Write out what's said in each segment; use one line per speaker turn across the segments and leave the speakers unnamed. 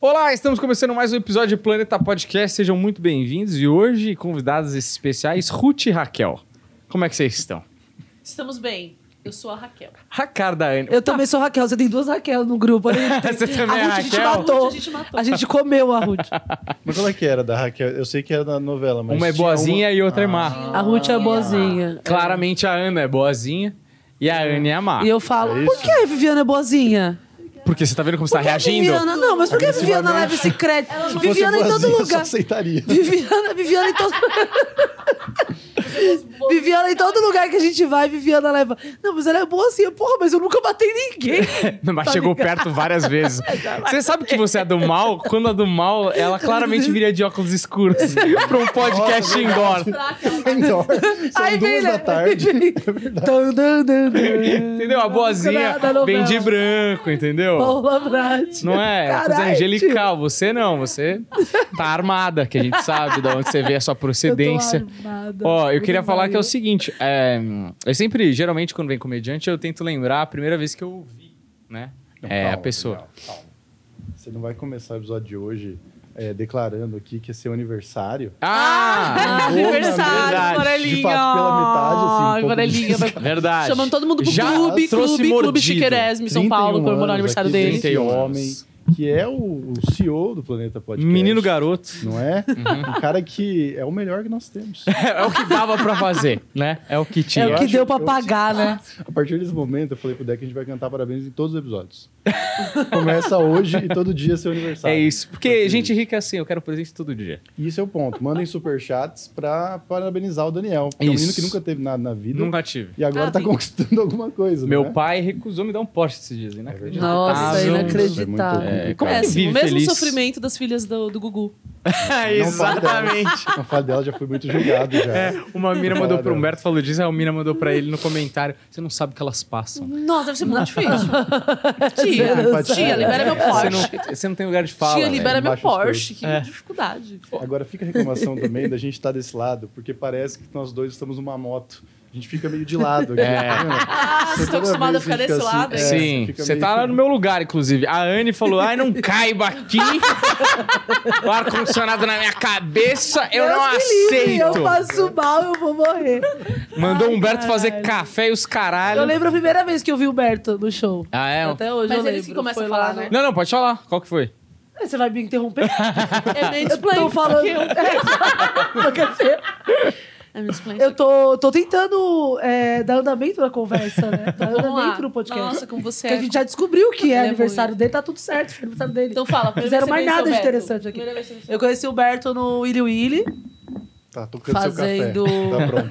Olá, estamos começando mais um episódio de Planeta Podcast. Sejam muito bem-vindos e hoje convidadas especiais Ruth e Raquel. Como é que vocês estão?
Estamos bem. Eu sou a Raquel.
Racar da Anne.
Eu também sou Raquel. Você tem duas Raquel no grupo. Olha, a gente,
Você
a
também é
Ruth a gente
Raquel?
matou.
A gente matou.
A gente comeu a Ruth.
Mas qual é que era da Raquel? Eu sei que era da novela, mas.
Uma é
tinha Ah.
boazinha e outra é má.
Tinha
A Ruth é boazinha.
Claramente a Ana é boazinha e a Anne é a má.
E eu falo,
É isso?
por que a Viviana é boazinha?
Porque você tá vendo como você tá
Por que a
reagindo?
Viviana, não, mas por que a Viviana leva esse crédito?
Se fosse
Viviana em todo
boazinha, eu só
lugar.
aceitaria.
Viviana, Viviana em todo Viviana em todo lugar que a gente vai, Viviana leva. Não, mas ela é boazinha. Porra, mas eu nunca matei ninguém.
Não, Mas
Tá
chegou
ligado?
perto várias vezes. Você sabe que você é do mal? Quando é do mal, ela claramente viria de óculos escuros pra um podcast
Nossa,
indoor.
Melhor. São
Aí vem,
duas da
né?
tarde. É
Tan, tan, tan, tan.
Entendeu? A boazinha
Da novela.
vem de branco, entendeu?
Paula Brat.
Não é? É uma coisa
Carai,
angelical. Você não, você tá armada, que a gente sabe de onde você vê a sua procedência. Ó, eu queria falar que é o seguinte: é, eu sempre, geralmente, quando vem comediante, eu tento lembrar a primeira vez que eu vi, né?
Não,
é,
calma,
a pessoa.
calma, calma. Você não vai começar o episódio de hoje é, declarando aqui que é seu aniversário.
Ah!
Ah,
verdade.
Aniversário,
De
Morelinha.
fato, pela metade, assim, um
Ai,
pouco
Morelinha.
de-
vai-
Verdade.
Chamando todo mundo pro
Já
clube,
trouxe
clube, clube
mordido.
Chiqueresme, São
31
Paulo, comemorar o
anos
aniversário
aqui,
dele.
desse
31
homem, que é o, o CEO do Planeta Podcast.
Menino Uhum. garoto.
Não é? Um cara que é o melhor que nós temos.
É o que dava pra fazer, né? É o que
É
tinha.
o
Eu
que
acho-
deu pra
eu-
pagar, né?
A partir desse momento, eu falei pro Deck que a gente vai cantar parabéns em todos os episódios. Começa hoje e todo dia é seu aniversário.
É isso. Porque gente rica é assim, eu quero presente todo dia.
Isso é o ponto. Mandem superchats pra parabenizar o Daniel. Porque é um
Isso.
menino que nunca teve nada na vida
Nunca tive.
e agora
Ah,
tá
tem-
conquistando alguma coisa.
Meu
né?
pai recusou me dar um poste esses dias, inacreditável.
Nossa,
Ah,
inacreditável.
É muito complicado.
Como
É,
que
assim,
vive
o mesmo
feliz?
sofrimento das filhas do, do Gugu.
Não fala dela. É. Não fala dela, já foi muito julgado já.
É, Uma mina mandou
Fala
pro
dela.
Humberto, falou disso, aí a mina mandou pra ele no comentário. Você não sabe o que elas passam.
Nossa, deve ser muito difícil. Tia,
Empatia.
tia, libera meu
né? Você
Porsche.
não, você não tem lugar de fala. né?
tia,
velho.
libera meu
Baixa os
Porsche. Que dificuldade.
Agora fica a reclamação também da gente estar desse lado, porque parece que nós dois estamos numa moto. A gente fica meio de lado. Aqui,
É.
tá vendo?
Ah, vocês
Toda
estão acostumados a
vez
ficar
gente
desse
fica
lado?
assim,
hein?
é.
Sim,
fica
você
meio
tá lá
que-
no meu lugar, inclusive. A Anne falou, ai, não caiba aqui. O ar-condicionado na minha cabeça, eu
Deus
não
me livre,
aceito.
Eu passo mal, eu vou morrer.
Mandou o Humberto
caralho.
fazer café e os caralho.
Eu lembro a primeira vez que eu vi o Humberto no show.
Ah, é?
Até hoje
Mas
eu
eles
lembro.
que começam
Foi
a falar,
lá no-
né?
Não, não, pode falar. Qual que foi?
Você vai me interromper?
É meio
eu tô falando... Não, quer dizer,
É mansplaining.
eu tô, tô tentando é, dar andamento na conversa, né? Dar
Vamos lá.
andamento no podcast.
Nossa, como você
Porque
é.
a gente já descobriu que é
Ele é
aniversário
muito.
dele, tá tudo certo, foi aniversário dele.
Então fala.
não
primeira
fizeram
vez
mais
que você
nada de
conheceu o Beto.
interessante aqui.
Primeira vez que você
Eu conheci o Berto no Willy Willy.
Tá tocando
Fazendo-
seu café. Tá pronto.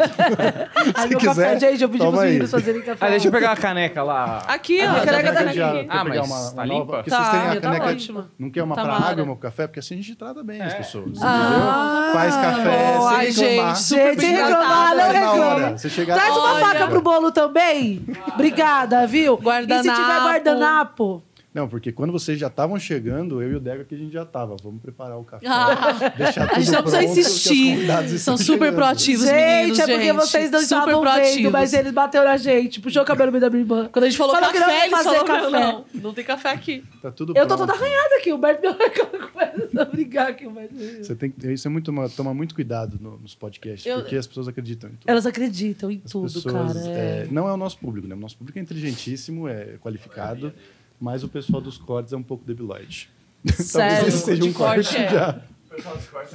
Aí
Se
meu
quiser,
café, gente, eu pedi
toma
pros
aí.
meninos fazerem café.
Ah, deixa eu pegar a caneca lá.
Aqui, ó.
Ah,
minha caneca
tá
tá
aqui.
aqui.
Ah,
Quer pegar
mas
uma-
tá
uma nova?
limpa?
Porque
Tá,
vocês têm
tá
a caneca.
ótima.
Não quer uma
Tá
pra
mara.
água, meu café? Porque assim a gente trata bem
É.
as pessoas.
Ah.
entendeu? Faz café,
Ai,
sem reclamar.
gente, super
Gente,
bem
reclamar,
tratada.
não
Faz na
reclama.
hora. Você chegar
Traz uma
Olha.
faca pro bolo também. Obrigada, viu? E se tiver
Guardanapo.
guardanapo?
Não, porque quando vocês já estavam chegando, eu e o Dego aqui a gente já tava. Vamos preparar o café.
Ah.
Deixar tudo
A gente não precisa
pronto, que os
insistir.
convidados estão
São super
chegando.
proativos,
gente,
meninos,
é porque
gente.
vocês não
super
estavam vendo,
proativos.
mas eles bateram na gente. Puxou o cabelo meio da minha irmã.
Quando a gente falou
Falou que
café,
não ia
eles
fazer
falaram,
café.
não, não, não tem café aqui.
Tá tudo
Eu tô toda
pronto.
arranhada aqui. O Berto me olha começa a brigar aqui. Mas...
Você tem que- isso é muito uma- toma muito cuidado no- nos podcasts,
Eu-
porque as pessoas acreditam em tudo.
Elas acreditam em
As
tudo,
pessoas,
cara.
é, não é o nosso público, né? O nosso público é inteligentíssimo, é qualificado, mas o pessoal dos cortes é um pouco debilóide.
Sério?
Talvez esse seja um
De corte,
corte,
é.
já.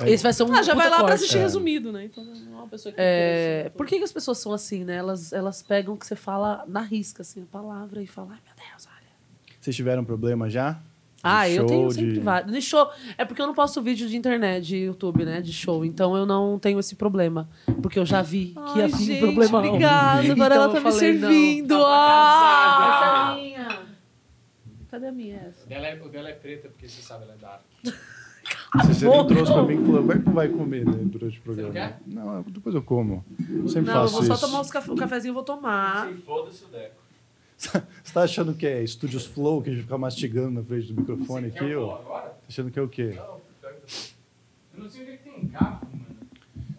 Esse vai ser um
Ah, já
puta
vai lá pra
corte.
assistir resumido, né? Então não é uma pessoa que...
É, por que, que as pessoas são assim, né? Elas, elas pegam o que você fala na risca, assim, a palavra e falam, ai meu Deus, olha.
Vocês tiveram problema já?
Ah, eu
show,
tenho sempre
de-
vários. De show. É porque eu não posto vídeo de internet, de YouTube, né? De show. Então eu não tenho esse problema. Porque eu já vi que
Ai,
ia vir
gente,
um problema. Então
obrigada. Agora ela tá me servindo.
Ah,
Ah!
minha. Cadê a minha essa?
O dela é preta, porque você sabe, ela é dark.
Você
bom.
não trouxe pra mim e falou, Berto não vai comer né, durante o programa.
Você não quer?
Não, eu- depois eu como. Eu sempre
Não, eu
faço
vou só
isso.
tomar um- os
um
cafe... o cafezinho, eu vou tomar.
Foda-se o Deco.
Você tá achando que é Studios Flow, que a gente fica mastigando na frente do microfone aqui?
um
ó? Tá
agora?
achando que é o quê?
Eu não sei onde é que tem garfo, mano.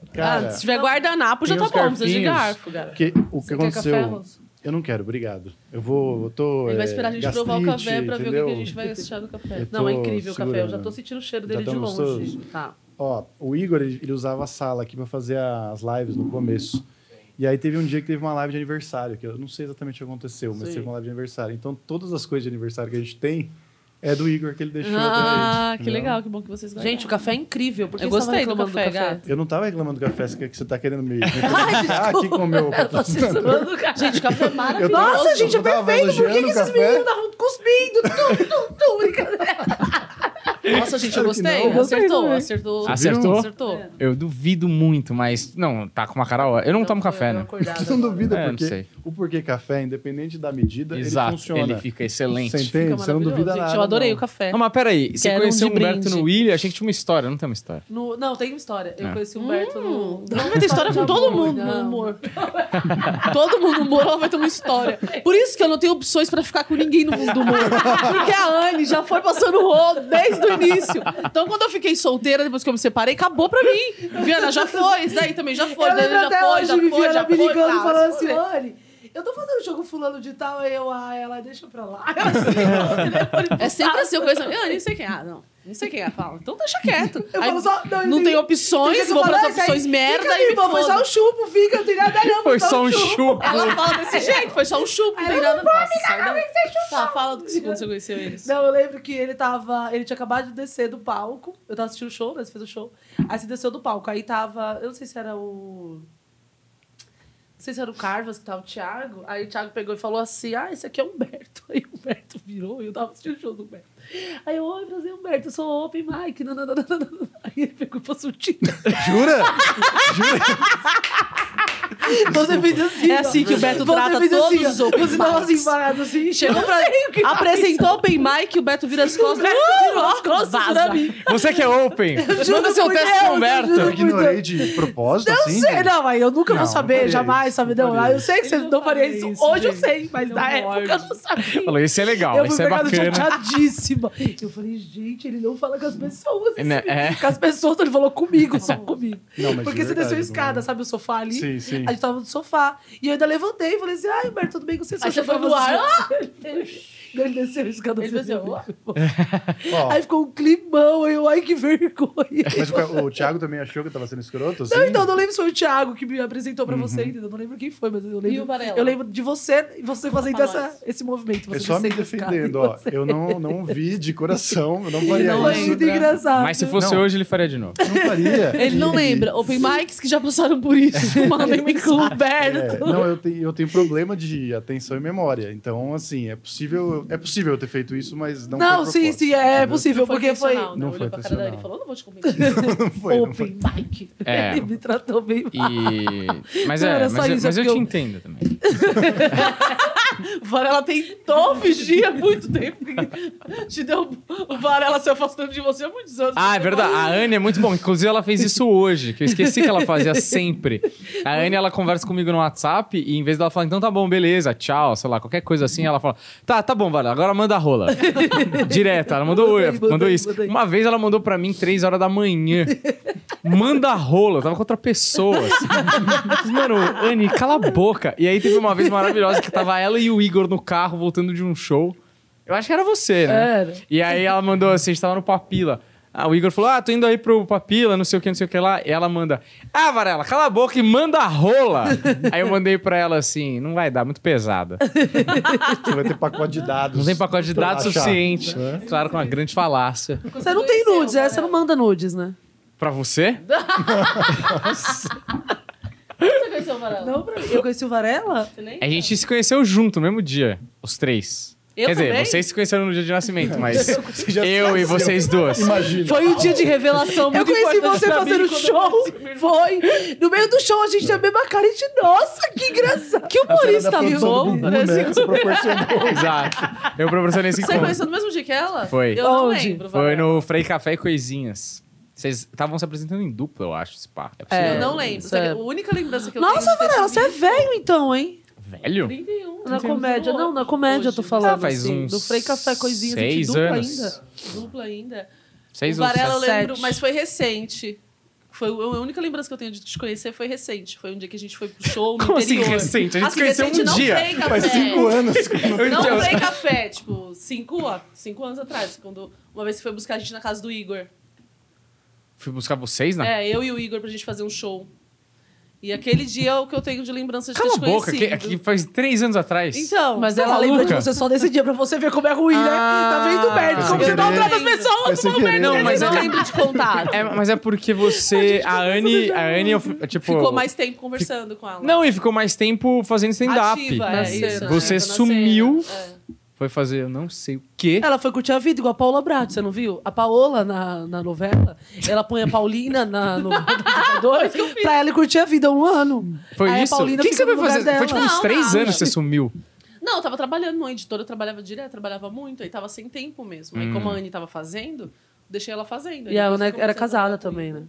Ah,
Cara,
se tiver guardanapo, já
tem
tá
os
bom. Precisa de
garfinhos.
garfo, cara.
que, o
Você
que
quer café,
aconteceu...
Rosso?
Eu não quero, obrigado. Eu vou. Eu tô,
Ele vai
é,
esperar a gente provar o
gastrite,
café pra ver o que que, a gente
entendeu?
vai assistir no café.
Eu
Não, é
tô
incrível o café. Eu já
segurando.
tô sentindo o cheiro
Já
dele
tá
de
gostoso?
longe.
Ah,
Tá.
Ó, o Igor, ele ele usava a sala aqui pra fazer as lives no começo. E aí teve um dia que teve uma live de aniversário, que eu não sei exatamente o que aconteceu, mas
Sim.
teve uma live de aniversário. Então todas as coisas de aniversário que a gente tem é do Igor que ele deixou pra
Ah,
gente,
que
entendeu?
legal, que bom que vocês guardaram.
Gente, o café é incrível. Por que
Eu
você
gostei do
tava reclamando do
café,
café,
cara.
Eu não tava reclamando do café, que você tá querendo me... me colocar aqui com o meu patrocinador.
Gente, o café é
Eu
maravilhoso.
tava-
Nossa, gente, é
eu tava
perfeito. Por que,
elogiando
que
o
esses
café?
meninos estavam cuspindo? Tum, tum, tum. Brincadeira.
Nossa, gente, eu
Claro que
gostei.
não.
Acertou, acertou.
Acertou?
Acertou.
Eu duvido muito, mas. Não, tá com uma cara. ó- Eu não tomo
tô-
café,
eu tô
né?
acordada
Você não
agora.
duvida,
É, não
porque
sei.
o porquê café, independente da medida, ele
Exato. Ele,
funciona.
fica
Você
excelente.
entende?
Fica
Você não
maravilhoso.
duvida nada.
Gente, eu adorei
não.
o café.
Não, mas peraí. Você
Quero um
conheceu o
de
Humberto
brinde.
no Willy? Achei que tinha uma história. Não tem uma história.
No- não, tem uma história. Eu
É.
conheci o Humberto no.
Ela vai ter história com todo mundo, meu
Não.
amor. Todo mundo no humor, ela vai ter uma história. Por isso que eu não tenho opções pra ficar com ninguém no mundo do humor. Porque a Anne já foi passando rolo desde o início. Então, quando eu fiquei solteira, depois que eu me separei, acabou pra mim. Viana, já foi. Isso daí também já foi.
eu
Dani,
lembro
já
até
foi,
hoje,
já
me
foi,
viu
já
ela
foi.
me ligando e
Ah,
falando
se
assim,
foi.
Anne, eu tô fazendo um jogo fulano de tal, aí eu, ah, ela, deixa pra lá. tá."
É sempre assim, eu conheço. Eu nem sei quem é. Ah, não. Nem sei quem é. Fala. Então deixa quieto.
Eu
Aí
falo só, não,
não,
entendi.
tem
Tem
opções,
que
vou
falar
pras
isso aí.
opções merda
Fica
e
aí,
me
pô, foi só um
foda.
chupo, fica, não tem
"Ah,
nada não,
Foi só um chupo.
Ela fala desse jeito, foi só um chupo, não tem nada. Nossa, sai daí. Tá, fala do que quando você conheceu eles.
Não, eu lembro que ele tava. Ele tinha acabado de descer do palco. Eu tava assistindo o show, né? Você fez o show. Aí você desceu do palco. Aí tava. Eu não sei se era o.
Não sei se era o Carvas que tava o Thiago. Aí o Thiago pegou e falou assim: Ah, esse aqui é o Humberto. Aí o Humberto virou e eu tava assistindo o show do Humberto. Aí eu, oi, prazer, Humberto, eu sou open mic. nananana." Aí ele pegou e passou o Tinder.
Jura?
Você fez assim.
É assim
ó.
que o Beto
Você
trata
fez
todos
assim, ó.
os open
Você tava assim,
mics.
parado assim.
Chegou pra. Apresentou o Open Mic, o Beto vira as costas. Uh, vira as costas
vaza.
pra mim.
Você que é open. Manda seu
por
teste
Deus,
pro
eu
Eu
Humberto.
juro.
ignorei de propósito,
Eu
assim?
sei, não, aí eu nunca
Não,
vou
não
saber,
faria
jamais,
isso,
sabe?
não
Não, Ah,
faria
eu sei que
Ele
você
não
não faria
faria
isso.
isso,
Hoje eu
gente.
sei, mas na
morde.
época eu não sabia.
Falou, esse é
"Ah,
legal,
Eu fui
esse é
pegada
bacana.
chateadíssima. Eu falei, gente, ele não fala com as pessoas. esse
Né,
menino.
é.
Com as pessoas, então ele falou comigo, só comigo.
Não, mas de
Porque você
verdade,
desceu a escada,
mano.
sabe o sofá ali?
Sim, sim.
A gente tava no sofá. E eu ainda levantei e falei assim, ai, Humberto, tudo bem com você?
Aí você
Seu
foi
sofá
no ar.
vazio.
"Ah!"
Ele desceu a escada.
Ele
eu falei,
assim,
desceu,
É. Ó,
Aí ficou um climão, aí eu, ai, que vergonha.
mas o, o Thiago também achou que eu tava sendo escroto, assim?
Não, então, eu não lembro se foi o Thiago que me apresentou
Uhum.
pra você, entendeu? Eu não lembro quem foi, mas eu lembro.
E o Varela?
Eu lembro de você, e você fazendo
Fala
essa, esse movimento. Você
É só me
descendo a escada,
defendendo,
e
ó.
você-
Eu não, não vi de coração, eu não faria
não
Foi
isso.
é
né?
muito engraçado.
Mas se fosse
Não.
hoje, ele faria de novo.
Eu Não faria.
Ele não
E-
lembra. Open Mics que já passaram por isso. Mandem me
É,
Humberto.
não, eu tenho, eu tenho problema de atenção e memória. Então, assim, é possível, é possível eu ter feito isso, mas não
Não, sim,
foi propósito,
sim, é
entendeu?
possível, porque foi.
intencional,
Não
né?
Olhou
foi
pra cara da Anne e falou:
intencional.
Não vou te convencer.
Não foi, não foi.
Open mic.
É.
Ele me tratou bem mal.
E... Mas
Não,
é,
era
mas,
só
eu-
isso,
mas
é
eu te
porque eu-
entendo também.
Varela tentou fingir há muito tempo. Te deu o Varela se afastando de você há muitos anos.
Ah, é verdade. A Anne é muito bom. Inclusive, ela fez isso hoje, que eu esqueci que ela fazia sempre. A Anne, ela conversa comigo no WhatsApp e em vez dela falar, então tá bom, beleza, tchau, sei lá, qualquer coisa assim, ela fala, tá, tá bom, Varela, agora manda a rola. Direto, ela mandou,
Mandei,
mandou
mandei,
isso.
mandei.
Uma vez ela mandou pra mim, três horas da manhã. Manda a rola, eu tava com outra pessoa. assim. Eu falei, Mano, Anne, cala a boca. E aí teve uma vez maravilhosa que tava ela e o Igor no carro voltando de um show. Eu acho que era você, né?
Era.
E aí ela mandou assim, a gente tava no Papila. Ah, o Igor falou, ah, tô indo aí pro Papila, não sei o que, não sei o que lá. E ela manda, ah, Varela, cala a boca e manda a rola. aí eu mandei pra ela assim, não vai dar, muito pesada.
Você vai ter pacote de dados.
Não tem pacote de
pra
dados
baixar.
suficiente.
né?
Claro, com uma grande falácia.
Você não tem nudes, é? Você não manda nudes, né?
Pra você?
Você conheceu o Varela?
Não, pra mim. Eu conheci o Varela?
Você nem?
A gente se conheceu junto, no mesmo dia, os três.
Eu
Quer
também?
dizer, vocês se conheceram no dia de nascimento, mas
Você já
eu e
nasceu.
vocês duas.
Imagina.
Foi um dia de revelação
muito
Eu conheci
importante
você
pra mim
fazendo
quando eu
show. Foi. No meio do show, a gente tem a mesma cara. A gente, nossa, que engraçado. Que
Era da
humorista, viu?
produção do Gugu, né?
Parece-
Que você proporcionou.
Exato. Eu proporcionei esse
Você
encontro.
conheceu no mesmo dia que ela?
Foi.
Eu não
Onde?
lembro.
Foi
Varela.
no Frei Café e Coisinhas. Vocês estavam se apresentando em dupla, eu acho, esse pá. É possível.
Eu não lembro.
Isso é-
A única lembrança que eu tenho.
Nossa,
de um. ter
Varela, você
sido
é velho então, hein?
31,
Velho?
31.
Na comédia, não, na comédia eu tô
Hoje.
falando.
Ah, faz
assim,
uns
Do Frei Café Coisinhas, a gente
seis
dupla
anos.
ainda.
Dupla ainda.
um
Seis
o Varela eu
ou
lembro,
sete.
mas foi recente. Foi a única lembrança que eu tenho de te conhecer foi recente. Foi um dia que a gente foi pro show no
Como assim,
interior.
recente? A gente
Assim,
conheceu
recente
um
não
dia. Então,
tem
Faz
café.
cinco anos.
Eu
Não
entendo.
foi café, tipo, cinco, a- cinco anos atrás, quando uma vez você foi buscar a gente na casa do Igor.
Fui buscar vocês na.
É, eu e o Igor pra gente fazer um show. E aquele dia é o que eu tenho de lembrança de
Cala a
ter te
boca, que, é que
conhecido.
faz três anos atrás.
Então,
Mas
Tá
ela lembra de
maluca?
você só desse dia pra você ver como é ruim, né?
Ah,
tá vendo, Berto?
foi
Como
sem
você maltrata as
querer.
pessoas.
Foi sem querer.
Não,
mas
mas
eu não
é-
lembro de contar.
É, mas é porque você. A, Anne. A Anne, eu f- tipo.
tá Ficou mais tempo conversando com ela.
Não, e ficou mais tempo fazendo stand-up.
Ativa,
Na
é,
cena,
isso, né?
Você
Tá na
sumiu.
cena, é.
Foi fazer eu não sei o quê.
Ela foi curtir a vida igual a Paola Brat, você não viu? A Paola na, na novela, ela põe a Paulina na novela pra ela curtir a vida um ano.
Foi
É,
Aí a
isso?
Paulina
O que que você
fica
foi
no lugar
fazer?
dela.
Foi tipo uns
Não,
três
nada.
anos que você sumiu.
Não, eu tava trabalhando numa editora, eu trabalhava direto, trabalhava muito, aí tava sem tempo mesmo. Aí
Hum.
como a Anne tava fazendo, deixei ela fazendo. Aí
E a
depois
Ana
eu comecei
era
a trabalhar
casada
com
também,
ele.
né?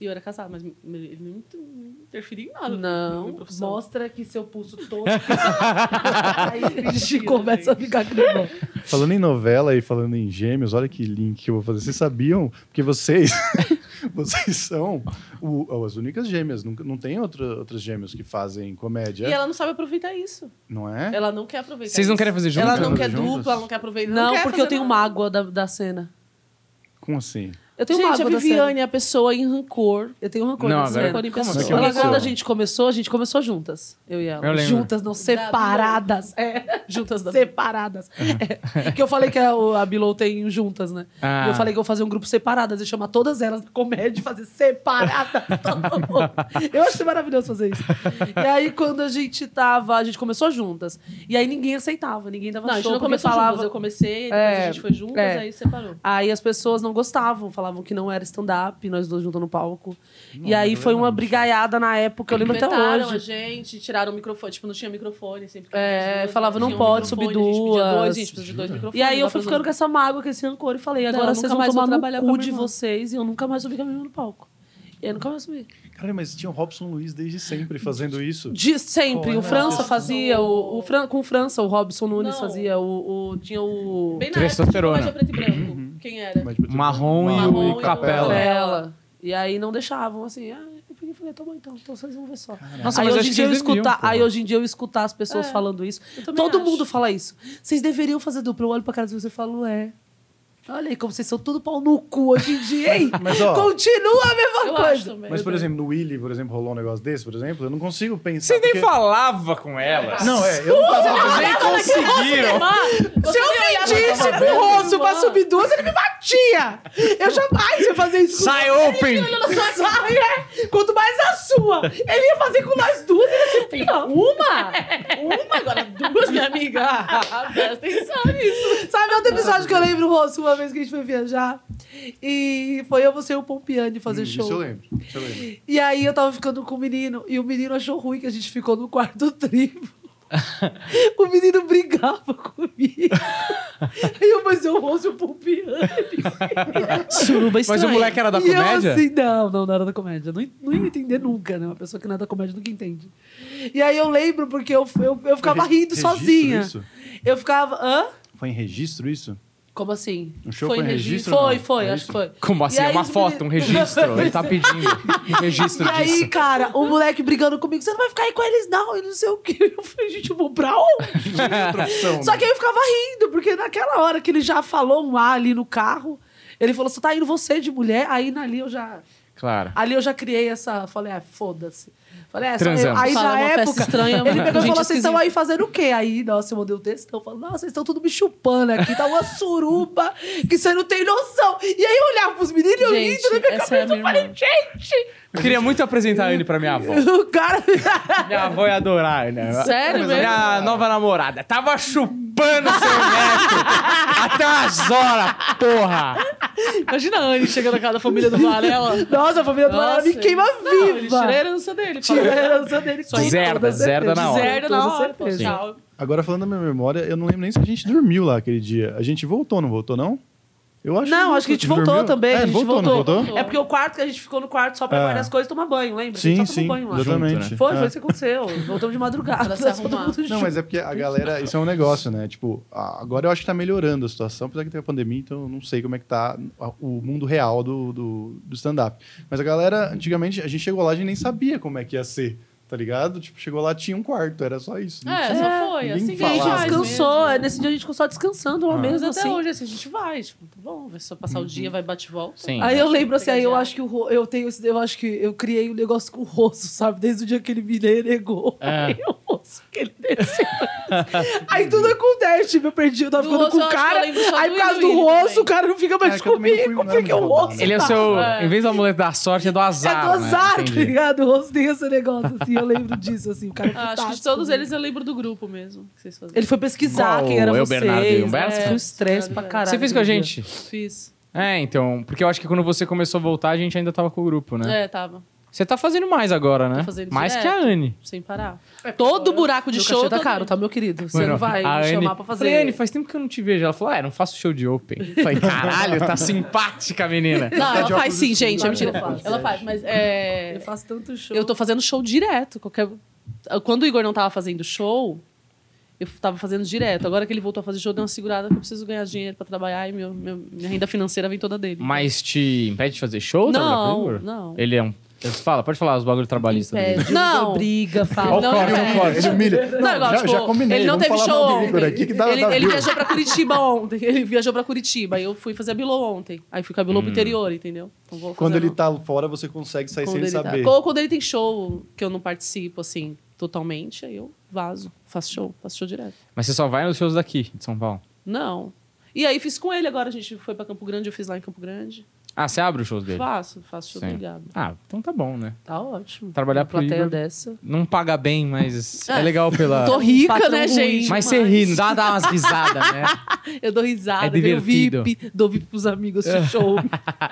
E eu era casada, mas me- me- ele não inter- não interferiu em nada. na minha
Não,
profissão.
Mostra que seu pulso todo.
a tá gente começa a ficar cremão.
Falando em novela e falando em gêmeos, olha que link que eu vou fazer. Vocês sabiam? Porque vocês. vocês são o- as únicas gêmeas. Não, não tem outra, outras gêmeas que fazem comédia.
E ela não sabe aproveitar isso.
Não é?
Ela não quer aproveitar
Vocês não
isso.
querem fazer junto?
Ela
Não
não
quer
quer
fazer juntas?
dupla, ela não quer aproveitar.
Não,
quer
porque
fazer
eu tenho
nada.
mágoa da, da cena.
Como assim?
Eu tenho
Gente, a
mágoa da cena.
Viviane é a pessoa em rancor.
Eu tenho rancor
Não,
da
agora-
cena.
como
assim?
Ela,
Aconteceu?
quando a gente começou, a gente começou juntas, eu e ela.
Eu lembro.
juntas, não separadas. É,
Juntas da
separadas. É, que eu falei que a, o- a Bilou tem juntas, né?
Ah.
E eu falei que eu vou fazer um grupo separadas e chamar todas elas pra comédia e fazer separadas. todo mundo. eu achei maravilhoso fazer isso. E aí, quando a gente tava, a gente começou juntas. E aí ninguém aceitava, ninguém dava
Não, a gente
show,
não
porque
começou falava...
falava.
juntas. Eu comecei, depois
É,
a gente foi juntas,
é.
aí separou.
Aí as pessoas não gostavam, falavam que não era stand-up, nós dois juntos no palco. e aí foi uma brigaiada na época, eu lembro até
Inventaram
hoje.
a gente, tiraram o microfone. Tipo, não tinha microfone. Sempre que
É,
tinha duas,
falava, não
tinha microfone,
pode subir
A gente pedia
duas.
dois, a gente precisa de dois microfones.
E aí eu
não dá
fui
pra
ficando
usar.
com essa mágoa, com esse rancor, e falei,
Não,
agora
eu
vocês
nunca
vão
mais vou
tomar
trabalhar
no
com
cu
a
de
minha irmã.
vocês e eu nunca mais subi com a minha irmã no palco. E eu nunca mais subi.
Cara, mas tinha o Robson Luiz desde sempre fazendo isso.
De sempre,
é
Como
o França
não?
fazia, o, o Fran- com o França, o Robson Nunes
Não.
fazia, o, o- tinha o...
Bem na
Testosterona. Uhum.
época, de preto e branco. Quem era?
Mas, tipo,
Marrom e
Marrom e
o
o
Capela.
Capela.
Ela. E aí não deixavam, assim, ah, eu peguei e falei, tá bom então, então vocês vão ver só.
Nossa,
aí,
mas acho
hoje em
que
dia eu
eles deviam,
escutar,
porra.
aí hoje em dia eu escutar as pessoas
É.
falando isso.
Eu também
Todo
acho.
mundo fala isso. Vocês deveriam fazer dupla. Eu olho pra cara de vocês e falo, é. Olha aí como vocês são tudo pau no cu hoje em dia, hein?
Mas, ó,
Continua a
Eu
mesma
acho
coisa.
também.
Mas, por exemplo, no Willy, por exemplo, rolou um negócio desse, por exemplo, eu não consigo pensar.
Vocês nem
porque-
falavam com elas.
Não, é, eu não
Ah,
tava
É, Vocês nem conseguiram.
Se eu
tava
pedisse pro
vendo,
Rosso pra subir duas, ele me batia. Eu jamais ia fazer isso.
Sai open!
Sai, é. Quanto mais a sua. Ele ia fazer com nós duas. Ele ia É. fazer, uma?
Uma agora, duas, minha amiga. Presta atenção nisso.
Sabe outro episódio que eu lembro, Rosso, uma vez que a gente foi viajar? E foi eu, você e o Pompiani fazer
Hum,
show.
Isso eu lembro. Isso eu lembro.
E aí eu tava ficando com o menino e o menino achou ruim que a gente ficou no quarto tribo. o menino brigava comigo. Aí eu, mas eu ouço o Pompiani.
Suruba
Mas o moleque era da
e
comédia?
Eu, assim, não, não, não era da comédia. Não, não ia entender nunca, né? Uma pessoa que não é da comédia nunca entende. E aí eu lembro porque eu, eu, eu ficava
Foi re-
rindo
registro
sozinha.
isso?
Eu ficava. hã?
Foi em registro isso?
Como assim?
Um show
Foi
foi em
em
registro? ou
Foi,
não?
foi,
É
acho
isso?
que foi.
Como assim?
E aí
Uma
os
foto, um
meninos-
registro. Ele tá pedindo um registro
E aí,
disso.
cara, o moleque brigando comigo, você não vai ficar aí com eles, não, e não sei o quê. Eu falei, gente, eu vou pra onde?
Outra opção,
Só
né?
que aí eu ficava rindo, porque naquela hora que ele já falou um A ali no carro, ele falou, você tá indo você de mulher, aí ali eu já.
Claro.
Ali eu já criei essa. Falei, ah, foda-se. Falei, é, só-
Transamos.
aí
Fala
na
uma festa
época.
estranha,
ele
mano.
pegou
Gente
e falou: assim, vocês estão
esquisita."
aí fazendo o quê? Aí, nossa, eu mandei o um textão. Falando, nossa, vocês estão tudo me chupando aqui. Tá uma suruba que você não tem noção. E aí eu olhava pros meninos e eu
Gente,
rindo na minha
essa é a
cabeça. eu
minha
falei,
irmã.
gente!
Eu queria muito apresentar a Anne pra minha avó.
O cara.
Minha avó ia adorar, né?
Sério
Minha
mesmo?
Minha nova namorada. Tava chupando seu neto até umas horas, porra!
é-"
Imagina a Anne chegando na casa da família do Varela.
Nossa, a família do Mara me
Nossa.
queima
Não, ele tira
viva.
a herança dele.
Tira a herança dele. com
Zerda,
toda
zerda
certeza.
na hora.
Zero
Toda
na hora, pô.
certeza.
Tchau.
Agora, falando da minha memória, eu não lembro nem se a gente dormiu lá aquele dia. A gente voltou, não voltou, não? Eu acho
Não, acho que a gente voltou
dormiu?
também.
É,
a gente
voltou,
voltou,
não voltou?
É porque o quarto que a gente ficou no quarto só pra
É.
guardar as coisas e tomar banho, lembra? a
Sim,
gente só
sim.
tomou banho lá.
Exatamente.
né?
Foi, foi
É.
isso que aconteceu. Voltamos de madrugada.
Pra se
tá todo
arrumar.
mundo junto.
Não, mas é porque a galera, isso é um negócio, né? Tipo, a- agora eu acho que tá melhorando a situação, apesar que teve a pandemia, então eu não sei como é que tá a- o mundo real do, do, do stand-up. Mas a galera, antigamente, a gente chegou lá, a gente nem sabia como é que ia ser, tá ligado? Tipo, chegou lá, tinha um quarto, era só isso. não
É,
tinha-
só foi.
ninguém
Assim que
E a gente
falava.
faz
descansou.
mesmo.
é, Nesse dia a gente ficou só descansando lá
né? Ah.
mesmo,
Mas até
assim.
hoje, assim, a gente vai. Tipo, tá bom, vai só passar o dia, vai bate e volta.
Sim.
Aí eu lembro assim, aí eu
Pegar
acho que o Ro- eu tenho esse- eu acho que eu criei um negócio com o Rosso, sabe? Desde o dia que ele me negou.
É.
Aí o Rosso que ele desceu. aí tudo acontece, tipo, eu perdi, eu tava
Do
ficando
Rosso,
com
eu
o
acho que eu
cara.
lembro só
Aí
do
por causa do
Inuí
Rosso,
também.
o cara não fica
É,
mais
que eu também não fui-
comigo,
não era
porque o
muito rodado,
Rosso.
né?
Ele é o seu.
É.
Em vez do amuleto da sorte, é do
É
azar.
do azar,
né?
tá
Entendi.
ligado? O Rosso tem esse negócio, assim, eu lembro disso, assim, o cara
Ah, acho que de
putaço
todos
comigo.
eles eu lembro do grupo mesmo. Que vocês faziam.
Ele foi pesquisar
Qual?
quem era
Eu,
vocês.
Bernardo e Humberto?
Foi um estresse pra
Você
caralho.
Você fez com a
aquele dia.
gente?
Fiz.
É, então. Porque eu acho que quando você começou a voltar, a gente ainda tava com o grupo, né?
É, tava.
Você tá fazendo mais agora, né?
Tô fazendo
mais
direto.
que a Anne.
Sem parar.
Todo buraco de
Meu
show
cachê
tá
tá
caro,
doido.
tá, É, meu querido? Você
Mano,
não
a
vai me
Anne-
chamar pra fazer.
Falei, Anne, faz tempo que eu não te vejo. Ela falou, ah, eu não faço show de open. Eu Falei, caralho, tá simpática, menina.
Não, ela
Tá
faz
de óculos
sim,
escuros,
gente.
né?
É mentira.
Eu faço,
Ela faz, mas é.
Eu faço tanto show.
Eu tô fazendo show direto. Qualquer... Quando o Igor não tava fazendo show, eu tava fazendo direto. Agora que ele voltou a fazer show, deu uma segurada que eu preciso ganhar dinheiro pra trabalhar e meu, meu- minha renda financeira vem toda dele.
Mas te impede de fazer show? trabalhar com o
não,
Igor?
não.
Ele é um... Fala, pode falar os bagulhos trabalhistas. dele.
Pede,
Não.
briga, fala.
Ó o
Não,
corte,
não
ó o
é.
corte.
Ele humilha.
Não, igual,
já,
tipo,
já combinei.
ele não
vamos
teve
falar
show
mal do Igor
ontem.
aqui que dá,
ele,
dá
ele
view.
viajou pra Curitiba ontem. Ele viajou pra Curitiba. E eu fui fazer a Bilô ontem. Aí fui com a Bilô pro interior, entendeu? Então vou
Quando
fazer
um-
ele
uma-
tá fora, você consegue sair
quando
sem
ele tá-
saber.
Ou quando ele tem show que eu não participo, assim, totalmente, aí eu vazo. Faço show. Faço show direto.
Mas você só vai nos shows daqui, de São Paulo.
Não. E aí fiz com ele agora, a gente foi pra Campo Grande, eu fiz lá em Campo Grande.
Ah, você abre os shows dele?
Faço, faço show
Sim.
ligado.
Ah, então tá bom, né?
Tá ótimo.
Trabalhar
Uma
pro
plateia
Igor.
dessa.
Não paga bem, mas é legal pela...
Tô rica,
Patrão
né,
ruim.
gente?
Mas você ri, não dá, dá umas risadas, né?
Eu dou risada,
É
ganho
divertido.
VIP, dou VIP pros amigos, esse show.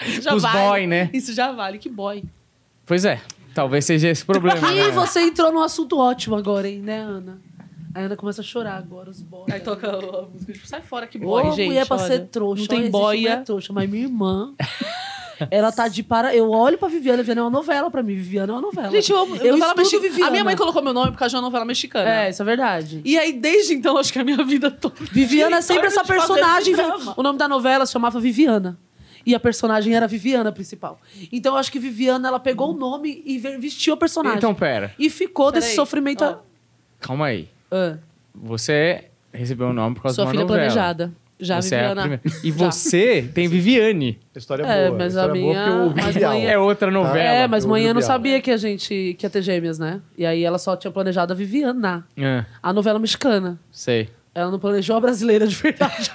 Isso já
Pros
vale.
boy, né?
Isso já vale, que boy.
Pois é, talvez seja esse problema,
E
né?
você entrou num assunto ótimo agora, hein, né, Ana? A Ana começa a chorar agora, os boys.
Aí toca a música, tipo, sai fora que então, boy,
Boy,
gente.
mulher pra
olha.
ser trouxa.
Não tem
olha, existe mulher
boia.
trouxa, mas minha irmã... Ela tá de para... Eu olho pra Viviana, Viviana é uma novela pra mim. Viviana é uma novela.
Gente, eu amo novela
Eu estudo
mexicana.
Viviana.
A minha mãe colocou meu nome por causa de uma novela mexicana.
É, isso é verdade.
E aí, desde então, acho que a minha vida toda.
Viviana é sempre essa
Torna de fazer
personagem.
esse drama.
O nome da novela se chamava Viviana. E a personagem era a Viviana principal. Então eu acho que Viviana, ela pegou o nome e ve- vestiu a personagem.
Então, pera,
e ficou desse
Peraí,
sofrimento.
ó.
calma aí.
Ah.
Você recebeu o nome por causa
Sua
de uma
filha
novela.
planejada. Já,
Você é a
Viviana.
primeira. E
Já.
você tem Viviane.
A História
É,
boa.
mas a
história boa, porque
minha-
eu ouvi
mas
real.
amanhã-
É outra novela.
É, mas
eu ouvi
manhã
o
não
Bial.
sabia que a gente que ia ter gêmeas, né? E aí ela só tinha planejado a Viviana,
É,
a novela mexicana.
sei.
Ela não planejou a brasileira de verdade.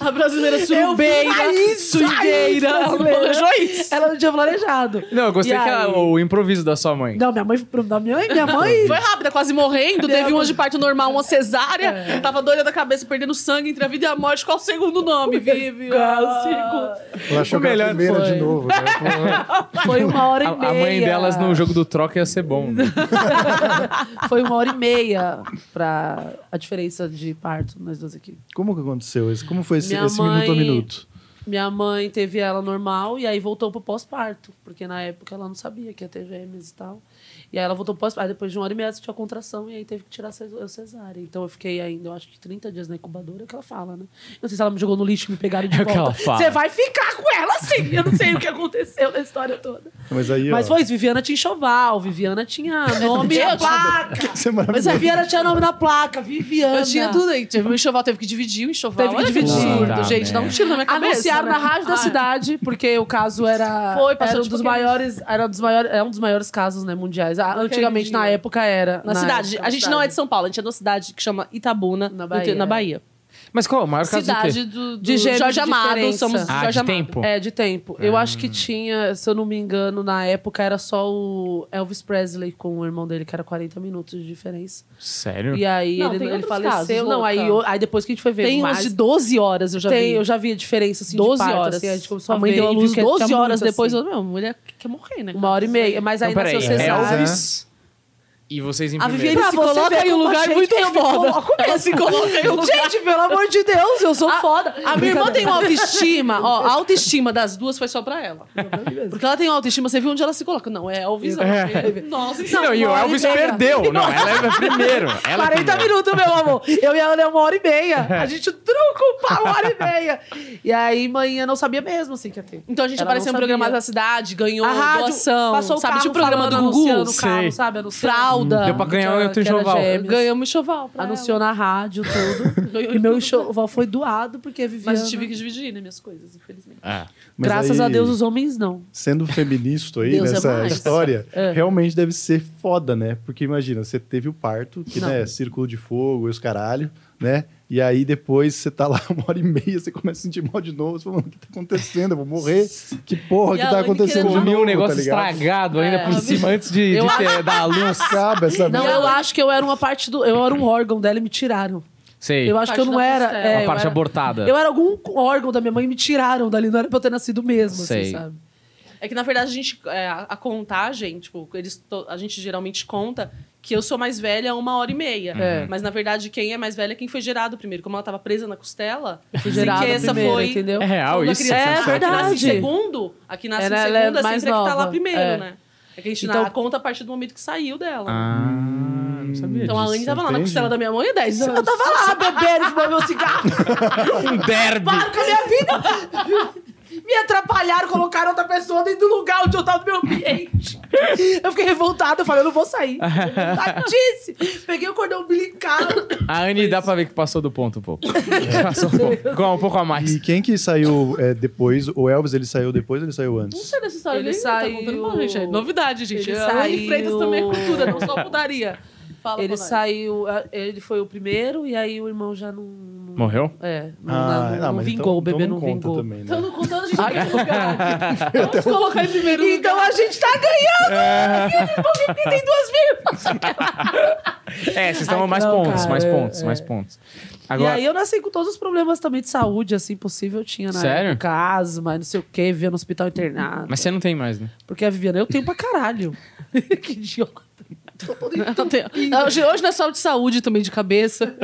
A brasileira
Eu vi
surubeira,
raiz, raiz
sujeira. Ela
brasileira.
planejou isso.
ela não tinha planejado.
Não, eu gostei
E
que
aí?
ela- o improviso da sua mãe.
Não, minha mãe. da Minha mãe. Minha mãe
Foi rápida, quase morrendo. Teve uma de parto normal, uma cesárea.
É.
Tava doida da cabeça, perdendo sangue entre a vida e a morte. Qual o segundo nome, Vivi? Ah, segundo.
Ela achou
O
que era
melhor
a primeira
foi.
de novo. né?
foi uma hora e
A,
meia.
a mãe delas no jogo do troca ia ser bom. né?
Foi uma hora e meia pra a diferença de parto nós duas aqui.
Como que aconteceu isso? Como foi esse,
Minha
esse minuto a
mãe-
minuto?
Minha mãe teve ela normal e aí voltou pro pós-parto, porque na época ela não sabia que ia ter gêmeas e tal. E aí ela voltou pro pós-parto, depois de uma hora e meia ela tinha contração e aí teve que tirar a ces- a cesárea. Então eu fiquei ainda, eu acho que 30 dias na incubadora, é o que ela fala, né? Eu não sei se ela me jogou no lixo e me pegaram de
É o que
volta.
ela fala.
Você vai ficar com ela sim! Eu não sei o que aconteceu na história toda.
Mas aí,
Mas
ó,
foi isso, Viviana tinha enxoval, Viviana tinha nome na placa.
Isso é
Mas
maravilhoso.
a Viviana tinha nome na placa, Viviana.
Eu tinha tudo aí. Teve um enxoval, teve que dividir o enxoval.
Teve que
Olha
dividir.
absurdo,
Puta
gente. Dá um
merda.
tiro na minha cabeça.
Anunciaram
né?
na rádio da
Ah,
cidade, porque o caso era,
Foi, passou
era um
de
dos
qualquer
maiores, era um dos maiores, é um dos maiores casos, né, mundiais. Ah, antigamente na
dia.
época era
Na cidade.
época,
A gente não é de São Paulo, a gente é de uma cidade que chama Itabuna,
Na
na
Bahia.
Bahia. Na Bahia.
Mas qual? O maior caso do quê?
Cidade do, do
De gêmeos de
Jorge Amado.
diferença.
Somos
Ah,
Jorge
de
Amado.
tempo.
É, de tempo. Eu acho que tinha, se eu não me engano, na época era só o Elvis Presley com o irmão dele, que era 40 minutos de diferença.
Sério?
E aí
Não,
ele,
tem
ele
outros
faleceu.
casos,
não, aí,
louca.
eu- aí depois que a gente foi ver
Tem
mais,
uns de 12 horas, eu já
tem,
vi.
eu já vi a diferença, assim,
12
de parto,
horas.
assim, a gente começou
a mãe
a ver,
deu a
e viu
luz
que tinha
12 horas
muito,
depois.
assim.
Eu, meu, mulher quer morrer, né?
Uma hora e meia. Mas aí
Então,
nasceu
peraí.
cesárea.
Elvis, E vocês em
A
primeiro.
Viviane
Pra
se
você
coloca em
ver
um
como a
lugar
gente-
muito
eu me
foda.
coloco
Ela se coloca em um lugar.
Gente, pelo amor de Deus, eu sou foda.
A minha irmã tem uma autoestima, ó, a autoestima das duas foi só pra ela. Porque ela tem uma autoestima, você viu onde ela se coloca? Não, é Elvis.
É.
Nossa, então.
Não, e o
uma hora
Elvis
e meia.
perdeu. Não, ela é primeiro. Ela é
40
primeiro.
minutos, meu amor. Eu e ela é uma hora e meia. A gente truca o pau, uma hora e meia. E aí, manhã não sabia mesmo, assim, que ia ter.
Então a gente
Ela
apareceu em
não
programas
sabia.
da cidade, ganhou
A rádio
doação,
passou o
sabe?
carro
Tinha o programa do
falando,
Gugu,
anunciando o carro,
sei.
sabe? Anunciando.
fralda.
Deu pra ganhar um
Que
outro
era
enxoval.
gêmeos.
Ganhamos enxoval pra ela.
Anunciou na rádio, tudo.
Ganhou
e meu enxoval foi doado, porque a Viviana...
Mas eu tive que dividir, né, minhas coisas, infelizmente.
É.
Mas
Graças
aí,
a Deus, os homens não.
Sendo feminista aí
Deus é
nessa
mais. É.
história, realmente deve ser foda, né? Porque imagina, você teve o parto, que
Não.
né, círculo de fogo e os caralho, né? E aí depois você tá lá uma hora e meia, você começa a sentir mal de novo, você fala, mano, o que tá acontecendo? Eu vou morrer? Que porra
E
que
a
tá
Anne querendo-
acontecendo? de
Comi
novo,
um negócio
tá ligado?
estragado ainda
É.
por cima antes de, de
Eu-
ter, da luz.
Acaba essa
Não,
merda.
eu acho que eu era uma parte do... Eu era um órgão dela e me tiraram.
Sei.
Eu acho que eu
Parte
não
da
era...
costela.
é,
a
eu
parte
era-
abortada.
Eu era algum órgão da minha mãe e me tiraram dali. Não era pra eu ter nascido mesmo,
Sei.
assim, sabe?
É que, na verdade, a gente. é, a, a contagem, tipo, eles to- a gente geralmente conta que eu sou mais velha uma hora e meia.
Uhum.
É.
Mas, na verdade, quem é mais velha é quem foi gerado primeiro. Como ela tava presa na costela, eu
Fui gerada primeiro, entendeu?
É real isso?
É
essa sensação?
Aqui nasce em
verdade.
segundo, aqui nasce
Ela-
em
ela
segundo,
é
é sempre
mais
a que tá lá
nova,
primeiro,
é.
né? É que a gente
Então-
na- conta a partir do momento que saiu dela.
Ah, não sabia
então a
disso.
Anne tava lá na
entende?
costela da minha mãe há 10
Eu
anos.
tava lá bebendo, fumando meu cigarro.
Um derby.
com a minha vida. Me atrapalharam, colocaram outra pessoa dentro do lugar onde eu tava no meu ambiente. Eu fiquei revoltada, eu falei, eu não vou sair. Revoltadice. Peguei o cordão umbilical.
A Anne dá pra ver que passou do ponto um pouco. Passou um pouco. Com um pouco a mais.
E quem que saiu é, depois? O Elvis, ele saiu depois ou ele saiu antes?
Não sei dessa história,
Ele
ele saiu...
saiu-
gente. É novidade, gente.
Ele
a Anne
saiu-
Freitas também é cultura, não só mudaria. Fala
Ele
pra nós.
saiu, é, ele foi o primeiro e aí o irmão já não...
Morreu?
É, não,
Ah,
não- não
não, mas
vingou,
então-
o bebê
então
não,
conta
vingou.
também, né?
Então não contando, a gente tem que colocar. Vamos colocar em primeiro lugar.
Então a gente tá ganhando!
É.
Porque tem duas vírgulas.
É, vocês estão
Ai,
mais
não,
pontos,
cara,
mais
é,
pontos,
é.
mais pontos.
E
Agora,
aí eu nasci com todos os problemas também de saúde, assim, possível. Eu tinha na
Sério?
época asma, não sei o quê, vivia no hospital internado.
mas você não tem mais, né?
Porque a Viviana eu tenho pra caralho. que idiota.
Não tem- Hoje, hoje não é só de saúde também, de cabeça.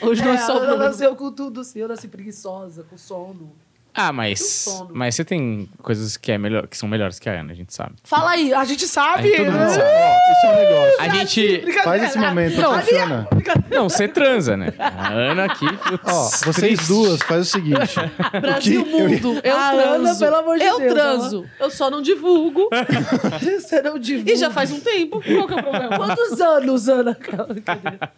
Hoje não é, só
ela
problema.
nasceu com tudo assim, eu nasci preguiçosa, com sono.
Ah, mas.
Eu sono.
Mas você tem coisas que, é melhor, que são melhores que a Ana, a gente sabe.
Fala aí, a gente sabe.
Aí todo mundo
Não, ó,
sabe.
isso é um negócio.
A gente.
Faz esse momento, não, funciona.
Não, você transa, né? A Ana aqui. Putz,
Ó, vocês
triste.
duas, faz o seguinte.
assim,
Brasil, mundo. Eu
A Ah, Ana,
transo.
pelo amor de
eu
Deus,
transo. Eu só não divulgo.
Você não divulga.
e já faz um tempo. Qual que é o problema?
Quantos anos, Ana?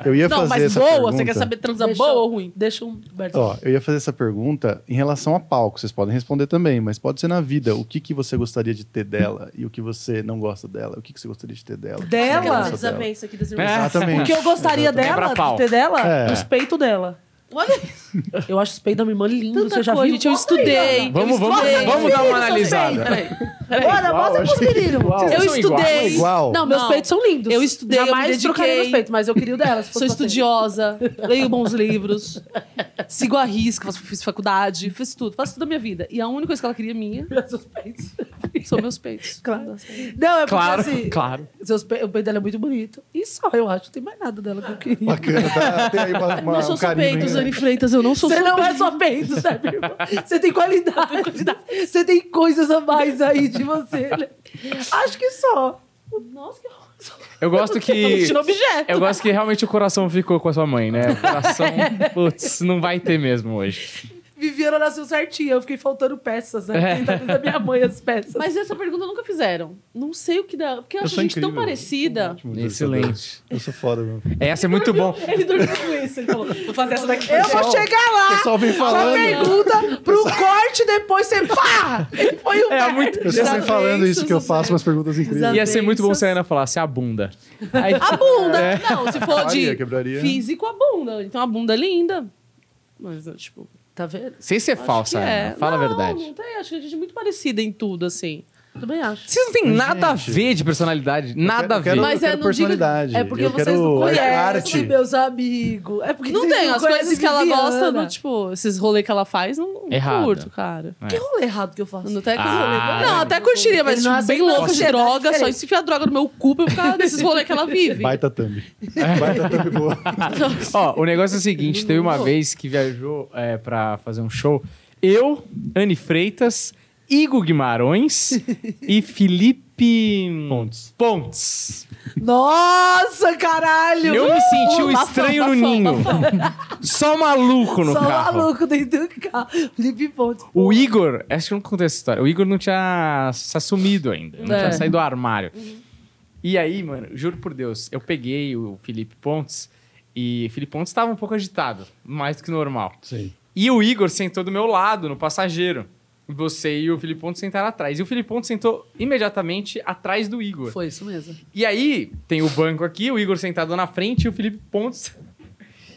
Eu ia
Não,
fazer
mas
essa
boa.
pergunta.
Você quer saber transa
Deixa-
boa ou ruim?
Deixa um... Humberto.
Ó, eu ia fazer essa pergunta em relação a palco. Vocês podem responder também, mas pode ser na vida. O que, que você gostaria de ter dela e o que você não gosta dela? O que, que você gostaria de ter dela? O que você
Dela?
não
Aquela
gosta dela?
desavença aqui das
É.
irmãs.
Exatamente.
O que eu gostaria
Exatamente.
dela,
Quebra-pau.
de ter dela,
É.
os peitos dela.
Olha,
Eu acho os peitos da minha irmã lindo,
tanta
você já
coisa,
viu?
gente. Eu
Mostra aí,
estudei.
Vamos,
eu
vamos,
estudei.
vamos dar uma
Eu estudei.
analisada.
Peraí,
Ana.
peraí.
Olha,
Igual,
mostra pros
achei
meninos.
igual.
Vocês
Eu
são iguais.
estudei.
Igual.
Não, meus
Não.
peitos são lindos.
Eu estudei, eu me
Jamais trocaria
dediquei.
meus peitos, mas eu queria o dela. se
Sou
fosse pra ter.
estudiosa, leio bons livros, sigo a risca, faço, fiz faculdade, fiz tudo, faço tudo da minha vida. E a única coisa que ela queria é minha
Seus peitos.
são meus peitos.
Claro. Não, é porque
Claro,
assim,
claro.
seus pe... o peito dela é muito bonito. E só, eu acho. Não tem mais nada dela que eu queria.
Bacana, tá? Tem aí uma, uma,
não sou
um carinho.
suspeita,
aí, né?
Zane Freitas, eu não sou
Você não
suspeita.
é só peito, sabe? irmão? Você tem qualidade. Você tem coisas a mais aí de você. né? Acho que só.
Nossa, que horror.
Eu gosto que.
Tira objeto.
Eu gosto que realmente o coração ficou com a sua mãe, né? O coração, putz, não vai ter mesmo hoje.
Viviana nasceu certinha. Eu fiquei faltando peças,
É.
né? Tem da minha mãe as peças.
Mas essa pergunta nunca fizeram. Não sei o que dá. Porque eu, acho a
sou
gente
incrível.
tão parecida.
Ótimo, tá
Excelente.
Eu sou foda, meu. O
Essa é muito bom.
Ele dormiu com isso, ele falou: vou fazer essa daqui.
Eu vou chegar lá
pessoal vem
com a
falando.
pergunta pro corte, depois você pá! Ele foi o
É
pé.
muito.
O pessoal vem falando isso que eu faço umas perguntas incríveis.
Ia ser muito bom se a Ana falasse a bunda. Aí- tipo,
A bunda. Não, se for
Quebraria,
de
quebraria.
físico, a bunda. Então a bunda é linda. Mas, tipo, tá vendo?
Sem ser
Acho
É falsa,
que
Ana. Fala
Não,
a verdade.
é Não tem, acho que a gente é muito parecida em tudo, assim.
Também acho.
Vocês não têm
Mas,
nada a
gente,
ver de personalidade.
eu
Nada a
quero-
ver.
eu
Mas é,
quero
não digo-
personalidade.
É porque
eu
vocês
quero
não conhecem,
arte.
meus amigos. É porque
Não
vocês
tem, um as
conhecem
coisas que ela
Viviana.
gosta, do, tipo, esses rolês que ela faz, não
Errada.
curto, cara.
Que rolê errado que eu faço?
Não, até, que-
É. Ah,
não,
é.
até curtiria, mas
Ele não
tipo, bem
aceita
louca de
sociedade
droga, só
diferente.
enfiar droga no meu cu pra eu ficar nesses rolês que ela vive.
Baita thumb. Baita thumb boa.
Ó, o negócio é o seguinte: teve uma vez que viajou é, pra fazer um show. Eu, Anne Freitas, Igor Guimarães e Felipe
Pontes.
Pontes.
Nossa, caralho!
Eu me senti um
Uh, bafão,
estranho no
bafão,
ninho. Só maluco no
Só
carro.
maluco dentro do carro. Felipe Pontes.
O Igor, acho que eu não contei essa história. O Igor não tinha se assumido ainda, não
É.
tinha saído do armário. E aí, mano, juro por Deus, eu peguei o Felipe Pontes e o Felipe Pontes estava um pouco agitado, mais do que normal.
Sim.
E o Igor sentou do meu lado, no passageiro. Você e o Felipe Pontes sentaram atrás. E o Felipe Pontes sentou imediatamente atrás do Igor.
Foi isso mesmo.
E aí, tem o banco aqui, o Igor sentado na frente e o Felipe Pontes.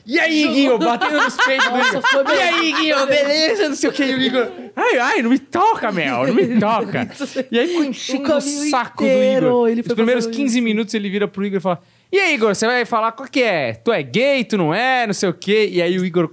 E aí, Guinho, batendo nos peitos do Igor. E aí, Guinho, beleza? Não sei o que. E o Igor, ai, ai, não me toca, Mel, não me toca. E aí ficou enchendo o,
caminho
saco
inteiro,
do Igor.
ele
Os
foi
primeiros
fazendo
15 minutos ele vira pro Igor e fala: E aí, Igor, você vai falar qual que é? Tu é gay, tu não é, não sei o quê. E aí o Igor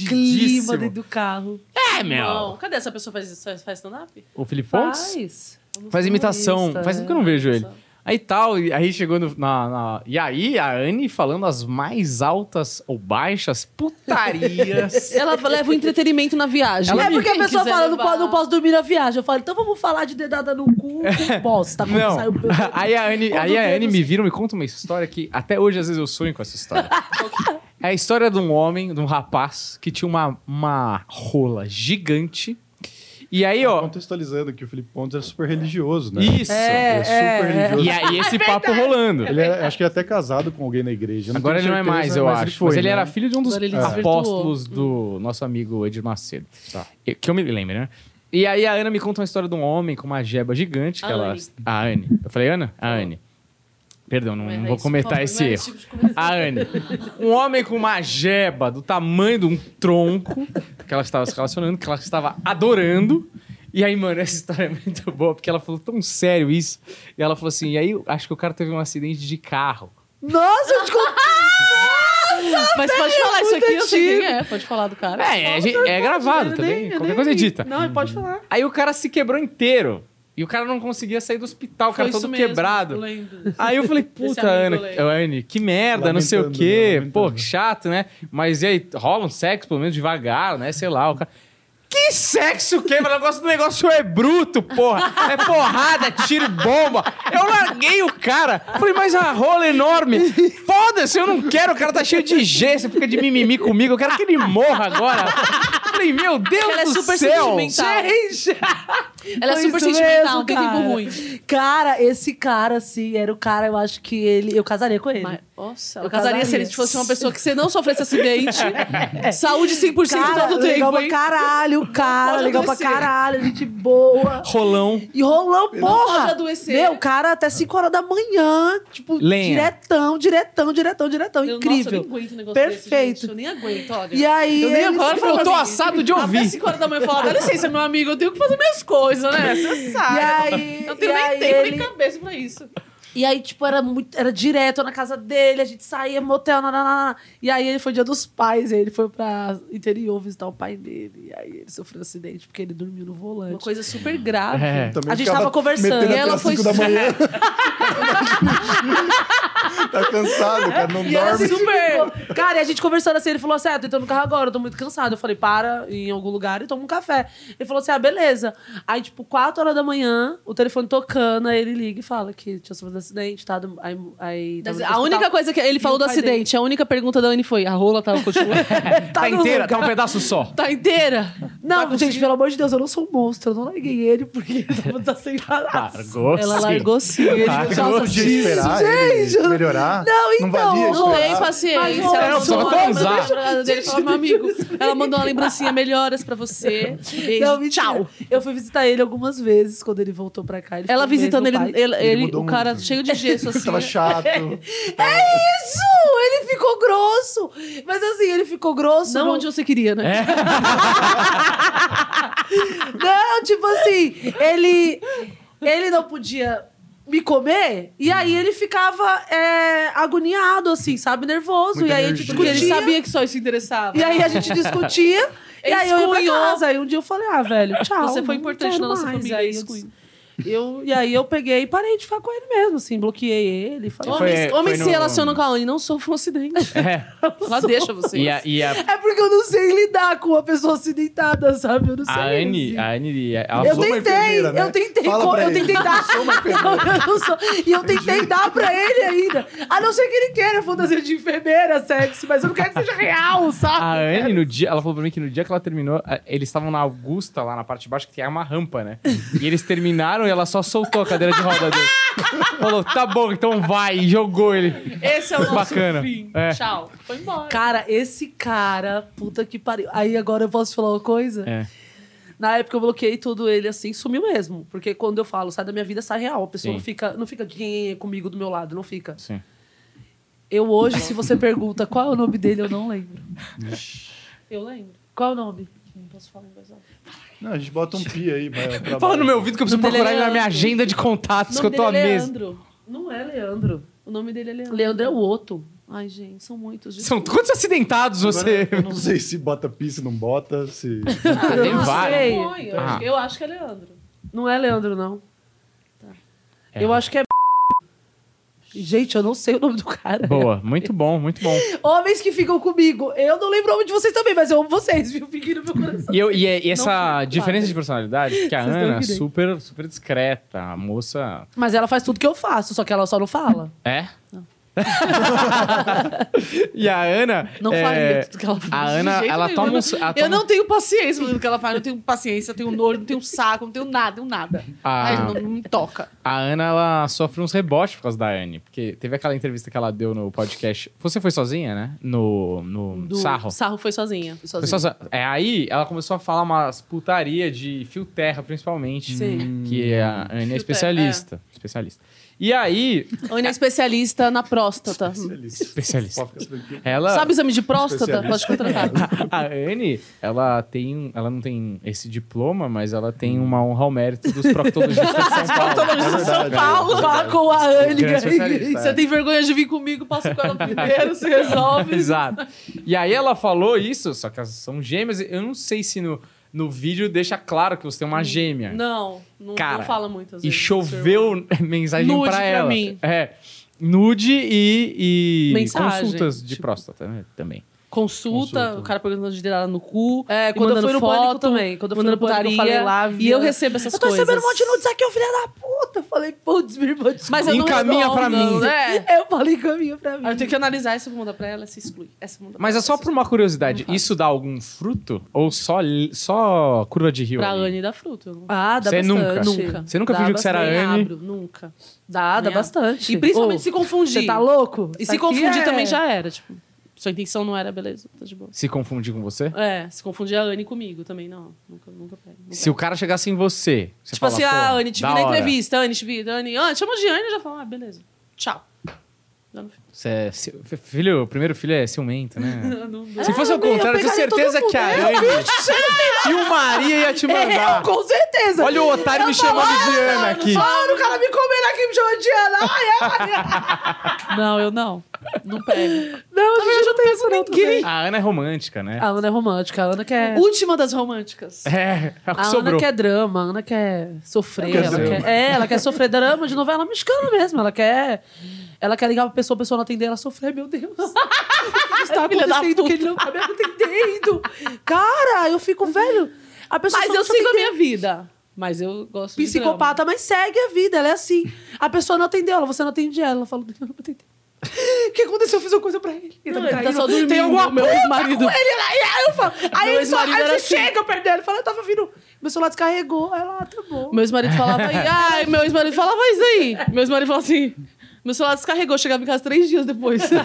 constrangidíssimo.
Clima dentro do carro.
É, Mel.
Não, cadê essa pessoa que faz isso? Faz faz stand-up?
O Felipe Pontes?
Faz.
Faz imitação.
Humorista,
Faz tempo que eu
é.
não vejo ele. Aí tal, e aí chegou no- na, na- E aí a Anne falando as mais altas ou baixas putarias.
Ela leva o entretenimento na viagem.
é porque a
Quem
pessoa
quiser
fala, não
levar-
posso, não posso dormir na viagem. Eu falo, então vamos falar de dedada no cu com bosta. Quando
Não.
sai o bebê.
Aí é- a Anne, aí
Quando o
a
bebê
Anne me viram e conta uma história que até hoje às vezes eu sonho com essa história. É a história de um homem, de um rapaz, que tinha uma, uma rola gigante. E aí, ó.
Contextualizando que o Felipe Pontes era super religioso, Tá né?
Isso!
Ele é super religioso.
E aí esse papo rolando.
Ele era, acho que ele é até casado com alguém na igreja. Não
Agora ele
tenho
não é
certeza,
mais, eu
mas
acho.
Ele foi,
mas ele
né?
era filho de um dos
Agora ele desvirtuou.
apóstolos do nosso amigo Edir Macedo.
Tá.
Eu- que eu me lembro, né? E aí a Ana me conta uma história de um homem com uma jeba gigante. Que
A
ela,
Anne.
a Anne. Eu falei, Ana? A Anne. Perdão, não,
é
não vou cometer esse erro.
tipo
A Anne. Um homem com uma jeba do tamanho de um tronco que ela estava se relacionando, que ela estava adorando. E aí, mano, essa história é muito boa, porque ela falou tão sério isso. E ela falou assim: e aí, acho que o cara teve um acidente de carro.
Nossa, eu te contei.
Mas pode falar isso
muito
aqui, eu sei
antigo.
quem é. Pode falar do cara.
É, é, é gravado
né?
também. Qualquer coisa é edita.
Não, pode falar.
Aí o cara se quebrou inteiro. E o cara não conseguia sair do hospital, o cara todo quebrado. Aí eu falei, puta, Ana,
amigo eu
Anne, que merda, não sei o
Lamentando,
quê.
né? Lamentando.
Pô, que chato, né? Mas e aí, rola um sexo, pelo menos devagar, né? Sei lá, o cara. Que sexo quebra? O negócio do negócio é bruto, porra. É porrada, é tiro e bomba. Eu larguei o cara. Falei, mas a rola é enorme. Foda-se, eu não quero. O cara tá cheio de G, você fica de mimimi comigo. Eu quero que ele morra agora. Falei, meu Deus
Ela é
do
super
céu.
sentimental.
É
Ela é
Foi
super
isso
sentimental,
mesmo,
não tem tempo
cara.
ruim.
Cara, esse cara, assim, era o cara, eu acho que ele. Eu casaria com ele.
Mas, nossa, eu,
Eu
casaria, se ele
casaria.
fosse uma pessoa que você não sofresse acidente. Saúde 100%
Cara,
todo
legal
tempo,
pra
hein?
caralho, o cara,
Pode
legal pra
acontecer.
caralho, gente boa.
Rolão.
E rolou, porra!
pode adoecer.
Meu, o cara até 5 horas da manhã, tipo,
Lenha.
diretão, diretão, diretão, diretão.
Eu- Nossa, eu
incrível.
nem aguento um negócio
Perfeito.
Desse, gente. Eu nem aguento, olha.
e aí.
Eu nem
ele-
agora falo
Eu tô
pra mim.
assado de
Até
ouvir.
5 horas da manhã eu falava, dá licença, é meu amigo, eu tenho que fazer minhas coisas, né? Você
E
sabe.
aí,
Eu não tenho
e
nem
aí
tempo,
ele-
nem cabeça pra isso.
E aí, tipo, era muito. Era direto na casa dele, a gente saía, motel, nananá. E aí ele foi dia dos pais, aí ele foi pra interior visitar o pai dele. E aí ele sofreu um acidente porque ele dormiu no volante.
Uma coisa super grave.
É.
Também
A gente
ficava
tava conversando,
metendo
e
até
ela
as
foi
cinco da manhã. tá cansado, cara, não
E era
dorme.
super. Cara, e a gente conversando assim, ele falou assim: Ah, tô entrando no carro agora, eu tô muito cansado. Eu falei, para em algum lugar e toma um café. Ele falou assim: Ah, beleza. Aí, tipo, 4 horas da manhã, o telefone tocando, aí ele liga e fala que tinha sofrido um acidente, tá? Aí, aí tava
Mas
no
a
hospital.
única coisa que ele falou do
o pai dele?
acidente, a única pergunta da Anne foi: a rola tava continuando?
Tá,
no
inteira,
lugar.
tá um pedaço só.
tá inteira?
Não, gente, pelo amor de Deus, eu não sou um monstro, eu não larguei ele porque ele tava desaceitado.
Largou.
Ela
sim.
largou sim. Ele
Largou
falou,
Podia esperar
gente,
ele melhorar.
Não, então,
valia
não
Não tem
esperar.
paciência.
Mas,
Ela
não,
mandou
só
uma
transar.
lembrança dele, falou, meu amigo. Ela mandou uma lembrancinha melhoras pra você. Beijo.
Não, mentira.
tchau.
Eu fui visitar ele algumas vezes quando ele voltou pra cá. ele
Ela
ficou um mês
visitando
no
ele,
pai.
ele, ele-
mudou
o cara
muito.
cheio de gesso assim.
um- Tava chato.
É Isso! Ele ficou grosso! Mas assim, ele ficou grosso.
Não
no-
onde você queria, né?
É.
Não, tipo assim, ele. ele não podia me comer, e aí ele ficava é, agoniado, assim, sabe? Nervoso.
Muita
e aí a
energia.
gente
Porque ele
discutia.
sabia que só isso interessava.
E aí a gente discutia. e
Ele
aí eu ia pra
excluiu.
casa. Aí um dia eu falei, ah, velho, tchau.
É Você foi
não
importante
quero
na nossa
mais.
família, é
Aí
isso.
eu, dis- eu- e aí eu peguei e parei de ficar com ele mesmo, assim. Bloqueei ele. Falei,
Foi-
Homens, homens
foi
se
no-
relacionam com a Anne, não sofram um acidente.
É.
Ela deixa você.
E a, e a,
É porque eu não sei lidar com uma pessoa acidentada, sabe? Eu não sei. assim.
a Anne, a Anne, ela
Eu
falou-
sou uma
tentei,
enfermeira, né?
eu tentei,
Fala
co-
pra
eu
ele.
tentei dar.
Eu sou uma enfermeira.
Eu não sou- e eu tentei dar pra ele ainda. A não ser que ele queira fantasia de enfermeira, sexy, mas eu não quero que seja real, sabe?
A Anne, no dia, ela falou pra mim que no dia que ela terminou, a- eles estavam na Augusta, lá na parte de baixo, que tem uma rampa, né? E eles terminaram e ela só soltou a cadeira de roda dele. Falou, tá bom, então vai, e jogou ele.
Esse é o nosso
Ah, Bacana.
fim.
É.
Tchau. Foi embora.
Cara, esse cara, puta que pariu. Aí agora eu posso falar uma coisa?
É.
Na época eu bloqueei tudo ele assim, sumiu mesmo. Porque quando eu falo, sai da minha vida, sai real. A pessoa
Sim.
não fica, não fica "Nhê", comigo do meu lado, não fica.
Sim.
Eu hoje, se você pergunta qual é o nome dele, eu não lembro.
Eu lembro.
Qual é o nome?
Não posso falar em voz alta.
Não, a gente bota um pi aí. pra- pra-
Fala no meu ouvido que eu preciso
Não,
procurar ele na minha
Leandro.
agenda de contatos
O
que eu
nome
tô à
dele é
mesa.
Leandro.
Não é Leandro.
O nome dele é Leandro.
Leandro é o outro.
Ai, gente, são muitos. desculpa.
São quantos acidentados você.
Eu não sei se bota pi, se não bota, se...
Ah, tem
não
vários.
sei.
Põe, Eu, acho,
Ah.
eu acho que é Leandro.
Não é Leandro, não.
Tá.
É.
Eu acho que é. Gente, eu não sei o nome do cara.
Boa, muito bom, muito bom.
Homens que ficam comigo. Eu não lembro o nome de vocês também, mas eu amo vocês, viu? Fiquem no meu coração.
E, eu- e- e essa
fui
diferença de personalidade, que a
Vocês não
Ana é
virem.
super, super discreta, a moça.
Mas ela faz tudo que eu faço, só que ela só não fala.
É? e a Ana.
Não
é,
faria tudo que ela faz.
A Ana,
jeito
ela
nenhum. né?
toma um.
Eu
su- ela
Eu
toma-
não tenho paciência pelo que ela faz, não tenho paciência, eu tenho nojo, não tenho saco, não tenho nada, não tenho nada.
Ah.
Ai, não, não me toca.
A Ana, ela sofre uns rebotes por causa da Anne. Porque teve aquela entrevista que ela deu no podcast. Você foi sozinha, né? No, no
Do-
sarro.
Sarro foi sozinha. Foi
Foi
sozinha.
sozinha. É, aí ela começou a falar umas putaria de fio terra, principalmente.
Sim.
Que a Anne é
Fio
especialista. Especialista. E aí.
Ana é especialista na próstata.
Especialista.
Especialista.
Pode ficar tranquilo.
Ela.
Sabe exame de próstata?
Especialista.
Pode
É
contratar.
A Anne, ela tem, um, ela não tem esse diploma, mas ela tem uma honra ao mérito dos proctologistas de São Paulo.
É verdade, é
Vá
verdade.
com a Anne.
Grande especialista, é.
Você tem vergonha de vir comigo, passa com ela primeiro, se resolve.
Exato. E aí ela falou isso, só que elas são gêmeas. Eu não sei se no, no vídeo deixa claro que você tem uma gêmea.
Não, não,
Cara,
não fala muitas
e
vezes.
choveu mensagem
Nude
pra
pra
ela.
mim.
É. Nude e, e
Mensagem,
consultas de
tipo.
próstata né, também.
Consulta,
Consulta.
o cara perguntando de dela no cu.
É, quando eu
mandando
fui no
foto,
pânico também. Quando eu fui no
mandando
pânico, eu falei
putaria,
lá.
E
via-
eu recebo essas
Eu tô
coisas.
recebendo um monte de nudes aqui, ô filha da puta. Eu falei, putz, minha irmã, desculpa.
Mas eu não
Encaminha pra
resolvo,
mim.
né?
Eu falei, caminha pra mim.
Aí eu tenho que analisar essa eu vou mandar pra ela, se exclui. Essa eu vou mandar
Mas
pra
é só
ela,
por uma curiosidade,
Não faz.
isso dá algum fruto? Ou só, li- só curva de rio?
Pra
ali?
Anne dá fruto. eu não-
Ah, dá
Você nunca.
bastante.
Nunca.
Você nunca
Dá
fingiu que você era
bastante.
Anne?
Nem abro, nunca.
Ah, Dá, dá
Nem
bastante.
E principalmente se
Você
confundir.
tá louco?
E
Isso
se
aqui
confundir
é-
também já era, tipo... Sua intenção não era, beleza, tá de boa.
Se confundir com você?
É, se confundir a Anne comigo também, não. Nunca, nunca pego. não
Se o cara chegasse em você, você
Tipo
fala,
assim,
"Pô,
ah, Anne, te
da
vi na
hora."
entrevista, Anne, te vi, Anne, Anne, chama de Anne, eu já falo, ah, beleza, tchau. Já não fico.
Você é ci- f- filho, o primeiro filho é ciumento, né?
Não- não-
Se fosse ao
meu, Ah, eu
contrário, eu tenho
pegaria todo
certeza que a Anne e o Maria ia te mandar.
Eu, com certeza.
Olha o otário me chamando de Ana aqui.
Mano, o cara me comendo aqui, me chamando de Ana.
Não, eu não. Não pego.
Não, eu já não penso ninguém.
A Ana é romântica, né?
A Ana é romântica, a Ana quer...
Última das românticas.
É, é o que
A Ana
sobrou.
quer drama, a Ana quer sofrer.
Quer
Ela
drama.
quer, é, ela quer sofrer drama de novela mexicana mesmo. Ela quer, ela quer ligar pra pessoa, a pessoa não atender, ela sofrer. Meu Deus. O que está
Filha da
acontecendo que ele não tá me atendendo? Cara, eu fico velho. A pessoa
Mas
só não
eu
tá
sigo a
atendendo.
minha vida. Mas eu gosto de
Psicopata, mas segue a vida, ela é assim. A pessoa não atendeu ela, você não atende ela. Ela fala, "Deus, eu não atendeu. O que aconteceu? Eu fiz uma coisa pra ele. Ele,
Não,
me
ele tá
traindo.
só dormindo,
Tem alguma
meu
coisa
ex-marido.
com ele, ela- e aí eu falo, aí, ele só, aí
ex-marido
você
era assim.
chega perto dele, fala, eu tava vindo, meu celular descarregou. Aí Ela, ah, tá bom.
Meu ex-marido falava aí, ai, meu ex-marido falava isso aí. Meu ex-marido falava assim, meu celular descarregou, chegava em casa três dias depois.
É.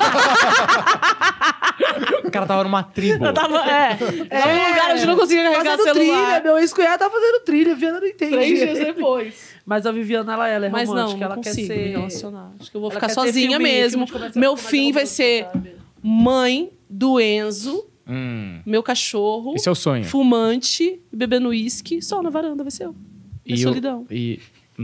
O cara tava numa tribo.
Eu tava, é, tava num lugar onde não conseguia carregar
fazendo
celular.
trilha, meu ex-cunhado tá fazendo trilha, a Viana não entende.
Três dias depois.
Mas a Viviana, ela, ela é
Mas não,
romântica,
não
ela
consigo
quer
me
ser...
relacionar. Acho que eu vou
Ela
ficar
quer ter
sozinha
filme,
mesmo.
filme de comédia
meu
romântica,
fim vai
romântica,
ser
sabe?
mãe do Enzo,
Hum,
meu cachorro,
esse é o sonho.
fumante, bebendo uísque, só na varanda, vai ser eu. Na
o-
solidão.
e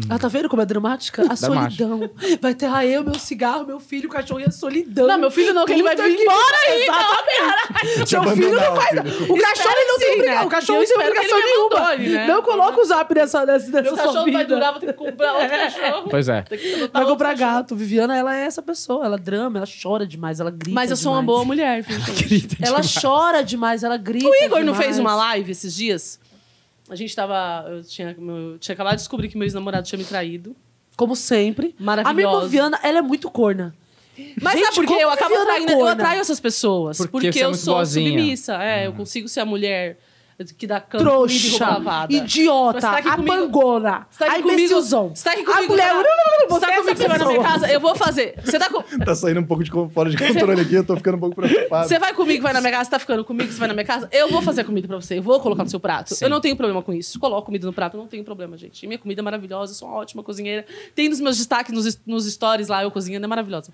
Ah, tá vendo como é dramática? A
Dramática.
solidão. Vai ter ah, eu, meu cigarro, meu filho, o cachorro e a solidão.
Não, meu filho não, que ele vai
Puta
vir
que-
embora aí.
Seu filho não faz.
O cachorro ele não tem
sim,
obrigação.
né?
O cachorro
Eu
não tem
espero que ele
obrigação
me
nenhuma.
abandone, né?
Não coloca o zap nessa, nessa, nessa
Meu
sua
cachorro
vida.
vai durar, vou ter que comprar outro cachorro.
Pois é.
Tem que adotar
Vai
outro
comprar
cachorro.
gato. Viviana, ela é essa pessoa. Ela drama, ela chora demais, ela grita.
Mas eu sou uma
demais.
boa mulher, viu, gente?
Ela chora demais, ela grita.
O Igor não
demais.
fez uma live esses dias? A gente tava. Eu tinha, meu- eu tinha acabado de descobrir que meu ex-namorado tinha me traído.
Como sempre. A
Maravilhosa.
minha Viviana, ela é muito corna.
Mas
Gente,
sabe por quê?
como
Eu acabo
Viviana é
atraindo, eu
corna?
atraio essas pessoas.
Porque
Porque,
você é
eu
muito
sou
boazinha. Ah.
submissa. É, eu consigo ser a mulher que dá canto comida e roupa
Trouxa,
lavada.
idiota,
Mas tá aqui
a
comigo-
pangona,
Você tá
a
aqui comigo?
imbecilzão.
Você tá aqui
a
comigo?
mulher...
tá?
Você
Você
tá
essa
comigo,
pessoa na minha
pessoa.
casa? Eu vou fazer. Você tá com...
Tá saindo um pouco de, co- fora de controle aqui, eu tô ficando um pouco preocupado.
Você vai comigo, vai na minha casa, você tá ficando comigo, você vai na minha casa? Eu vou fazer a comida pra você, eu vou colocar no seu prato.
Sim.
Eu não tenho problema com isso. Coloco comida no prato, eu não tenho problema, gente. E minha comida é maravilhosa, eu sou uma ótima cozinheira. Tem nos meus destaques, nos, nos stories lá, eu cozinhando, é maravilhosa.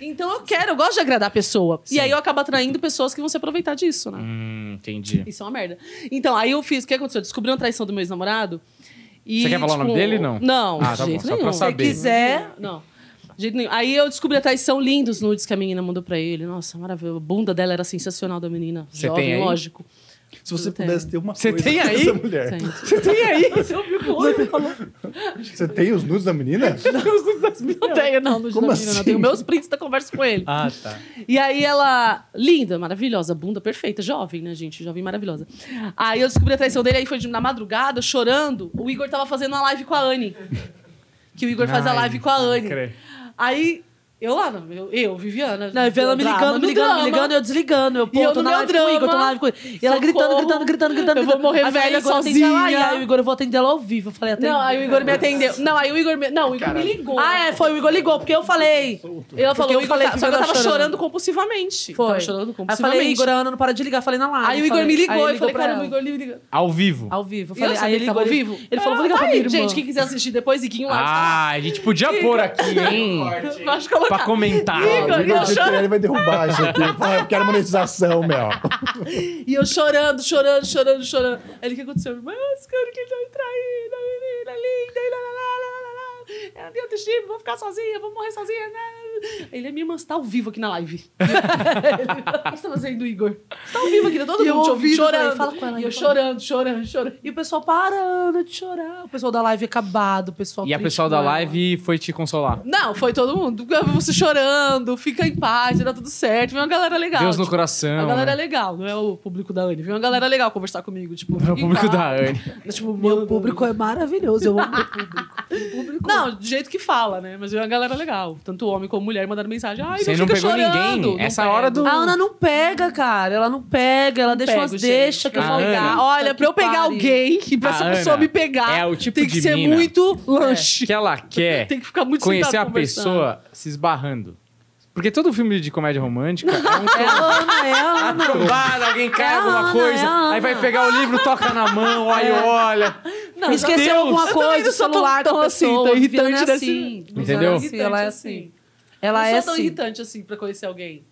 Então eu quero, eu gosto de agradar a pessoa. E aí eu acabo atraindo pessoas que vão se aproveitar disso, né?
Hum, entendi.
Isso é uma merda. Então, aí eu fiz, o que aconteceu? Descobri uma traição do meu ex-namorado. e, tipo,
Você quer falar o nome dele, não?
Não,
Ah,
de
tá bom,
jeito
só pra
nenhum.
saber.
Se quiser, não. De jeito nenhum. Aí eu descobri a traição linda, os nudes que a menina mandou pra ele. Nossa, maravilha. A bunda dela era sensacional da menina.
Você
jovem,
tem aí?
lógico.
Se você
Eu tenho.
pudesse ter uma
Você
coisa
tem
com
aí?
essa mulher.
Tem.
Tem aí?
Você tem os nudes da menina?
Não tenho, não, nudes
Como
da menina,
assim?
não. Tenho meus prints da conversa com ele.
Ah, tá.
E aí ela, linda, maravilhosa, bunda perfeita, jovem, né, gente? Jovem maravilhosa. Aí eu descobri a traição dele, aí foi de- na madrugada, chorando. O Igor tava fazendo uma live com a Anne. Que o Igor faz a
Ai,
live com a
pode
Anne.
crer.
Aí, eu lá, não, eu, eu, Viviana.
Não, eu vi ela me
drama,
ligando, me
no
ligando, me
drama.
ligando, eu desligando. Eu, pô,
E eu
tô
no
na
meu
live com o Igor, tô na
drama.
live com o Igor. E ela gritando,
Socorro.
gritando, gritando, gritando.
Eu vou
gritando.
morrer
Aí falei,
velha
Igor, atende ela. Ai,
sozinha.
ai, o Igor, eu vou atender ela ao vivo. Eu falei, atende.
Não, aí o Igor me atendeu. Não, aí o Igor me. Não, o Igor me ligou.
Ah, é, foi, o Igor ligou, porque eu falei.
Ela falou,
eu
eu falei,
falei que
só que eu
tava
tava chorando,
chorando
compulsivamente.
Foi.
Tava chorando
Aí eu falei,
compulsivamente.
Igor, a Ana não para de ligar. Eu Falei na live.
Aí o Igor
falei.
me ligou,
Aí
eu falei,
pra
caramba,
ela.
o Igor me ligou.
Ao vivo.
Ao vivo. Eu
E eu
falei, aí
sabia
ele
que tava
ligou.
ao vivo?
Ele falou,
Ah,
vou ligar
tá
pra
aí,
minha irmã.
Gente, quem quiser assistir depois, Iguinho lá.
Ah, a gente podia pôr aqui, hein?
Pode colocar.
Pra comentar.
Igor,
Igor
eu
de
choro.
Pirelli Ah, vai derrubar isso aqui. Fala, eu quero monetização, Mel.
E eu chorando, chorando, chorando, chorando. Aí ele, o que aconteceu? Irmã, esse cara que ele tá me traindo, a menina linda, e lá, lá, lá, lá, lá, lá. Eu não tenho autoestima, vou ficar sozinha, vou morrer sozinha. né? Ele é minha irmã, você tá ao vivo aqui na live. ele, o que você tá fazendo, Igor? Você tá ao vivo aqui, tá todo
E eu
mundo te ouvindo,
ouvindo,
né?
chorando.
falei, fala com ela,
e eu
fala.
chorando, chorando, chorando.
E o pessoal parando de
"Ah,
chorar. O pessoal da
é
live acabado, o pessoal
E a
triste
pessoal
com
da
ela.
live foi te consolar.
Não, foi todo mundo. Você chorando, fica em paz, dá tudo certo. Vem uma galera legal.
Deus no
tipo,
coração.
A galera
né?
é legal, não é o público da Anne. Viu uma galera legal conversar comigo, tipo.
É o
fica em
público
paz.
da Anne.
Tipo,
Meu
mano,
público é maravilhoso. Eu amo meu público. Meu público
Não, do jeito que fala, né? Mas é uma galera legal. Tanto homem como mulher mandaram mensagem. Ai,
Você
não,
não
fica
pegou
chorando,
ninguém.
não
Essa
pego.
hora do-
A Ana não pega, cara. Ela não pega. Ela deixa
Hum. pego,
umas
gente.
deixa que eu
A
vou
Ana-
ligar.
Olha, pra eu
que
pegar
pariu.
alguém, que pra
A
essa pessoa
Ana
me pegar,
é o tipo
tem que
de
ser
mina
muito
O
lanche.
que ela quer
Tem que ficar muito
conhecer
sentado
a
conversando.
pessoa se esbarrando. Porque todo filme de comédia romântica é um
É a Ana, é a
Ah,
Ana.
trombada, alguém cai
É a
alguma
Ana,
coisa,
é a
aí
Ana.
vai pegar o livro, toca na mão, aí
É.
olha.
Não,
Esqueceu
Deus.
alguma
Eu
também
coisa,
não
o
sou tão-
celular
tão
da
assim,
pessoa.
tão
Viviana
irritante
é
assim.
Viviana
Entendeu?
é assim, Ela é assim. Ela
não
é
sou tão
assim.
irritante assim pra conhecer alguém.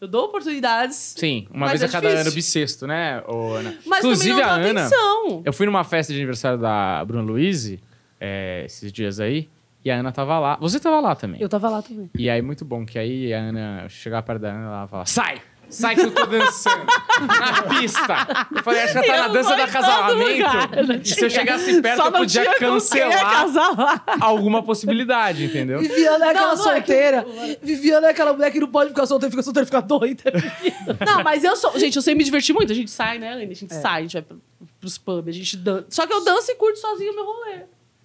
Eu dou oportunidades,
Sim, uma
Mas
vez
é
a cada
difícil.
ano bissexto, né, ô Ana?
mas
Inclusive a
também não dou
Ana.
atenção.
Eu fui numa festa de aniversário da Bruna Luiz é, esses dias aí, e a Ana tava lá. Você tava lá também.
Eu tava lá também.
E aí, muito bom, que aí a Ana, eu chegava perto da Ana e ela falava, sai! Sai que eu tô dançando! na pista! Eu falei, acho que ela tá
Eu
na dança
vou
do
em todo lugar, eu
acasalamento.
não
E se
tinha.
eu chegasse perto,
Só
eu
não tinha
podia
com quem
cancelar
Casar
alguma possibilidade, entendeu?
Viviana é aquela
não, é que-
solteira. Viviana é aquela mulher que não pode ficar solteira, fica solteira, fica doida.
Não, mas eu sou. Gente, eu sei me divertir muito. A gente sai, né, Lene? A
É.
gente sai, a gente vai pro- pros pubs, a gente dança. Só que eu danço e curto sozinho o meu rolê.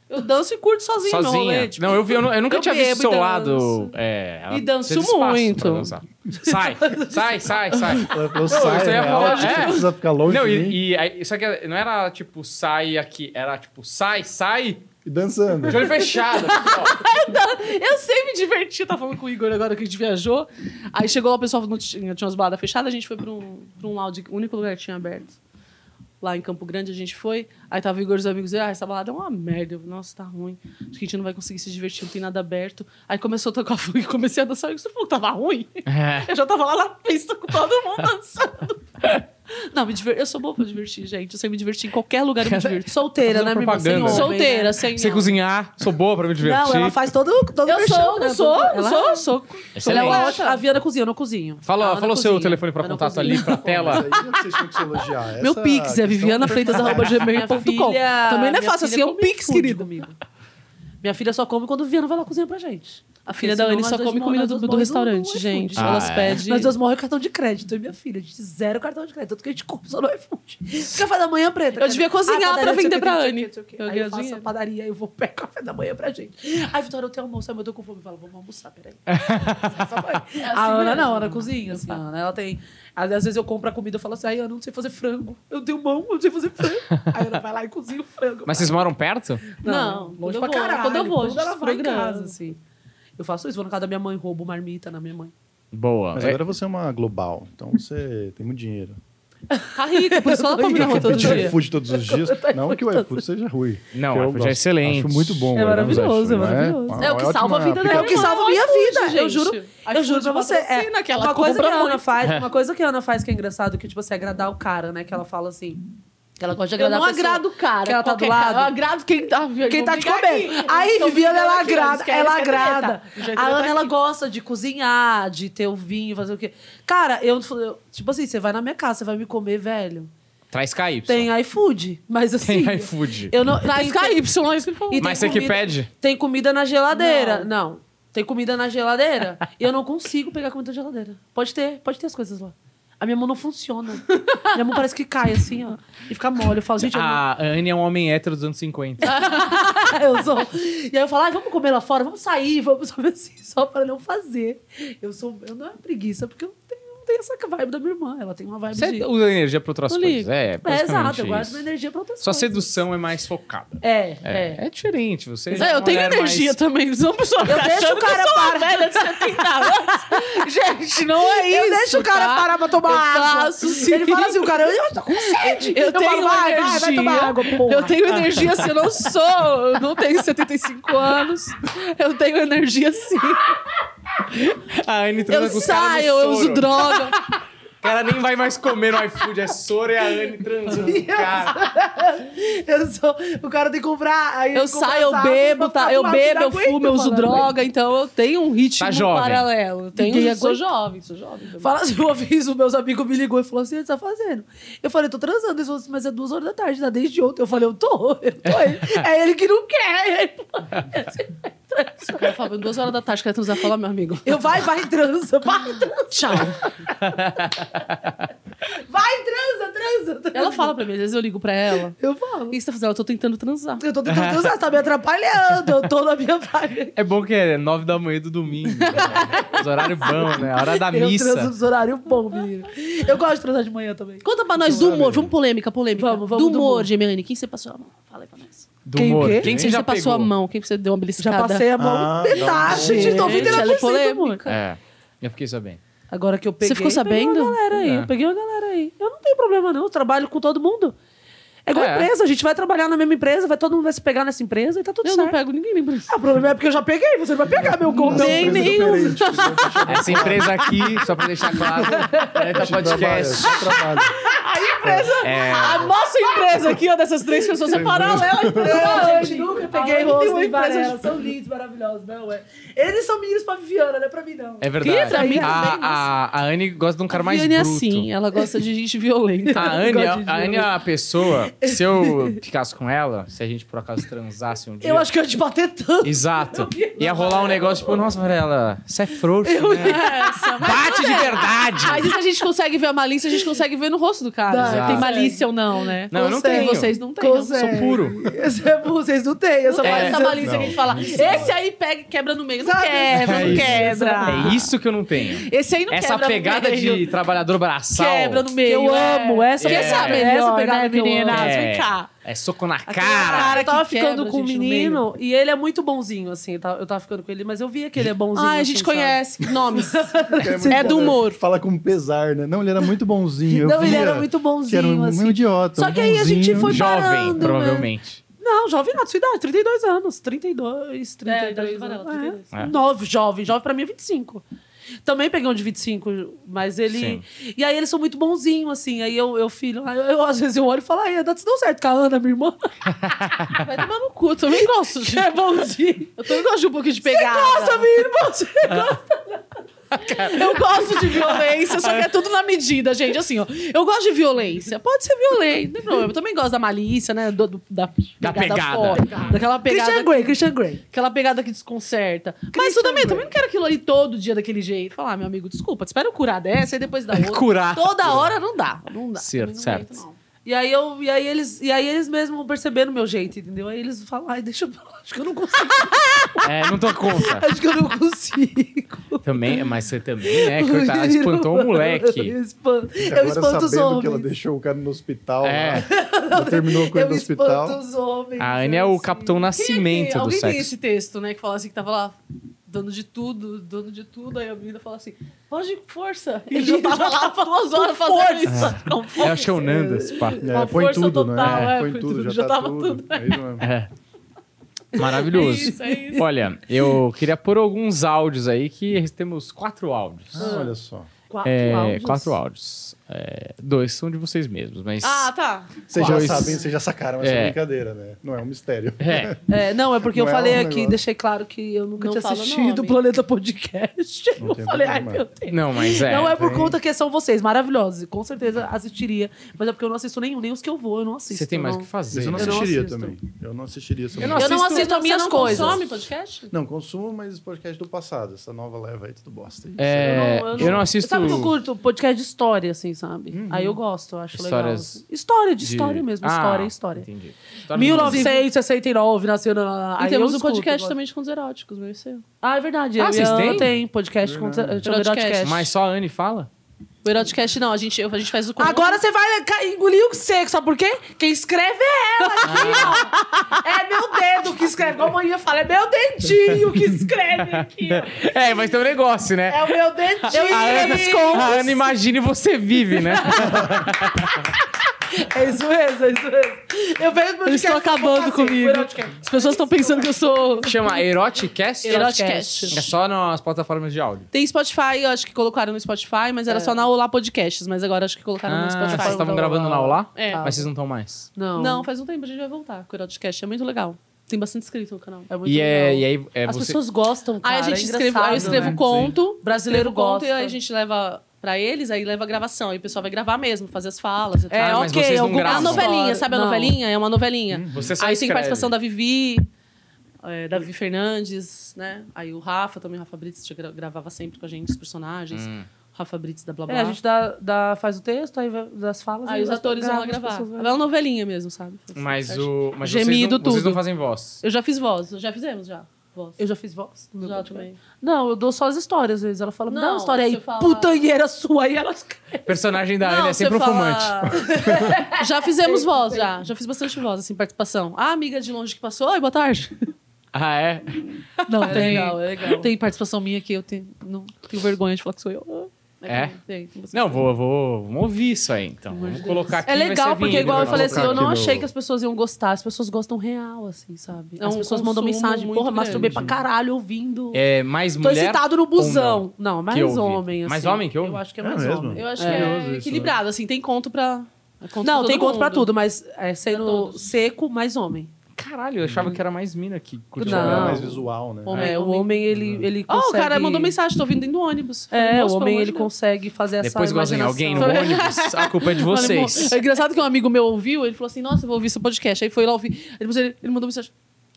Eu danço e curto sozinho o meu rolê.
Sozinha.
tipo,
Não, eu, vi, eu, nu- eu nunca
eu
tinha visto o
bebo e
seu
danço.
lado. É, ela
E danço
precisa de espaço
muito.
pra dançar. Sai, sai, sai, sai.
Ela falou, sai,
isso aí é
Mel,
falar,
você
é.
precisa ficar longe
Não,
de mim.
e, e aí, só que não era tipo sai aqui, era tipo sai, sai,
E dançando.
de olho fechado. assim, ó.
Eu sei me divertir. Eu tava falando com o Igor agora que a gente viajou. Aí chegou lá, o pessoal não tinha, tinha umas baladas fechadas, a gente foi pra um, pra um lounge, o único lugar que tinha aberto. Lá em Campo Grande a gente foi. Aí tava o Igor e os amigos. e, Ah, essa balada é uma merda. Eu, Nossa, tá ruim. Acho que a gente não vai conseguir se divertir, não tem nada aberto. Aí começou a tocar funk, comecei a dançar. E você falou que tava ruim?
É.
Eu já tava lá na pista com todo mundo dançando. Não, me diver... eu sou boa pra divertir, gente. Eu sei me divertir em qualquer lugar, eu me diverto.
Solteira, né, minha irmã? Sem
propaganda.
homem,
Solteira,
né?
sem.
Sei
homem.
cozinhar, sou boa pra me divertir.
Não, ela faz todo, todo
Eu
merchan,
sou,
né?
eu sou, eu
Ela-
sou, eu sou.
Ela é
Excelente.
uma ótima. A Viana cozinha, eu não cozinho.
Fala,
A
fala
Ana
o seu
Ah, cozinha,
telefone
eu
pra
não
contato
cozinho.
ali, pra tela.
Mas aí não sei se que se elogiar.
Meu
Essa
Pix é
questão-
vivianafreitas.gmail.com.
filha-
Também não é
minha
fácil
filha
assim, é um
come
Pix,
iFood
querido.
comigo. Minha filha só come quando o Viana vai lá cozinhar pra gente.
A filha da Anne só come comida do, do restaurante, gente.
Ah,
Elas
é?
pedem.
Nós duas morremos cartão de crédito. E minha filha, a gente zero cartão de crédito. Tanto que a gente compra só no iFood. Café da manhã preta. "Ah,
Eu devia cozinhar pra vender pra Anne. Eu
Eu aí
ganho
eu faço a
dinheiro.
padaria, eu vou pegar café da manhã pra gente. Ai, Vitória, eu tenho almoço, aí eu tô com fome. Eu falo, vamos almoçar, peraí. Essa vai. a Ana não, a Ana cozinha, assim, a Ana, ela tem... Às, às vezes eu compro a comida e falo assim, ai, Ana, eu não sei fazer frango. Eu tenho mão, eu não sei fazer frango. Aí a Ana vai lá e cozinha o frango.
Mas vocês moram perto?
Não,
Não,
longe
quando eu
pra
vou,
caralho.
quando eu vou, a gente
ela vai em
programa.
casa, assim. Eu faço isso, vou na casa da minha mãe, roubo marmita na minha mãe.
Boa.
Mas
É-
agora você é uma global, então você tem muito dinheiro.
Tá rica, por isso que ela come na rua todo
Pedir
dia.
iFood todos os dias. Não que o iFood seja ruim.
Não,
que
o
eu
iFood é
gosto.
excelente.
Acho muito bom.
É
eu amo os
maravilhoso, é
iFood, né?
maravilhoso.
É o que
Ótima
salva a vida dela.
É o que salva a minha
iFood,
vida, eu
gente.
juro. eu
iFood
juro pra você.
patrocina
É,
que ela
uma coisa que
compra
a Ana
muito.
faz, uma coisa que a Ana faz que é engraçado, que tipo assim, é agradar o cara, né? Que ela fala assim, que ela gosta de
Eu
agradar
não
a pessoa.
agrado o cara.
que ela tá do
qualquer
lado.
cara. Eu agrado quem tá
Quem
vou
tá te
brigar
comendo.
aqui.
Aí,
Estão
Viviana,
brigando
ela
aqui, ó,
agrada,
eles querem
ela
ter treta.
agrada.
Já entendeu?
A
Tá
Ana,
aqui.
ela gosta de cozinhar, de ter o vinho, fazer o quê. Cara, eu, eu- tipo assim, você vai na minha casa, você vai me comer, velho.
Traz KY.
Tem iFood, mas assim...
Tem iFood.
Eu não,
Traz
tem-
KY, é isso que ele falou.
e tem
Mas você que
comida-
pede?
Tem comida na geladeira. Não. Tem comida na geladeira. e eu não consigo pegar comida na geladeira. Pode ter, pode ter as coisas lá. A minha mão não funciona. minha mão parece que cai assim, ó. E fica mole. Eu falo, gente, eu,
Ah."
não-
A Anne é um homem hétero dos anos 50.
eu sou. E aí eu falo, ai, vamos comer lá fora, vamos sair, vamos sabe assim, só pra não fazer. Eu sou. Eu não é preguiça, porque eu não tenho, eu não tenho essa vibe da minha irmã. Ela tem uma vibe
é
Você
de.
usa energia pra outras
Não
coisas.
ligo.
É,
É,
basicamente
exato, eu guardo
isso.
minha energia pra outras
Sua
coisas.
sedução é mais focada.
É, é.
É, é diferente. Você
É, eu tenho
mulher
energia
mais-
também. Não pessoal
Eu deixo o cara
para.
parar.
velha de 70 anos. Gente, não é isso.
Eu deixo o cara
tá?
parar pra tomar
Eu
água.
faço, sim.
Ele fala assim, o cara, eu tô com sede.
Eu, tenho
falo, vai,
energia.
vai, vai tomar água, porra.
Eu tenho energia assim, eu não sou. Eu não tenho 75 anos. Eu tenho energia sim.
A Anne transa
Eu
com os
saio,
caras no
eu uso
soro.
droga.
O cara nem vai mais comer no iFood. É soro e a Anne transando com o cara.
Eu sou, o cara tem que comprar. Aí
Eu
ele compra
saio, eu
sábado
bebo,
pra
tá?
ficar
Eu
tomando,
bebo, eu
não aguento
fumo, eu uso
falar.
droga. Então eu tenho um ritmo
Tá jovem.
paralelo. Eu tenho,
Ninguém
sou
aguenta.
jovem, sou jovem. também.
Fala assim, uma vez os meus amigos me ligou e falou assim, o que você tá fazendo? Eu falei, tô transando. Eles falaram assim, mas é duas horas da tarde, tá desde ontem. Eu falei, eu tô, eu tô. aí. É ele que não quer.
Se o cara fala, duas horas da tarde, quer transar, fala, meu amigo.
Eu, vai, vai, transa, vai, transa.
Tchau.
Vai, transa, transa, transa.
Ela fala pra mim, às vezes eu ligo pra ela.
Eu falo.
O que você tá fazendo? Eu tô tentando transar.
Eu tô tentando transar, você tá me atrapalhando. Eu tô na minha vibe.
É bom que é nove da manhã do domingo. Os horários bons, né? A hora da
Eu transo
missa.
nos horários bom, menino. Eu gosto de transar de manhã também.
Conta pra nós do humor. Vamos polêmica, polêmica.
Vamos, vamos,
Do
do
humor,
humor.
Gemiane. Quem você passou a mão? Fala aí pra nós.
Do
Quem
humor.
o quê?
Quem,
você
você passou a mão? Quem que você deu uma
Já
beliscada?
passei a mão
Ah,
petache, de
ela é
99% do humor.
polêmica.
É. Eu fiquei sabendo.
Agora que eu peguei.
Você ficou sabendo?
Peguei uma galera aí,
É.
eu peguei uma galera aí. Eu não tenho problema, não. Eu trabalho com todo mundo. É igual
É.
empresa, a gente vai trabalhar na mesma empresa, vai todo mundo vai se pegar nessa empresa e tá tudo
Eu não
certo.
pego ninguém nem
Ah, o problema é porque eu já peguei, você não vai pegar meu gol, não.
Nem
Coisa
nenhum.
diferente, né?
Essa empresa aqui, só pra deixar claro, é da
Trabalha,
podcast.
só trabalha.
É,
A nossa empresa aqui, ó, dessas três pessoas, é paralela.
Não, É, gente, nunca peguei
Alane tem
rosto
uma
em
empresa
Varela. São lindos, maravilhosos, não é? Eles são meninos pra Viviana, não é pra mim, não.
é
Ih, pra
verdade.
mim
A,
também,
a, a Anne gosta de um cara mais
Viviane é
bruto.
assim, ela gosta de gente violenta.
A Anne,
Gosta de
a Anne é uma pessoa, se eu ficasse com ela, se a gente por acaso transasse um dia.
Eu acho que eu ia te bater tanto.
Exato. Ia rolar um negócio, tipo, nossa, Varela, você é frouxo, né?
É, Essa, mas-
Bate de verdade!
Mas isso a gente consegue ver a malícia, a gente consegue ver no rosto do cara.
Dá,
Se Tem
consegue.
malícia ou não, né?
Não, eu não
Consegue.
tenho.
Vocês não têm. não.
Consegue.
Sou puro.
Esse é bom, Vocês não têm, eu só
Não tem
É.
essa malícia que a gente fala. Esse aí pega e quebra no meio. Não
Sabe?
quebra,
É
não
isso.
quebra.
É isso que eu não tenho.
Esse aí não
Essa
quebra
pegada
no meio.
de trabalhador braçal.
Quebra no meio.
eu amo, essa
que essa
pegada
é
é
essa
melhor,
pegada,
né, que eu amo.
meninas.
É.
Vem cá.
É soco na
Aquele
cara.
eu tava
que
ficando
quebra,
com um
gente, no
menino e ele é muito bonzinho, assim. tá- Eu tava ficando com ele, mas eu via que ele é bonzinho.
Ai, a
assim,
gente
sabe?
conhece nomes.
É muito
É do
bom, né?
humor.
Fala com pesar, né? Não, ele era muito bonzinho. eu
Não, ele
via
era muito
Que era um
bonzinho, assim.
idiota.
Só
um
que aí a gente
bonzinho.
foi-
Jovem,
parando, né?
provavelmente.
Não, jovem não, da sua idade, 32 anos. 32,
É,
32
Varela,
anos.
32.
É.
É.
Nove, jovem. Jovem pra mim é 25. Também peguei um de 25, mas ele. E aí eles são muito bonzinhos, assim. Aí eu, eu filho, aí eu, às vezes eu olho e falo, ai, a Dats deu certo com a Ana, minha irmã.
Vai tomar no cu, eu também gosto.
Que é bonzinho.
Eu também gosto de um pouquinho de pegada. Você
Nossa, minha irmã. você
Eu gosto de violência, só que é tudo na medida, gente. Assim, ó, eu gosto de violência. Pode ser violento, não tem problema. Eu também gosto da malícia, né? do- do- da,
Da pegada.
forte, Daquela pegada.
Christian Grey, Christian Grey.
Aquela pegada que desconcerta. Mas eu também, também não quero aquilo ali todo dia daquele jeito. Falar, ah, meu amigo, desculpa, te espero eu curar dessa e depois da outra.
Curar.
Toda hora não dá. Não dá.
Certo,
Não aguento,
certo.
não.
E aí, eu, e, aí eles, e aí eles mesmo vão perceber o meu jeito, entendeu? Aí eles falam, ai, deixa eu... Acho que eu não consigo.
É, não dou conta.
Acho que eu não consigo.
Também, mas você também, né? Coitada, espantou o moleque.
Eu espanto,
E
eu
agora
espanto os
sabendo que ela
homens.
deixou o cara no hospital,
É.
lá, ela terminou com ele
Eu
no
espanto
hospital.
os homens.
A Anne é o
eu- assim,
Capitão
Quem é
Nascimento
que-
do
alguém tem
sexo.
esse texto, né? Que fala assim, que tava lá dando de tudo, dando de tudo. Aí a menina fala assim, pode força. Ele já tava
tá
lá por duas horas fazendo isso. Com
Eu
força.
acho que é o Nanda, esse papo.
É,
Uma
põe
força
tudo,
total,
né?
é,
põe tudo, já, tá
tava
tudo.
tudo,
É isso mesmo.
É. Maravilhoso.
É isso, é isso.
Olha, eu queria pôr alguns áudios aí, que temos quatro áudios.
Ah, olha só.
Quatro
É,
áudios.
Quatro áudios. É, dois são de vocês mesmos, mas.
Ah, tá.
Vocês já
Pois.
sabem, vocês já sacaram
É.
essa brincadeira, né? Não é um mistério.
É,
É, não, é porque
Não
eu
é
falei
um
aqui,
negócio.
deixei claro que eu nunca
Não
tinha
fala
assistido
nome.
o Planeta Podcast.
Não
eu
tem
falei, ai meu
problema.
Deus.
não, mas é.
não é por
tem-
conta que são vocês, maravilhosos. e Com certeza assistiria. Mas é porque eu não assisto nenhum, nem os que eu vou, eu não assisto.
Você tem mais o
não.
que fazer.
Mas eu não
né?
Eu não
assistiria
assisto.
também. Eu não assistiria essa
Eu não
brincadeira.
Eu não
Assisto-
assisto as
você
minhas
não
coisas.
consome podcast?
Não, consumo, mas podcast do passado. Essa nova leva aí, tudo bosta.
É,
Eu não- eu
eu,
não-
não assisto.
Sabe que eu curto? Podcast de história, assim, sabe? Aí eu gosto, eu acho legal.
Uhum. Histórias
assim. História, de
de-
história mesmo.
Ah,
História, história.
Entendi. Tá História do Brasil.
1969 nasceu na.
E
aí
temos
eu
um
escuto,
podcast
gosto.
também de contos eróticos, meu e seu.
Ah, é verdade.
Ah,
eu
vocês têm?
tem podcast com
Verdade.
podcast.
Mas só a Anne fala?
O eroticast não, a gente, eu- a gente faz o comum.
Agora você vai ca- engolir o seco, sabe por quê? Quem escreve é ela aqui, ó. É meu dedo que escreve. Como a Aninha fala, é meu dedinho que escreve aqui. ó.
É, mas tem um negócio, né?
É o meu dedinho. Eu
a, Ana,
escrevi.
a Ana imagina e você vive, né?
É isso mesmo, é isso mesmo. Eu assim, vejo meu
Eles estão acabando comigo. As pessoas estão pensando que eu sou...
Chama Eroticast?
Eroticast.
É só nas plataformas de áudio.
Tem Spotify, eu acho que colocaram no Spotify,
É.
mas era só na Olá Podcasts, mas agora acho que
Tá
colocaram
Ah,
no Spotify.
vocês estavam
Então,
gravando na Olá?
É.
Mas vocês não estão mais.
Não.
Não, faz um tempo, a gente vai voltar com o Eroticast. É muito legal. Tem bastante inscrito no canal.
É muito
E, é,
legal.
e aí é
As
você.
pessoas gostam, cara.
Aí a gente
é
escreve, aí eu
engraçado,
escrevo
né?
conto,
Brasileiro
escrevo conto,
gosta.
e aí a gente leva pra eles, aí leva a gravação, aí o pessoal vai gravar mesmo, fazer as falas e tal.
É,
Ah, mas
ok.
vocês não
algumas
É
gravam.
a novelinha, sabe a
Não.
novelinha? É uma novelinha.
Você só
aí tem
escreve.
participação da Vivi, é, Davi Fernandes, né? Aí o Rafa também, o Rafa Brits já gra- gravava sempre com a gente os personagens.
Hum.
Rafa Brits da Blá Blá.
É, a gente dá, dá- faz o texto, aí vai- das falas.
Aí
e
os
as-
atores vão
grava,
lá
as
gravar.
pessoas vão-
É uma novelinha mesmo, sabe?
Mas, o, mas
Gemido
vocês, não, vocês
tudo.
não fazem voz.
Eu já fiz voz, já fizemos já. Voz.
Eu já fiz voz no meu
já
podcast.
também.
Não, eu dou só as histórias, às vezes. Ela fala, me dá
Não,
uma história aí,
você fala-
putanheira sua. Aí ela
Personagem da Anne é sempre um fumante.
fumante. já fizemos voz, já. Já fiz bastante voz, assim, participação. A amiga de longe que passou, oi, boa tarde.
Ah, é?
Não, tem,
legal, é legal.
tem participação minha que eu tenho, não tenho vergonha de falar que sou eu. Ah,
É?
Tem, tem bastante.
Não, vou, vou, vamos ouvir isso aí, então. Vamos colocar aqui.
É
vai
legal,
ser
porque
vinheta,
igual
né?
eu
vai
falei
colocar.
assim, eu
colocar
não
aqui
achei
no-
que as pessoas iam gostar. As pessoas gostam real, assim, sabe?
É
as
um
pessoas mandam
consumo
mensagem,
muito
porra, masturbei pra
grande.
caralho ouvindo.
É mais
Tô
mulher.
excitado no
ou
busão. Não, mais
Que ouve?
homem, assim.
Mais homem que ouve?
Eu acho que é
É
mais
mesmo?
homem.
Eu acho
É.
que
Curioso isso,
é
né?
equilibrado, assim, tem conto pra. é conto pra
Não,
todo
tem conto pra
mundo.
tudo, mas é, sendo
todos.
seco, mais homem.
Caralho, eu achava que era mais mina que curtia.
Uhum. Não.
É
mais
mais visual, né?
Homem,
É, o
homem.
homem, ele,
Uhum.
ele
Ó,
consegue...
o cara mandou mensagem, tô vindo dentro do ônibus. Falei,
É, o
"Moço, pelo
homem,
amor
ele
de Deus."
consegue fazer essa
Depois gozem em
imaginação.
alguém no ônibus, a culpa é de
Falei,
vocês.
"Mo-" É engraçado que um amigo meu ouviu, ele falou assim: Nossa, eu vou ouvir seu podcast. Aí foi lá ouvir. Aí depois ele, ele mandou mensagem.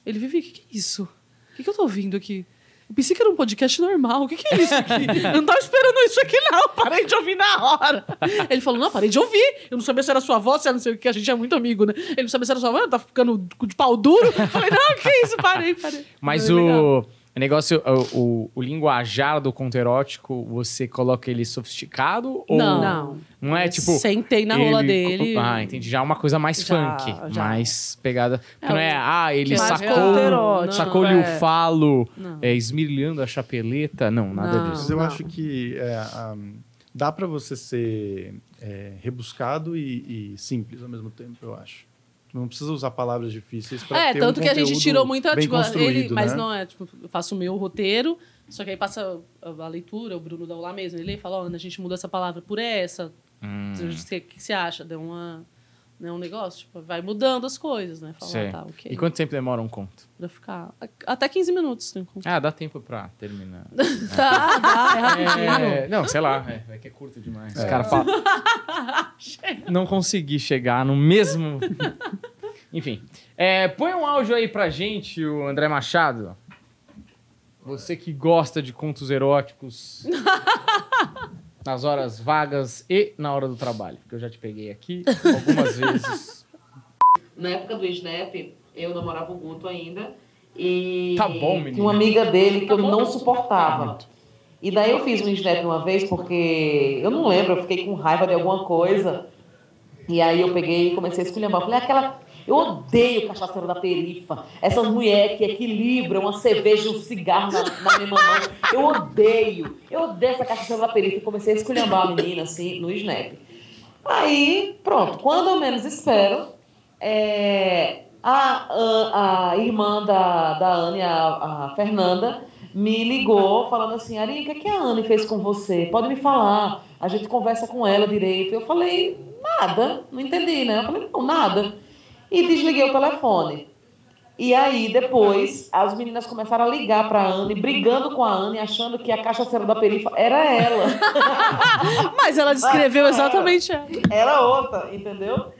Ele, Vivi, o que, que é isso? O que, que eu tô ouvindo aqui? Eu pensei que era um podcast normal. O que, que é isso aqui? Eu não tava esperando isso aqui, não. Parei de ouvir na hora. Ele falou: Não, parei de ouvir. Eu não sabia se era sua voz, se era não sei o que. A gente é muito amigo, né? Ele não sabia se era sua voz, tá ficando de pau duro. Eu falei: Não, que é isso? Parei, parei.
Mas
Foi legal.
o o negócio, o, o- o linguajar do conto erótico, você coloca ele sofisticado? Ou
Não.
Não.
Não é tipo.
Sentei na rola
ele-
dele.
Ah, entendi. Já é uma coisa mais
Já,
funk,
já.
mais pegada. Porque não é,
o-
ah, ele
que é mais conto
sacou,
erótico,
sacou-lhe
é.
o falo,
Não.
é, esmirilhando a chapeleta. Não, nada
Não.
disso.
Mas eu acho que é, a- dá pra você ser é, rebuscado e, e simples ao mesmo tempo, eu acho. Não precisa usar palavras difíceis para
É,
ter
tanto
um
que a gente
conteúdo
tirou muita.
bem
Tipo, ele,
construído,
mas
né?
não é, tipo, eu faço o meu roteiro, só que aí passa a, a leitura, o Bruno dá lá mesmo. Ele lê e fala: Ó, Ana, a gente mudou essa palavra por essa.
Hum.
Você- O que, que você acha? Deu uma. Né, um negócio, tipo, vai mudando as coisas, né? Falar,
Sei.
tá, ok.
é. E quanto tempo demora um conto?
Pra ficar. a- Até 15 minutos. Tem como.
Ah, dá tempo pra terminar. Né?
Tá, dá, é rapidinho.
É, não, sei lá. É, é que é curto demais. Os caras falam. não consegui chegar no mesmo. Enfim. É, põe um áudio aí pra gente, o André Machado. Você que gosta de contos eróticos nas horas vagas e na hora do trabalho. Porque eu já te peguei aqui algumas vezes.
Na época do Snap, eu namorava o Guto ainda. E
Tá bom, menino.
tinha uma amiga dele que eu não suportava. E daí eu fiz um Snap uma vez porque eu não lembro, eu fiquei com raiva de alguma coisa. E aí eu peguei e comecei a esculhambar. Eu Falei, aquela. Eu odeio cachaceiro da perifa. Essas mulheres que equilibram uma cerveja e um cigarro na, na minha mão. Eu odeio. Eu odeio essa cachaceira da perifa. E comecei a esculhambar a menina, assim, no Snap. Aí, pronto. Quando eu menos espero, é, a, a, a irmã da, da Anne, a, a Fernanda, me ligou falando assim, Ari, o que, é que a Anne fez com você? Pode me falar, a gente conversa com ela direito. Eu falei, nada, não entendi, né? Eu falei, não, nada. E desliguei o telefone. E aí, depois, as meninas começaram a ligar pra Anne, brigando com a Anne, achando que a cachaceira da perifa era ela.
Mas ela descreveu
Ah,
exatamente ela.
Era outra, entendeu?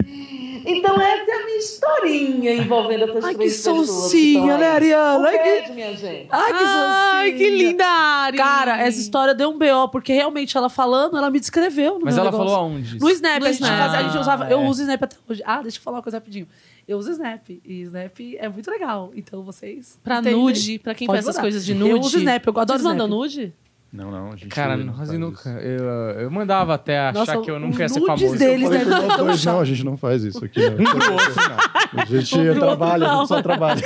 Então essa é a minha historinha envolvendo essas
Ai, que
três pessoas. então,
sonsinha,
é.
né, Ariana? Ai,
Ai,
que-
beijo, minha gente.
Ai, que,
Ai, que linda,
Ari! Cara, essa história deu um BO, porque realmente ela falando, ela me descreveu. No
Mas
meu
ela
negócio.
falou aonde?
No Snap,
No
a, gente
Snap.
fazia- a gente usava. Eu
Ah, é.
uso Snap até hoje. Ah, deixa eu falar uma coisa rapidinho. Eu uso Snap. E Snap é muito legal. Então vocês.
Pra
entendem.
nude, pra quem
Pode
faz essas
mandar.
coisas de nude.
Eu uso Snap, eu adoro
Vocês mandam
Snap.
nude?
Não, não, a gente
Cara,
não
nós
faz
nunca.
isso.
Eu, eu mandava até achar
Nossa,
que eu
os
nunca ia ser
nudes
famoso.
deles, né?
Falei pra nós
Tão
dois,
chato.
não, a gente não faz isso aqui. Né? a gente trabalha, a gente só trabalha.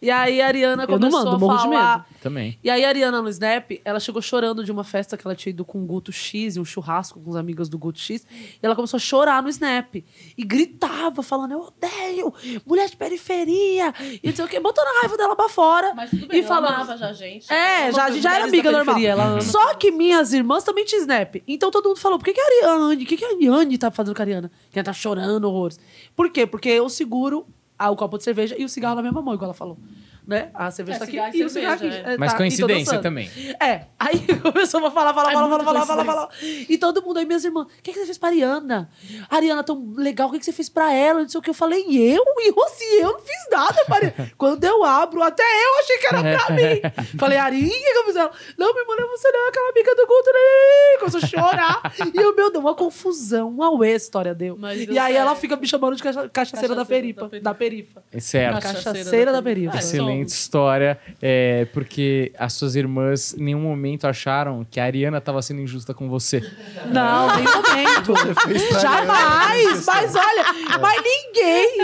E aí a Ariana
Eu não
começou
mando,
a
morro de
falar.
Também.
E aí a Ariana no Snap, ela chegou chorando de uma festa que ela tinha ido com o Guto X, e um churrasco com os amigos do Guto X, e ela começou a chorar no Snap. E gritava, falando, eu odeio mulher de periferia, e não sei o quê, botando a raiva dela pra fora.
Mas tudo bem,
e
ela
falando...
amava já a gente.
É, já, a gente já era
Mulheres
amiga
da
normal.
periferia, ela ama.
Só que minhas irmãs também tinham Snap. Então todo mundo falou: por que, que a Ariane? O que, que a Ariane tá fazendo com a Ariana? Que ela tá chorando horrores. Por quê? Porque eu seguro a- o copo de cerveja e o cigarro na mesma mão, igual ela falou. Né? A cerveja
É,
tá aqui
cigarro e
e o cigarro aqui.
cerveja,
é,
Mas
tá, e tô
coincidência
dançando.
também.
É, aí começou a falar, falar,
É
falar,
muita
falar, falar, falar, falar. E todo mundo aí, minhas irmãs, o que, que você fez pra Ariana? Ariana, tão legal, o que, que você fez pra ela? Não sei o que. Eu falei, e eu? E eu, assim, eu não fiz nada pra Ariana. Quando eu abro, até eu achei que era pra mim. Falei, Arinha, o que que eu fiz? Ela, não, minha irmã, não é você não, é aquela amiga do Guto. né?" Começou a chorar. e eu, meu Deus, uma confusão, uma ué, a história deu.
Mas deu
e aí ela
certo.
fica me chamando de cacha- cachaceira, da,
Cachaceira
perifa,
da
da
perifa.
perifa.
É Certo.
Cachaceira da
Cachaceira da
Ah,
perifa.
então.
perifa.
Excelente
um.
história, é, porque as suas irmãs em nenhum momento acharam que a Ariana estava sendo injusta com você.
Não, nem
fez
momento.
pra
Jamais! Mas olha, mas ninguém!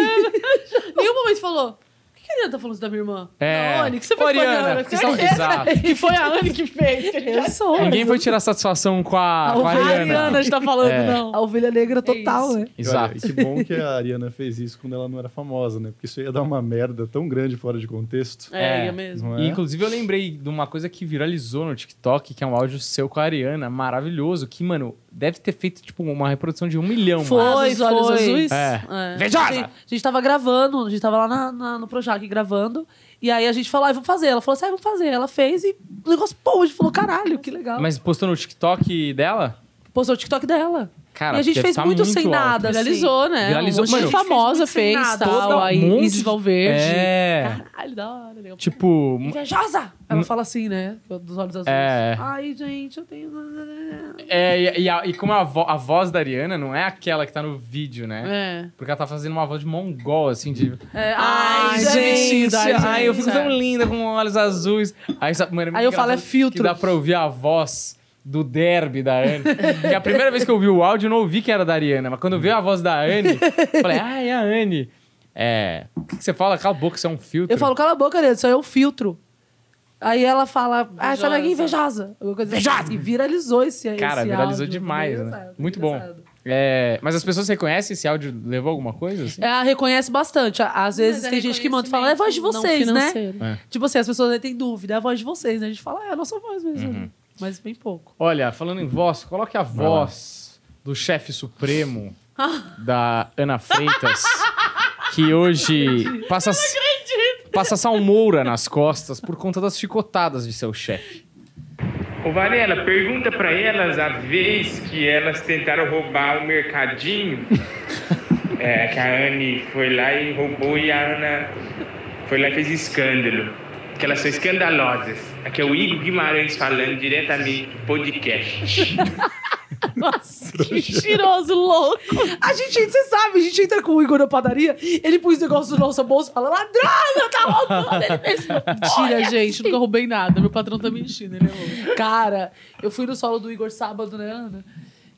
Nenhum momento falou. "Por que a Ariana tá falando isso da minha irmã?
É.
Não, Anne, o que você fez com a
Oriana,
Ariana?
vocês são bizarros.
Que foi a Anne que fez. que a gente-
Eu sou.
Ninguém foi tirar satisfação com a,
A
com a
ovelha
Ariana.
Ariana.
a Ah, gente tá falando,
É.
não.
A ovelha negra total,
isso.
né?
Exato.
Olha, e que bom que a Ariana fez isso quando ela não era famosa, né? Porque isso ia dar uma merda tão grande fora de contexto.
É.
É, é mesmo.
Não
E,
é?
inclusive, eu lembrei de uma coisa que viralizou no TikTok, que é um áudio seu com a Ariana, maravilhoso, que, mano, deve ter feito, tipo, uma reprodução de um milhão, mano.
Foi,
Os olhos
foi.
azuis?
É.
É.
Invejosa!
A gente, a gente tava gravando, a gente tava lá na, na- no Projac gravando. E aí a gente falou, ai, vamos fazer. Ela falou assim, ai, vamos fazer. Ela fez e o negócio, pô, a gente falou, caralho, que legal.
Mas postou no TikTok dela?
Postou o TikTok dela.
Cara,
e a gente
deve
fez
tá
muito, sem
alto.
nada, assim.
Viralizou, né?
Viralizou,
Um monte de
mano.
famosa fez,
Fez muito sem nada.
tal.
Todo
aí,
um monte
Isis
de-
Valverde.
É.
Caralho, da hora. legal.
Tipo,
Invejosa! Ela fala assim, né? Dos olhos azuis.
É.
Ai, gente, eu tenho...
É, e, e a- e como a, vo- a voz da Ariana não é aquela que tá no vídeo, né?
É.
Porque ela tá fazendo uma voz de mongol, assim, de.
É,
Ai, gente,
ai, eu fico
gente,
tão
é.
linda com olhos azuis. Aí, essa, mano, muito
Aí eu falo,
engraçado
é filtro.
Que dá pra ouvir a voz do derby da Anne. Porque a primeira vez que eu ouvi o áudio, eu não ouvi que era da Ariana. Mas quando eu vi a voz da Anne, eu falei, ah, é a Anne. É. O que, que você fala? Cala a boca, isso é um filtro.
Eu falo, cala a boca, Ariana, isso aí é um filtro. Aí ela fala, ah, sabe aqui,
Invejosa.
invejosa. Alguma coisa assim. E viralizou esse aí.
Cara, viralizou demais, né? Muito bom. É, mas as pessoas reconhecem esse áudio levou alguma coisa? assim?
É, Ela reconhece bastante. À- Às vezes
Mas é
tem gente que manda e fala, é a voz de
reconhecimento
vocês,
não
né?
financeiro.
Tipo assim, as pessoas aí têm dúvida, é a voz de vocês, né? A gente fala, é a nossa voz mesmo. né? Mas bem pouco.
Olha, falando em voz, coloque a voz do chefe supremo da Ana Freitas, que hoje passa, passa salmoura nas costas por conta das chicotadas de seu chefe.
Ô Varela, pergunta pra elas a vez que elas tentaram roubar o mercadinho. É, que a Anne foi lá e roubou e a Ana foi lá e fez escândalo. Que elas são escandalosas. Aqui é o Igor Guimarães falando diretamente do podcast.
Que Mentiroso, louco.
A gente, você sabe, a gente entra com o Igor na padaria, ele põe os negócios no nosso bolso e fala, ladrão, tá roubando. Ele mesmo.
Mentira, gente. Nunca roubei nada. Meu patrão tá mentindo, ele é louco.
Cara, eu fui no solo do Igor sábado, né, Ana?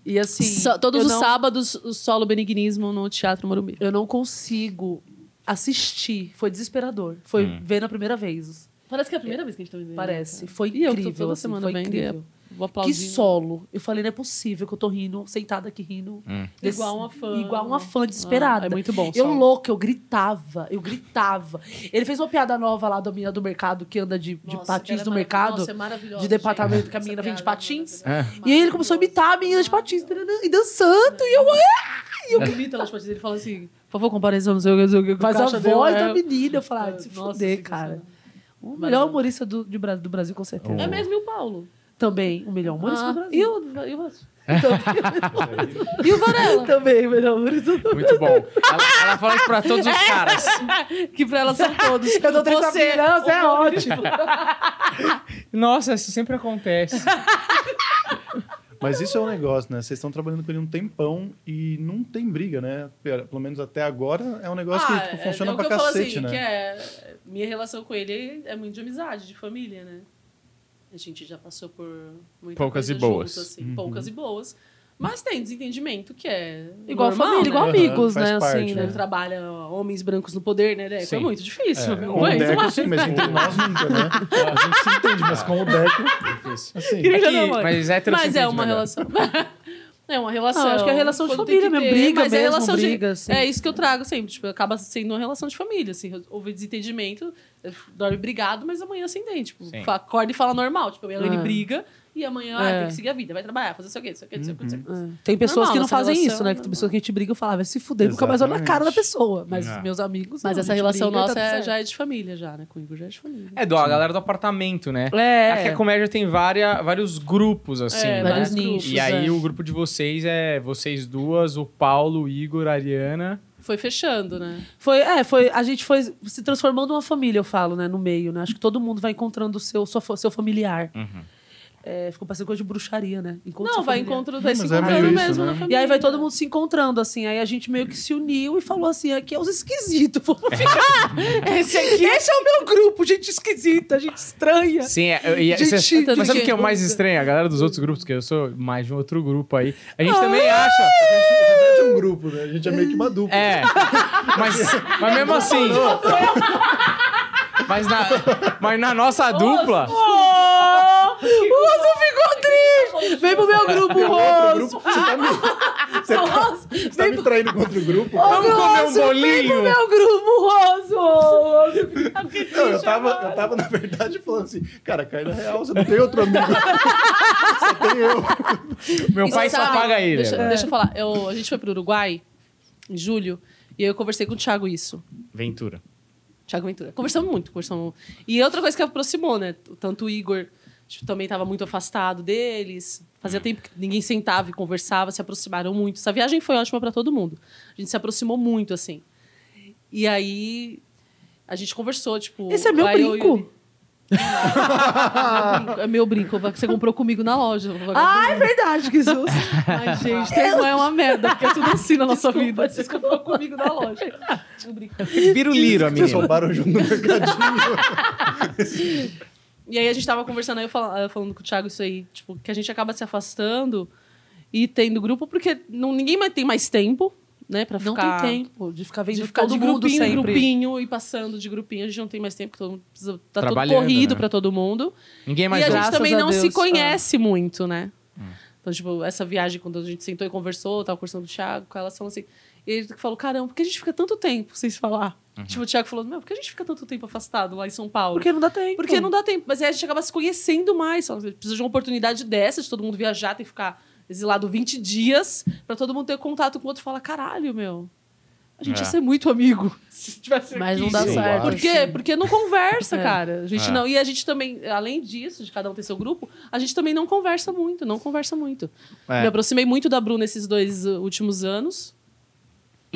E assim.
So- todos
eu
os
não-
sábados, o solo benignismo no Teatro Morumbi.
Eu não consigo assistir. Foi desesperador. Foi ver na primeira vez.
Parece que é a primeira vez que a gente tá vendendo.
Parece. Foi
E eu que
incrível.
tô toda
assim,
semana
foi
vendo é e
incrível.
Vou
Que
aplaudir. Ah,
solo. Eu falei, não é possível que eu tô rindo, sentada aqui rindo.
Hum.
desse-
Igual uma fã.
Igual uma fã desesperada.
Ah, é muito bom o
Eu
solo.
louca, eu gritava, eu gritava. Ele fez uma piada nova lá da menina do mercado, que anda de, de
é
patins no mercado. de departamento que a menina vem de patins. E aí ele começou a imitar a menina de patins tarana, e dançando. E eu,
E eu imito elas patins. Ele fala assim, por favor, compareça, não sei o que, não sei o que, que. o
faz a
caixa deu,
voz
né?
da menina. Eu falei, ah, se
Nossa,
fuder, cara. O melhor humorista do, de Bra- do Brasil, com certeza.
É mesmo e o Paulo?
Também o melhor humorista
Ah,
do Brasil.
e o... E o...
É
E o Varela. Também, o melhor humorista do
Muito bom. Ela, ela fala isso pra todos os caras.
Que pra ela são todos. Eu tô tentando
Você,
você é ótimo.
Nossa, isso sempre acontece.
Mas isso é um negócio, né? Vocês estão trabalhando com ele um tempão e não tem briga, né? Pelo pelo menos até agora é um negócio que tipo,
é-
funciona
é o
pra
que eu falo
cacete,
assim,
né?
Que é, minha relação com ele é muito de amizade, de família, né? A gente já passou por muita
Poucas
coisa
e boas. Uhum.
junto, assim, Poucas e boas. Mas tem desentendimento que é.
Igual
normal,
família, igual
né? é.
Aham,
amigos,
faz
né?
parte,
assim,
né?
né?
Ele trabalha homens brancos no poder, né? Deco?
Sim.
É muito difícil.
É,
não
Com o
aguento
Deco,
mais.
sim, mas entre nós nunca, né? A gente se entende, mas com o Deco, assim...
Queria
É que-
namoro.
mas hétero
Mas
se
é
entende
uma
né?
melhor.
relação. É uma relação.
Não, acho que é relação de
quando tem que
família
ter,
mesmo, briga
mas é
mesmo,
relação
briga,
de,
assim.
É isso que eu trago sempre. Tipo, acaba sendo uma relação de família. Assim, houve desentendimento, dorme brigado, mas amanhã se entende. Tipo,
Sim.
fa- acorda e fala normal. Tipo, a Elaine
É.
briga e amanhã ah,
É. Uhum.
tem que seguir a vida, vai trabalhar, fazer isso aqui, isso aqui, isso aqui, isso aqui.
Tem pessoas
É. Normal,
que não
essa
fazem
relação
isso, né?
é
Que tem pessoas que a gente briga e fala, vai se fuder, nunca mais olha na cara da pessoa. Mas os meus amigos.
Mas
não,
essa
a gente
relação
briga
nossa
e tá tudo
é-
certo.
já é de família, já, né? Com o Igor já é de família.
É do, a galera do apartamento, né?
É.
Aqui a comédia tem várias, vários grupos, assim. né?
É,
vários
vários nichos.
E aí o grupo de vocês é vocês duas, o Paulo, o Igor, a Ariana.
Foi fechando, né?
Foi, é, foi, a gente foi se transformando uma família, eu falo, né? No meio, né? Acho que todo mundo vai encontrando o seu, sua, fa- seu familiar. É, ficou parecendo coisa de bruxaria, né? Encontra
não,
seu
vai
familiar.
encontro, vai se
mas é meio
encontrando
isso,
mesmo
né?
na família.
E aí vai todo mundo se encontrando, assim. Aí a gente meio que se uniu e falou assim: aqui é os esquisitos, vamos ficar. Esse aqui. Esse é o meu grupo, gente esquisita, gente estranha.
Sim, é, e- e-
Gente,
cês-
tanto
mas sabe o
que-
que é o mais estranho? A galera dos outros grupos, que eu sou mais de um outro grupo aí. A
Ah.
gente também acha.
É um grupo, né? A gente é meio que uma dupla.
É. Mas, mas mesmo assim. Mas na, mas na nossa dupla.
Rosso ficou triste! Vem pro meu grupo,
Outro
Rosso!
grupo, você tá me, você tá- você tá me traindo com outro grupo?
Vamos comer um
Vem pro
bolinho.
meu grupo, Rosso!
Não,
é
eu tava, eu tava, na verdade, falando assim, cara, cai na real, você não tem outro amigo. Só tem eu.
Meu
E
pai
você
só
sabe-
paga ele.
Deixa, deixa eu falar. Eu- a gente foi pro Uruguai em julho e eu conversei com o Thiago isso.
Ventura.
Thiago Ventura. Conversamos muito, conversamos. E outra coisa que aproximou, né? Tanto o Igor tipo, também estava muito afastado deles. Fazia tempo que ninguém sentava e conversava, se aproximaram muito. Essa viagem foi ótima para todo mundo. A gente se aproximou muito, assim. E aí a gente conversou, tipo.
Esse é meu
lá eu e o
brinco?
Yuri- É meu brinco, que você comprou comigo na loja.
Ah, é verdade, que justo.
Ai, gente, ter irmã é uma merda, porque é tudo assim na nossa vida. Vocês compram comigo na loja.
Vira o Liro, a
Vocês
menina.
roubaram junto no mercadinho.
E aí a gente tava conversando, aí eu fala- eu falando com o Thiago isso aí, tipo, que a gente acaba se afastando e tendo grupo, porque não, ninguém mais tem mais tempo, né, pra
Não
ficar...
tem tempo de ficar vendo
De ficar de grupinho em
sempre.
grupinho e passando de grupinho. A gente não tem mais tempo, porque todo mundo precisa, tá todo
Trabalhando,
corrido
né?
pra todo mundo.
Ninguém mais
e a
ouve.
gente
Graças
também
a
não se
Deus,
conhece muito, né? Então, tipo, essa viagem, quando a gente sentou e conversou, tava conversando com o Thiago, com elas falando assim. E ele falou: caramba, por que a gente fica tanto tempo sem se falar? Tipo, o Thiago falou: meu, por que a gente fica tanto tempo afastado lá em São Paulo?
Porque não dá tempo.
Porque não dá tempo. Mas aí a gente acaba se conhecendo mais. Só Precisa de uma oportunidade dessa, de todo mundo viajar, tem que ficar exilado 20 dias, pra todo mundo ter contato com o outro e falar: caralho, meu. A gente
É.
ia ser muito amigo se tivesse aqui.
Mas não dá
Sim,
certo.
claro.
Por quê? Porque não conversa,
É.
cara. A gente
É.
não. E a gente também, além disso, de cada um ter seu grupo, a gente também não conversa muito, não conversa muito.
É.
Me aproximei muito da Bruna esses dois uh, últimos anos.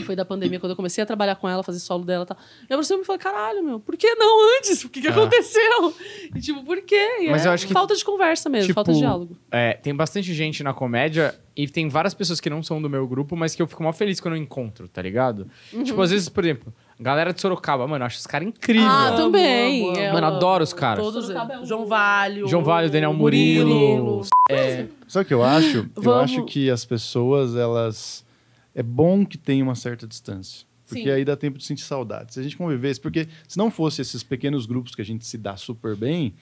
Foi da pandemia, quando eu comecei a trabalhar com ela, fazer solo dela e tal. Me aproximei e falei, caralho, meu, por que não antes? O que, que
É.
aconteceu? E tipo, por quê? E
Mas
é
eu acho que,
falta de conversa mesmo,
tipo,
falta de diálogo.
É, tem bastante gente na comédia e tem várias pessoas que não são do meu grupo, mas que eu fico mó feliz quando eu encontro, tá ligado?
Uhum.
Tipo, às vezes, por exemplo, galera de Sorocaba, mano, eu acho os caras incríveis.
Ah,
mano.
também.
Amo, amo.
É,
Mano,
eu-
adoro os caras.
Todos
Sorocaba
eles.
é um-
João Valho.
João Vale, Daniel Murilo.
Murilo.
É,
Sabe o que eu acho? Eu
Vamos.
acho que as pessoas, elas. É bom que tenha uma certa distância. Porque
Sim.
aí dá tempo de sentir saudade. Se a gente convivesse, porque se não fosse esses pequenos grupos que a gente se dá super bem,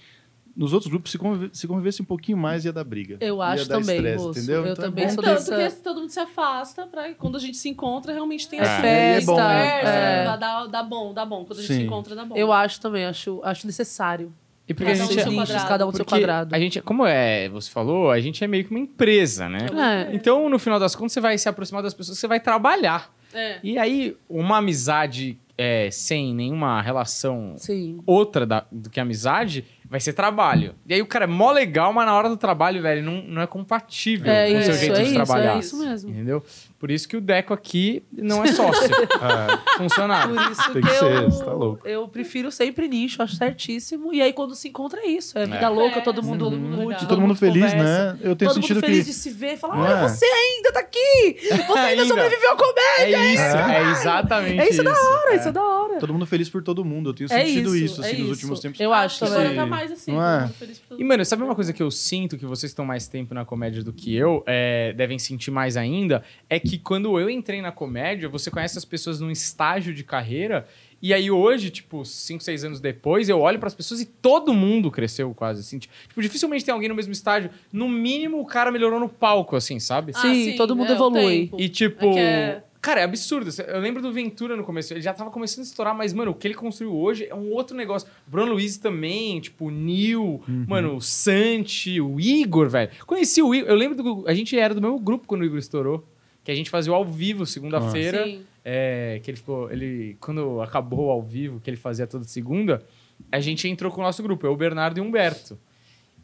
nos outros grupos, se, convive- se convivesse um pouquinho mais, ia dar briga.
Eu
Ia
acho
dar
também,
estresse,
moço.
entendeu?
Eu
Então é
também
bom
sou
ter-
dessa- Tanto que todo mundo se afasta pra quando a gente se encontra, realmente tem
É,
a
é
festa,
bom, né?
conversa,
É.
dá- dá, dá bom, dá bom. Quando a gente
Sim.
se encontra, dá bom.
Eu acho também, acho, acho necessário.
e porque
Cada
a
um
gente
no
é.
seu
nichos,
quadrado.
cada um no seu
porque
quadrado.
A gente, é- como é, você falou, a gente é meio que uma empresa, né?
É.
Então, no final das contas, você vai se aproximar das pessoas, você vai trabalhar.
É.
E aí, uma amizade é, sem nenhuma relação
Sim.
outra da- do que amizade vai ser trabalho. E aí o cara é mó legal, mas na hora do trabalho, velho, não, não é compatível
É
com o
isso,
seu jeito
é
de
isso,
trabalhar.
é isso mesmo.
Entendeu? Por isso que o Deco aqui não é sócio,
Ah,
funcionário.
Por isso
Tem
que
que ser,
eu,
você tá louco.
eu prefiro sempre nicho, acho certíssimo. E aí quando se encontra é isso, é vida
É.
louca, todo mundo
Uhum.
curte,
E todo mundo feliz,
conversa.
né? Eu
um
tenho
todo
sentido
mundo feliz
que.
de se ver e falar:
Não
olha,
é?
você ainda tá aqui! Você ainda,
Ah, Ainda.
sobreviveu à comédia!
É isso, é exatamente
É
isso.
isso da hora, isso é da hora.
Todo mundo feliz por todo mundo. Eu tenho
É
sentido
isso,
isso,
é
assim,
isso.
nos últimos tempos.
Eu acho
Sim.
também.
Agora tá mais assim,
Não é?
todo mundo feliz por todo
E,
mundo.
mano, sabe uma coisa que eu sinto, que vocês estão mais tempo na comédia do que eu, é, devem sentir mais ainda, é que quando eu entrei na comédia, você conhece as pessoas num estágio de carreira, e aí hoje, tipo, 5, 6 anos depois, eu olho pras pessoas e todo mundo cresceu quase, assim. Tipo, dificilmente tem alguém no mesmo estágio. No mínimo, o cara melhorou no palco, assim, sabe?
Ah,
Sim, todo mundo
o
evolui.
tempo.
E tipo.
É que é-
Cara, é absurdo. Eu lembro do Ventura no começo. Ele já tava começando a estourar, mas, mano, o que ele construiu hoje é um outro negócio. Bruno Luiz também, tipo, o Neil, mano, o Santi, o Igor, velho. Conheci o Igor. Eu lembro do. A gente era do mesmo grupo quando o Igor estourou. Que a gente fazia o ao vivo segunda-feira.
Sim.
É, que ele ficou. Ele, quando acabou o ao vivo, que ele fazia toda segunda, a gente entrou com o nosso grupo, eu, o Bernardo e o Humberto.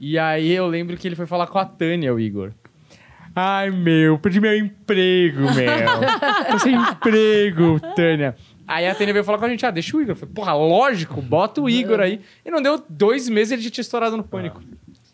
E aí eu lembro que ele foi falar com a Tânia, o Igor. Ai, meu, perdi meu emprego, meu. Tô sem emprego, Tânia. Aí a Tânia veio falar com a gente, ah, deixa o Igor. Eu falei, porra, lógico, bota o Igor aí. E não deu dois meses, ele já tinha estourado no pânico.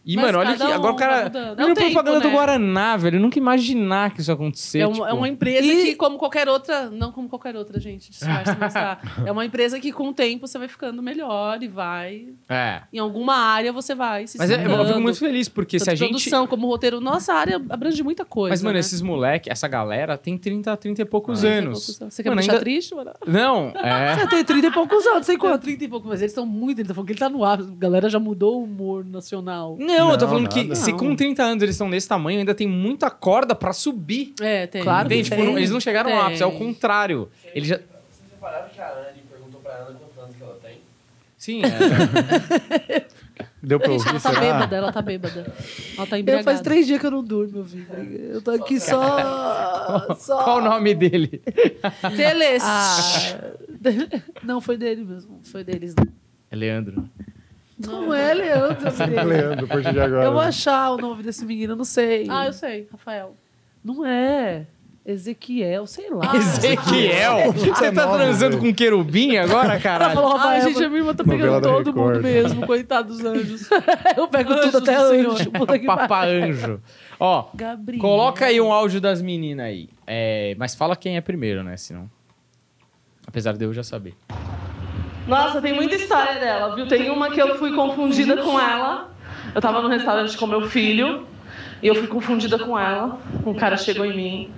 E,
Mas
mano, olha que
cada um
agora o
vai
cara...
mudando. É
Olha
o
a propaganda
tempo,
do
né?
Guaraná, velho. Eu nunca ia imaginar que isso ia acontecer.
É, um-
tipo.
é uma empresa
E-
que, como qualquer outra, não como qualquer outra, gente, disfarça, mas tá. É uma empresa que com o tempo você vai ficando melhor e vai.
É.
Em alguma área você vai se
Mas é- eu fico
estudando.
muito feliz, porque
Tanto
se a gente...
produção como roteiro, nossa a área abrange muita coisa.
Mas, mano,
né? Ah,
esses moleque, essa galera tem 30, 30 e poucos
Trinta e poucos
anos.
Você quer
Mano,
me deixar
ainda-
triste? Mano?
Não, é.
Você tem 30 e poucos anos, sei
Ficou
quanto.
30 e pouco, mas eles estão muito. Ele tá falando que ele tá no ar. A galera já mudou o humor nacional.
Não, eu tô
Não,
falando que
nada.
se com 30 anos eles estão desse tamanho, ainda tem muita corda pra subir.
É, tem.
Claro que
Entende? Tipo,
tem.
não- eles não chegaram lá,
Tem.
é o contrário. Eles já.
Vocês repararam que a Anne perguntou pra Ana quantos anos que ela tem?
Sim, é.
Deu pra
Gente,
ouvir,
ela tá
será?
bêbada, ela tá bêbada. Ela tá
Eu
embriagada.
faz três dias que eu não durmo, meu filho. Eu tô aqui só. só...
Qual o nome dele?
Teles.
Ah,
Ah.
não, foi dele mesmo. Foi deles.
É Leandro.
Não é, Leandro. eu sei.
Leandro, a partir de agora.
Eu vou achar o nome desse menino, eu não sei.
Ah, eu sei, Rafael.
Não é. Ezequiel, sei lá.
Ah.
Ezequiel! Você tá
nome,
transando
velho.
com querubim agora,
Ela
caralho?
falou,
Ai,
Rafael,
gente, a minha irmã tá
Novela
pegando
da
todo
Record.
mundo mesmo, coitado dos anjos.
eu pego tudo
Anjos
até
do
anjo.
Senhor.
Puta que pariu.
Papa Anjo. Ó,
Gabriel.
coloca aí um áudio das meninas aí. É, mas fala quem é primeiro, né? Senão. Apesar de eu já saber.
Nossa, tem muita história dela, viu? Tem uma que eu fui confundida com ela. Eu tava num restaurante com meu filho e eu fui confundida com ela. Um cara chegou em mim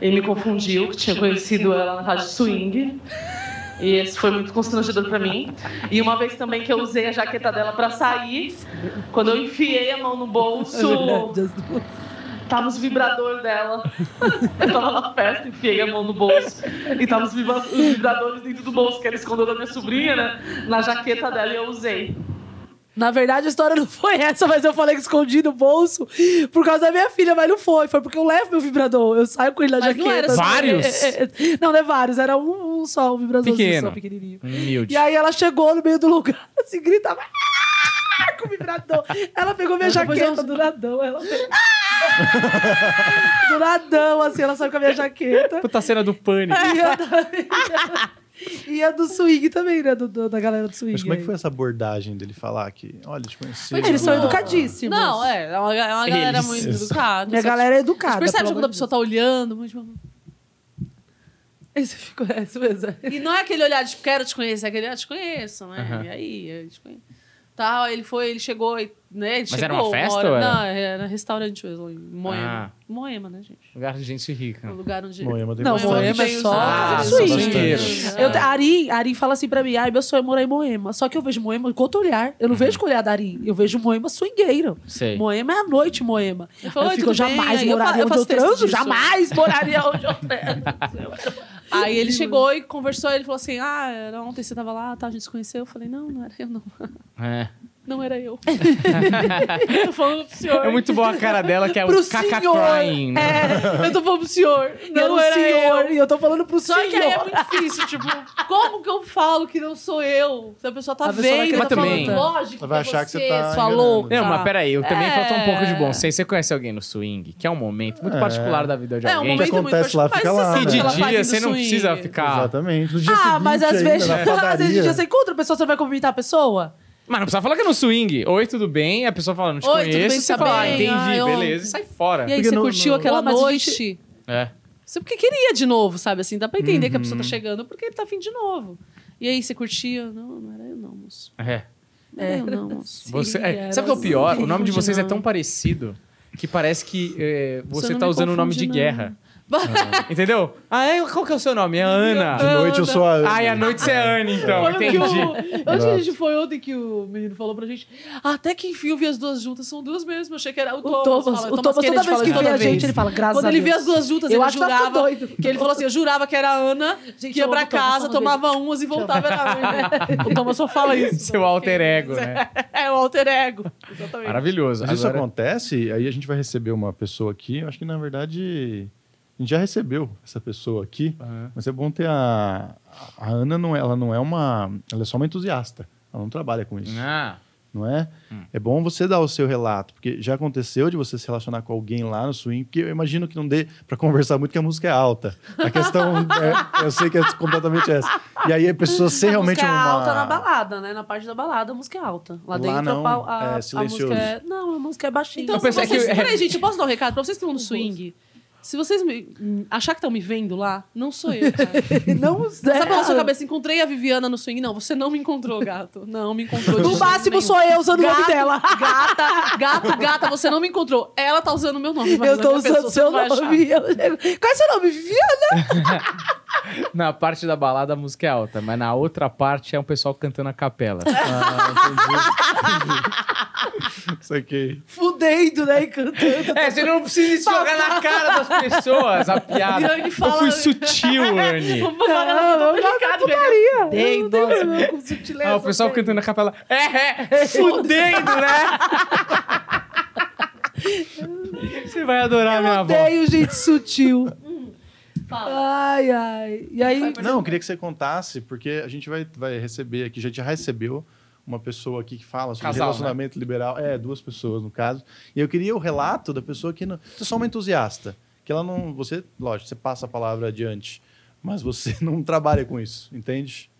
e me confundiu, que tinha conhecido ela na rádio swing. E isso foi muito constrangedor pra mim. E uma vez também que eu usei a jaqueta dela pra sair, quando eu enfiei a mão no bolso,
É verdade, as duas.
Tava os vibradores dela. Eu tava na festa, enfiei a mão no bolso. E tava os vibra- os vibradores dentro do bolso que ela escondeu da minha sobrinha, né? Na jaqueta dela e eu usei.
Na verdade, a história não foi essa, mas eu falei que escondi no bolso por causa da minha filha, mas não foi. Foi porque eu levo meu vibrador. Eu saio com ele na
Mas
jaqueta.
não era
só- Vários?
É, é, é. Não, não é vários. Era um, um só, um vibrador
Pequeno.
só, pequenininho.
Humilde.
E aí ela chegou no meio do lugar, assim, gritava... "Ah!" Com o vibrador. Ela pegou minha
Depois
jaqueta do nadão. Ela pegou... do nadão, assim, ela saiu com a minha jaqueta.
Puta cena do pânico.
E a da, e a do swing também, né? Do, do- da galera do swing.
Mas como é que
aí.
foi essa abordagem dele falar que, olha, te conheci. é um
Eles são
lá.
educadíssimos.
Não, é. É uma, é uma galera muito
Eles.
educada.
Minha galera é educada.
Você percebe
pelo
quando a
amor de
pessoa tá olhando, mas tipo...
Deus. Aí você ficou é, isso mesmo.
E não é aquele olhar de quero te conhecer, é aquele ah, te conheço, né?
Aham.
E aí, eu te conheço. Tal, aí ele foi, ele chegou, e, né? Ele
Mas
chegou
era uma festa
hora-
ou era? Ah.
Não, era restaurante mesmo, em Moema. Moema, né, gente?
Lugar de gente rica.
Um lugar onde...
Moema tem
Não,
bastante.
Moema é
tem os-
só
Ah,
casa de
só
swing.
banqueiros.
Eu, Arim, Arim fala assim pra mim: ai, meu sonho é morar em Moema. Só que eu vejo Moema com outro olhar. Eu não
Uhum.
vejo com o olhar da Arim. Eu vejo Moema swingueiro.
Sei.
Moema é a noite, Moema. Eu,
Eu falo, "Oi,
fico, eu
tudo bem?"
jamais
Aí eu fa-
moraria
eu
onde
faço
eu
texto
transo,
disso.
jamais moraria onde eu
Aí ele chegou e conversou, ele falou assim, ah, era ontem você tava lá, tá, a gente se conheceu. Eu falei, não, não era eu, não.
É.
Não era eu. tô falando pro senhor.
É muito boa a cara dela, que é
Pro
o caca
senhor.
crying. né?
É, eu tô falando pro senhor. Não
era o
era eu.
senhor. E eu tô falando pro
Só que aí é
senhor.
muito difícil, tipo, como que eu falo que não sou eu? Se a pessoa tá
A pessoa vai
vendo,
acreditar.
tá
Mas também-
falando, lógico,
Vai
é
achar que você
você,
tá
sua
enganando.
louca.
Não, mas peraí, eu também
É.
falta um pouco de bom senso. Você conhece alguém no swing, que é um momento muito
É.
particular da vida de
É, um
alguém.
momento muito
acontece lá,
particular,
fica
mas assim,
lá,
que
você
né?
sabe
de
ela
dia você
fazendo
não
swing.
precisa ficar.
Exatamente. No dia
Ah,
seguinte
mas às
ainda,
vezes,
na
às vezes
padaria.
já você encontra a pessoa, você não vai cumprimentar a pessoa?
Mas não precisa falar que é no swing. Oi, tudo bem? A pessoa fala, não te
Oi, tudo
conheço.
bem,
você
tá
fala,
bem?
ah, entendi,
Ah, eu-
beleza. E sai fora.
E aí,
Porque
você
no-
curtiu
no-
aquela
Pô, mas a
noite?
É.
Você porque queria de novo, sabe? Assim, dá pra entender que a pessoa tá
Uhum.
chegando porque ele tá afim de novo. E aí, você curtia? Não, não era eu, não, moço.
É.
Não era eu, não, moço.
Você, é,
era
sabe o que é o pior? O nome de
confunde,
vocês é
não.
tão parecido que parece que é, você
não
tá
me
usando o nome de
confunde, não.
guerra. Entendeu? Ah, é? Qual que é o seu nome? É
De
Ana.
noite eu sou a Ana.
Ah, e à noite você é Anne, então.
Foi o que
Entendi.
o- Onde a gente foi ontem que o menino falou pra gente? Até que enfim eu vi as duas juntas, são duas mesmo. Eu achei que era o
O
Thomas.
Thomas,
fala,
o Thomas
Kennedy
toda vez
fala
que
isso
vê a
toda vez.
gente, ele fala, graças
Quando
a
ele
Deus.
vê as duas juntas,
Eu
ele
acho que vai ficar
jurava.
doido.
Que ele falou assim: eu jurava que era a Ana, que
eu
ia
amo
pra
o Thomas,
casa,
Thomas é
tomava umas e voltava, era a Ana. O Thomas só fala isso.
Seu alter ego, né?
É o alter ego. Exatamente.
Maravilhoso.
Mas isso
Agora-
acontece, aí a gente vai receber uma pessoa aqui. Eu acho que, na verdade, a gente já recebeu essa pessoa aqui.
Aham.
Mas é bom ter a... A Ana, não é, ela não é uma... Ela é só uma entusiasta. Ela não trabalha com isso,
Ah,
não é? É bom você dar o seu relato, porque já aconteceu de você se relacionar com alguém lá no swing, porque eu imagino que não dê pra conversar muito, que a música é alta. A questão, é- eu sei que é completamente essa. E aí a pessoa ser realmente
a música é
uma...
alta na balada, né? Na parte da balada, a música é alta. Lá,
Lá
dentro
não,
a pau- a,
é
a
silencioso.
música é... Não, a música é baixinha.
Eu
Então, se
pensei
vocês...
que-
Peraí, gente, eu posso dar um recado pra vocês que estão no swing? Se vocês me... hum, achar que estão me vendo lá, não sou eu, cara.
Não,
Sabe na sua cabeça, encontrei a Viviana no swing? Não, você não me encontrou, gato. Não me encontrou.
No máximo sou eu usando o nome dela.
Gata, gato, gata, você não me encontrou. Ela tá usando o meu nome. mas
Eu tô
outra pessoa,
usando
você
seu
não vai achar.
nome. Eu- Qual é seu nome? Viviana?
na parte da balada a música é alta, mas na outra parte é um pessoal cantando a capela.
Ah, Isso aqui.
Fudendo, né? E cantando.
é, você não precisa se jogar na cara das pessoas a piada.
Anne
Eu
fala-
fui sutil, Anne.
Não, eu não putaria. Eu não tenho problema com
Ah,
sutileza.
o pessoal cantando a capela. É, é, fudendo, né? Você vai adorar Ah, minha
Eu
avó.
odeio gente sutil. Ai, ai. E aí...
Não, eu queria que você contasse, porque a gente vai, vai receber aqui, a gente já recebeu uma pessoa aqui que fala sobre
Casal,
relacionamento liberal. É, duas pessoas, no caso. E eu queria o relato da pessoa que... Não, você é só uma entusiasta. Que ela não... Você, lógico, você passa a palavra adiante, mas você não trabalha com isso, entende?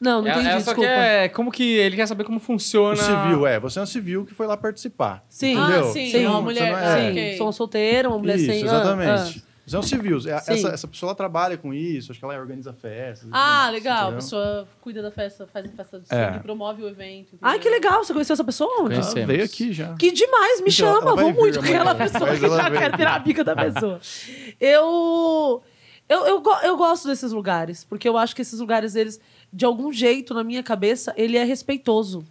Não, não
Ela,
entendi,
ela É, só
desculpa.
quer. Como que. Ele quer saber como funciona.
O civil, é. Você é um civil que foi lá participar.
Sim.
entendeu?
Ah, sim,
Você
uma
não-
mulher,
você não
tá,
é.
ok.
Sou uma solteira, uma mulher
Isso,
sem... ah,
exatamente. Você é um civil. É-
Sim.
Essa, essa pessoa ela trabalha com isso, acho que ela organiza festas. e tudo
Ah,
mais,
legal. A
entendeu?
pessoa cuida da festa, faz a festa do swing,
É.
promove o evento.
ah. Ai, que legal. Você conheceu essa pessoa onde?
Conheci.
Ela veio aqui já.
Que demais, me
Então,
chama,
ela vai
vou
vir
muito com
amanhã,
aquela pessoa
mas
que
ela
já
vem.
quero virar a bica da pessoa. Eu, eu, eu, go- eu gosto desses lugares, porque eu acho que esses lugares, eles, de algum jeito, na minha cabeça, ele é respeitoso.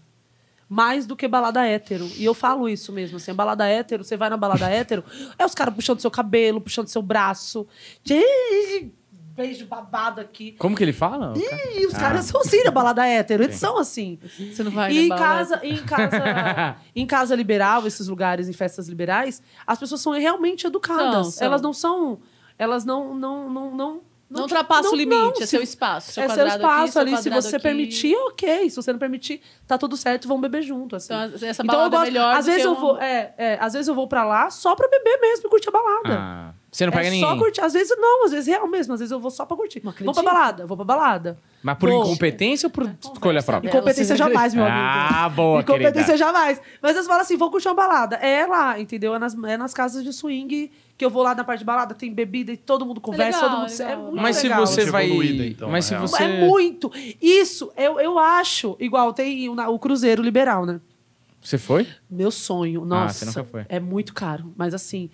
mais do que balada hétero. E eu falo isso mesmo, assim, a balada hétero, você vai na balada hétero, é os caras puxando seu cabelo, puxando seu braço. Ih, Beijo babado aqui.
Como que ele fala? O cara-
E os
Ah.
caras são assim na balada hétero, eles são assim.
Você não vai
E em
na balada.
casa, e em casa, em casa liberal, esses lugares, em festas liberais, as pessoas são realmente educadas.
São, são.
Elas não são, elas não não não não
Não ultrapassa
não-
o limite,
não,
é
se-
seu espaço. Seu
é seu
quadrado
espaço
aqui, seu
ali, se
quadrado
você
aqui.
permitir, ok. Se você não permitir, tá tudo certo, vão beber junto, assim.
Então, essa
Então
balada
eu gosto,
é melhor
às
do
vezes
que
eu
um-
vou, é, é, às vezes eu vou pra lá só pra beber mesmo e curtir a balada.
Ah, você não pega
É só
ninguém.
curtir. Às vezes não, às vezes é real mesmo. Às vezes eu vou só pra curtir. Vou pra balada, vou pra balada.
Mas por
Pô.
incompetência ou por
é
escolha própria?
Incompetência jamais, meu amigo.
Ah, boa,
Incompetência
querida.
jamais. Mas eles falam assim, vou curtir uma balada. É lá, entendeu? É nas, é nas casas de swing que eu vou lá na parte de balada, tem bebida e todo mundo conversa,
legal,
todo mundo...
é
É
legal.
muito
Mas se
legal.
você
Você
vai...
evoluída, então,
Mas se
na real.
você...
É muito. Isso, eu, eu acho. Igual tem o, na- o Cruzeiro Liberal, né?
Você foi?
Meu sonho,
Ah, você
nossa.
nunca foi.
É muito caro, mas assim.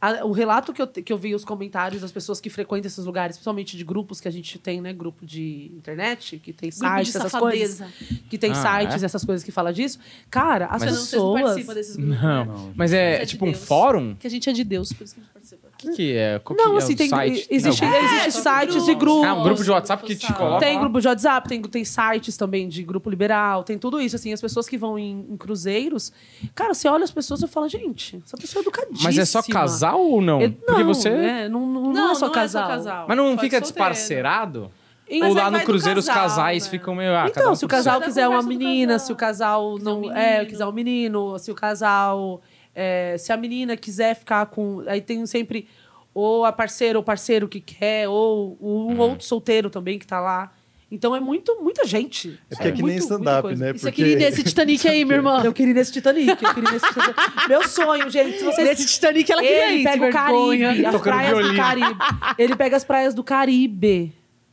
a- o relato que eu, te- que eu vi, os comentários das pessoas que frequentam esses lugares, principalmente de grupos que a gente tem, né? Grupo de internet, que tem
Grupo
sites,
de
essas
safadeza.
coisas. Que tem
Ah,
sites, essas coisas que fala disso. Cara, as
Mas-
Você não, vocês não
pessoas.
participam desses grupos.
Não. Mas é,
é de
tipo um
Deus.
fórum?
Que a gente é de Deus, por isso que a gente participa.
O que, que é? Qual que
Não,
é
assim,
o
tem,
site?
existe,
Não,
existe
são
É, sites
grupos.
e grupos.
Ah, um grupo de WhatsApp que te coloca
Tem
lá?
grupo de WhatsApp, tem, tem sites também de grupo liberal, tem tudo isso. Assim, as pessoas que vão em, em cruzeiros, cara, você olha as pessoas e fala, gente, essa pessoa é educadíssima.
Mas é só casal ou não?
É-
Porque você...
né, não, não, não é só casal.
Mas não
Pode
fica
solteiro.
desparcerado?
Então,
ou
Mas aí
lá
vai
no
do
Cruzeiro os
casal,
casais
né?
ficam meio... Ah,
um
então, se o casal
seu.
quiser
Cada
uma
conversa do
menina,
casal.
se o casal
Quiser
não
um
é,
menino.
quiser um menino, se o casal é, se a menina quiser ficar com, aí tem sempre ou a parceira ou parceiro que quer ou o
Uhum.
outro solteiro também que tá lá. Então é muito muita gente.
É porque é que
muito-
nem
muita
stand-up,
coisa.
né?
E você queria ir nesse Titanic aí, minha irmã?
Eu queria ir nesse Titanic, eu queria ir nesse Titanic. Meu sonho, gente, se vocês
Nesse Titanic ela queria
ele
ir,
pega
sem
o Caribe,
vergonha.
as
Tocando
praias
violino.
do Caribe. Ele pega as praias do Caribe.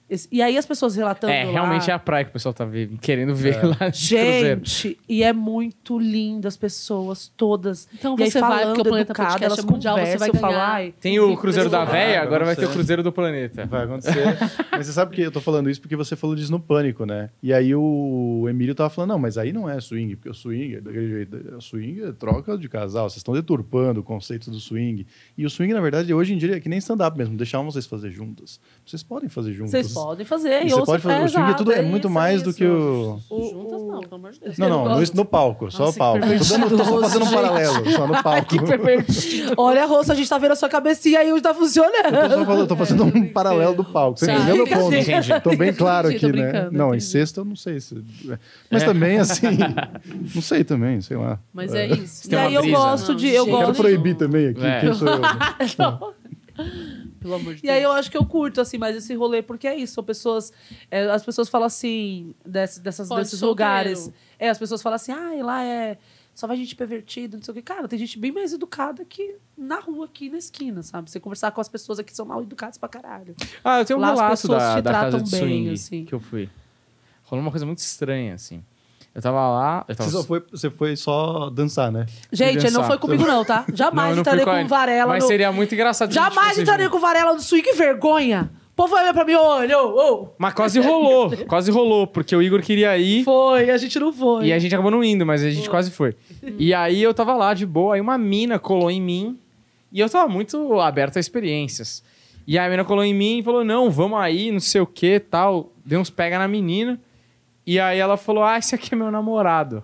Esse- E aí as pessoas relatando
É,
lá.
realmente é a praia que o pessoal tá ve- querendo ver
É.
lá de Cruzeiro.
Gente, e é muito lindo as pessoas todas.
Então
e aí
você vai,
falando,
porque o Planeta
educada,
Podcast
elas
é mundial, você vai
conversam,
ganhar.
falam, ai,
Tem o Cruzeiro da
Desculpa.
Véia, agora
Ah, Eu
vai
não
ter o
sei.
Cruzeiro do Planeta.
Vai acontecer. mas você sabe que eu tô falando isso porque você falou disso no Pânico, né? E aí o Emílio tava falando, não, mas aí não é swing, porque o swing é daquele jeito. O swing é troca de casal, vocês estão deturpando o conceito do swing. E o swing, na verdade, hoje em dia é que nem stand-up mesmo, deixavam vocês fazer juntas. Vocês podem fazer juntos.
Vocês podem fazer.
E
e
você
ouça-
pode fazer. o swing é,
exato,
tudo, é muito
isso,
mais
é
do
isso.
que o.
Juntas não, pelo amor de Deus.
Não, não, no, no palco, só o palco. Tô, dando, tô só fazendo um paralelo, só no palco.
Olha, Roça, a gente tá vendo a sua cabecinha aí, hoje tá funcionando.
Eu tô, só falando, tô fazendo um paralelo do palco. Você
Sim.
entendeu meu ponto?
Entendi.
Tô bem claro
Entendi, tô
aqui, né?
brincando,
Não, em
entendi. É.
sexta eu não sei. se- Mas também, assim. Não sei também, sei lá.
Mas é isso.
E
tem uma
aí eu
brisa,
gosto
né?
de. Eu
Gente,
Quero
gosto
proibir também aqui.
É.
Quem sou eu?
Pelo amor de
E aí eu acho que eu curto, assim, mais esse rolê, porque é isso. São pessoas. é, as pessoas falam assim, desse- dessas,
Pode
desses
solteiro.
lugares. É, as pessoas falam assim, ah, e lá é. Só vai gente pervertida, não sei o quê. Cara, tem gente bem mais educada que na rua, aqui na esquina, sabe? Você conversar com as pessoas aqui que são mal educadas pra caralho.
Ah, eu tenho um
Lá as
relato
pessoas
da,
te
da casa
tratam
de
bem,
swing
assim.
que eu fui. Rolou uma coisa muito estranha, assim. Eu tava lá... Eu tava...
Você, só foi, você foi só dançar, né?
Gente, ele não
dançar.
foi comigo, não, tá?
Não, eu
Jamais
não
entraria
fui
com
ele.
varela.
Mas
no-
seria muito engraçado. se a gente
Jamais
fosse
entraria
junto.
com varela no swing, que vergonha! O povo olha pra mim, olha, ô, ô.
Mas quase rolou, quase rolou. Porque o Igor queria ir...
Foi, a gente não foi.
E é a gente acabou não indo, mas a gente quase foi. E aí eu tava lá de boa, aí uma mina colou em mim e eu tava muito aberto a experiências. E aí a mina colou em mim e falou: não, vamos aí, não sei o que tal. Deu uns pega na menina. E aí ela falou: ah, esse aqui é meu namorado.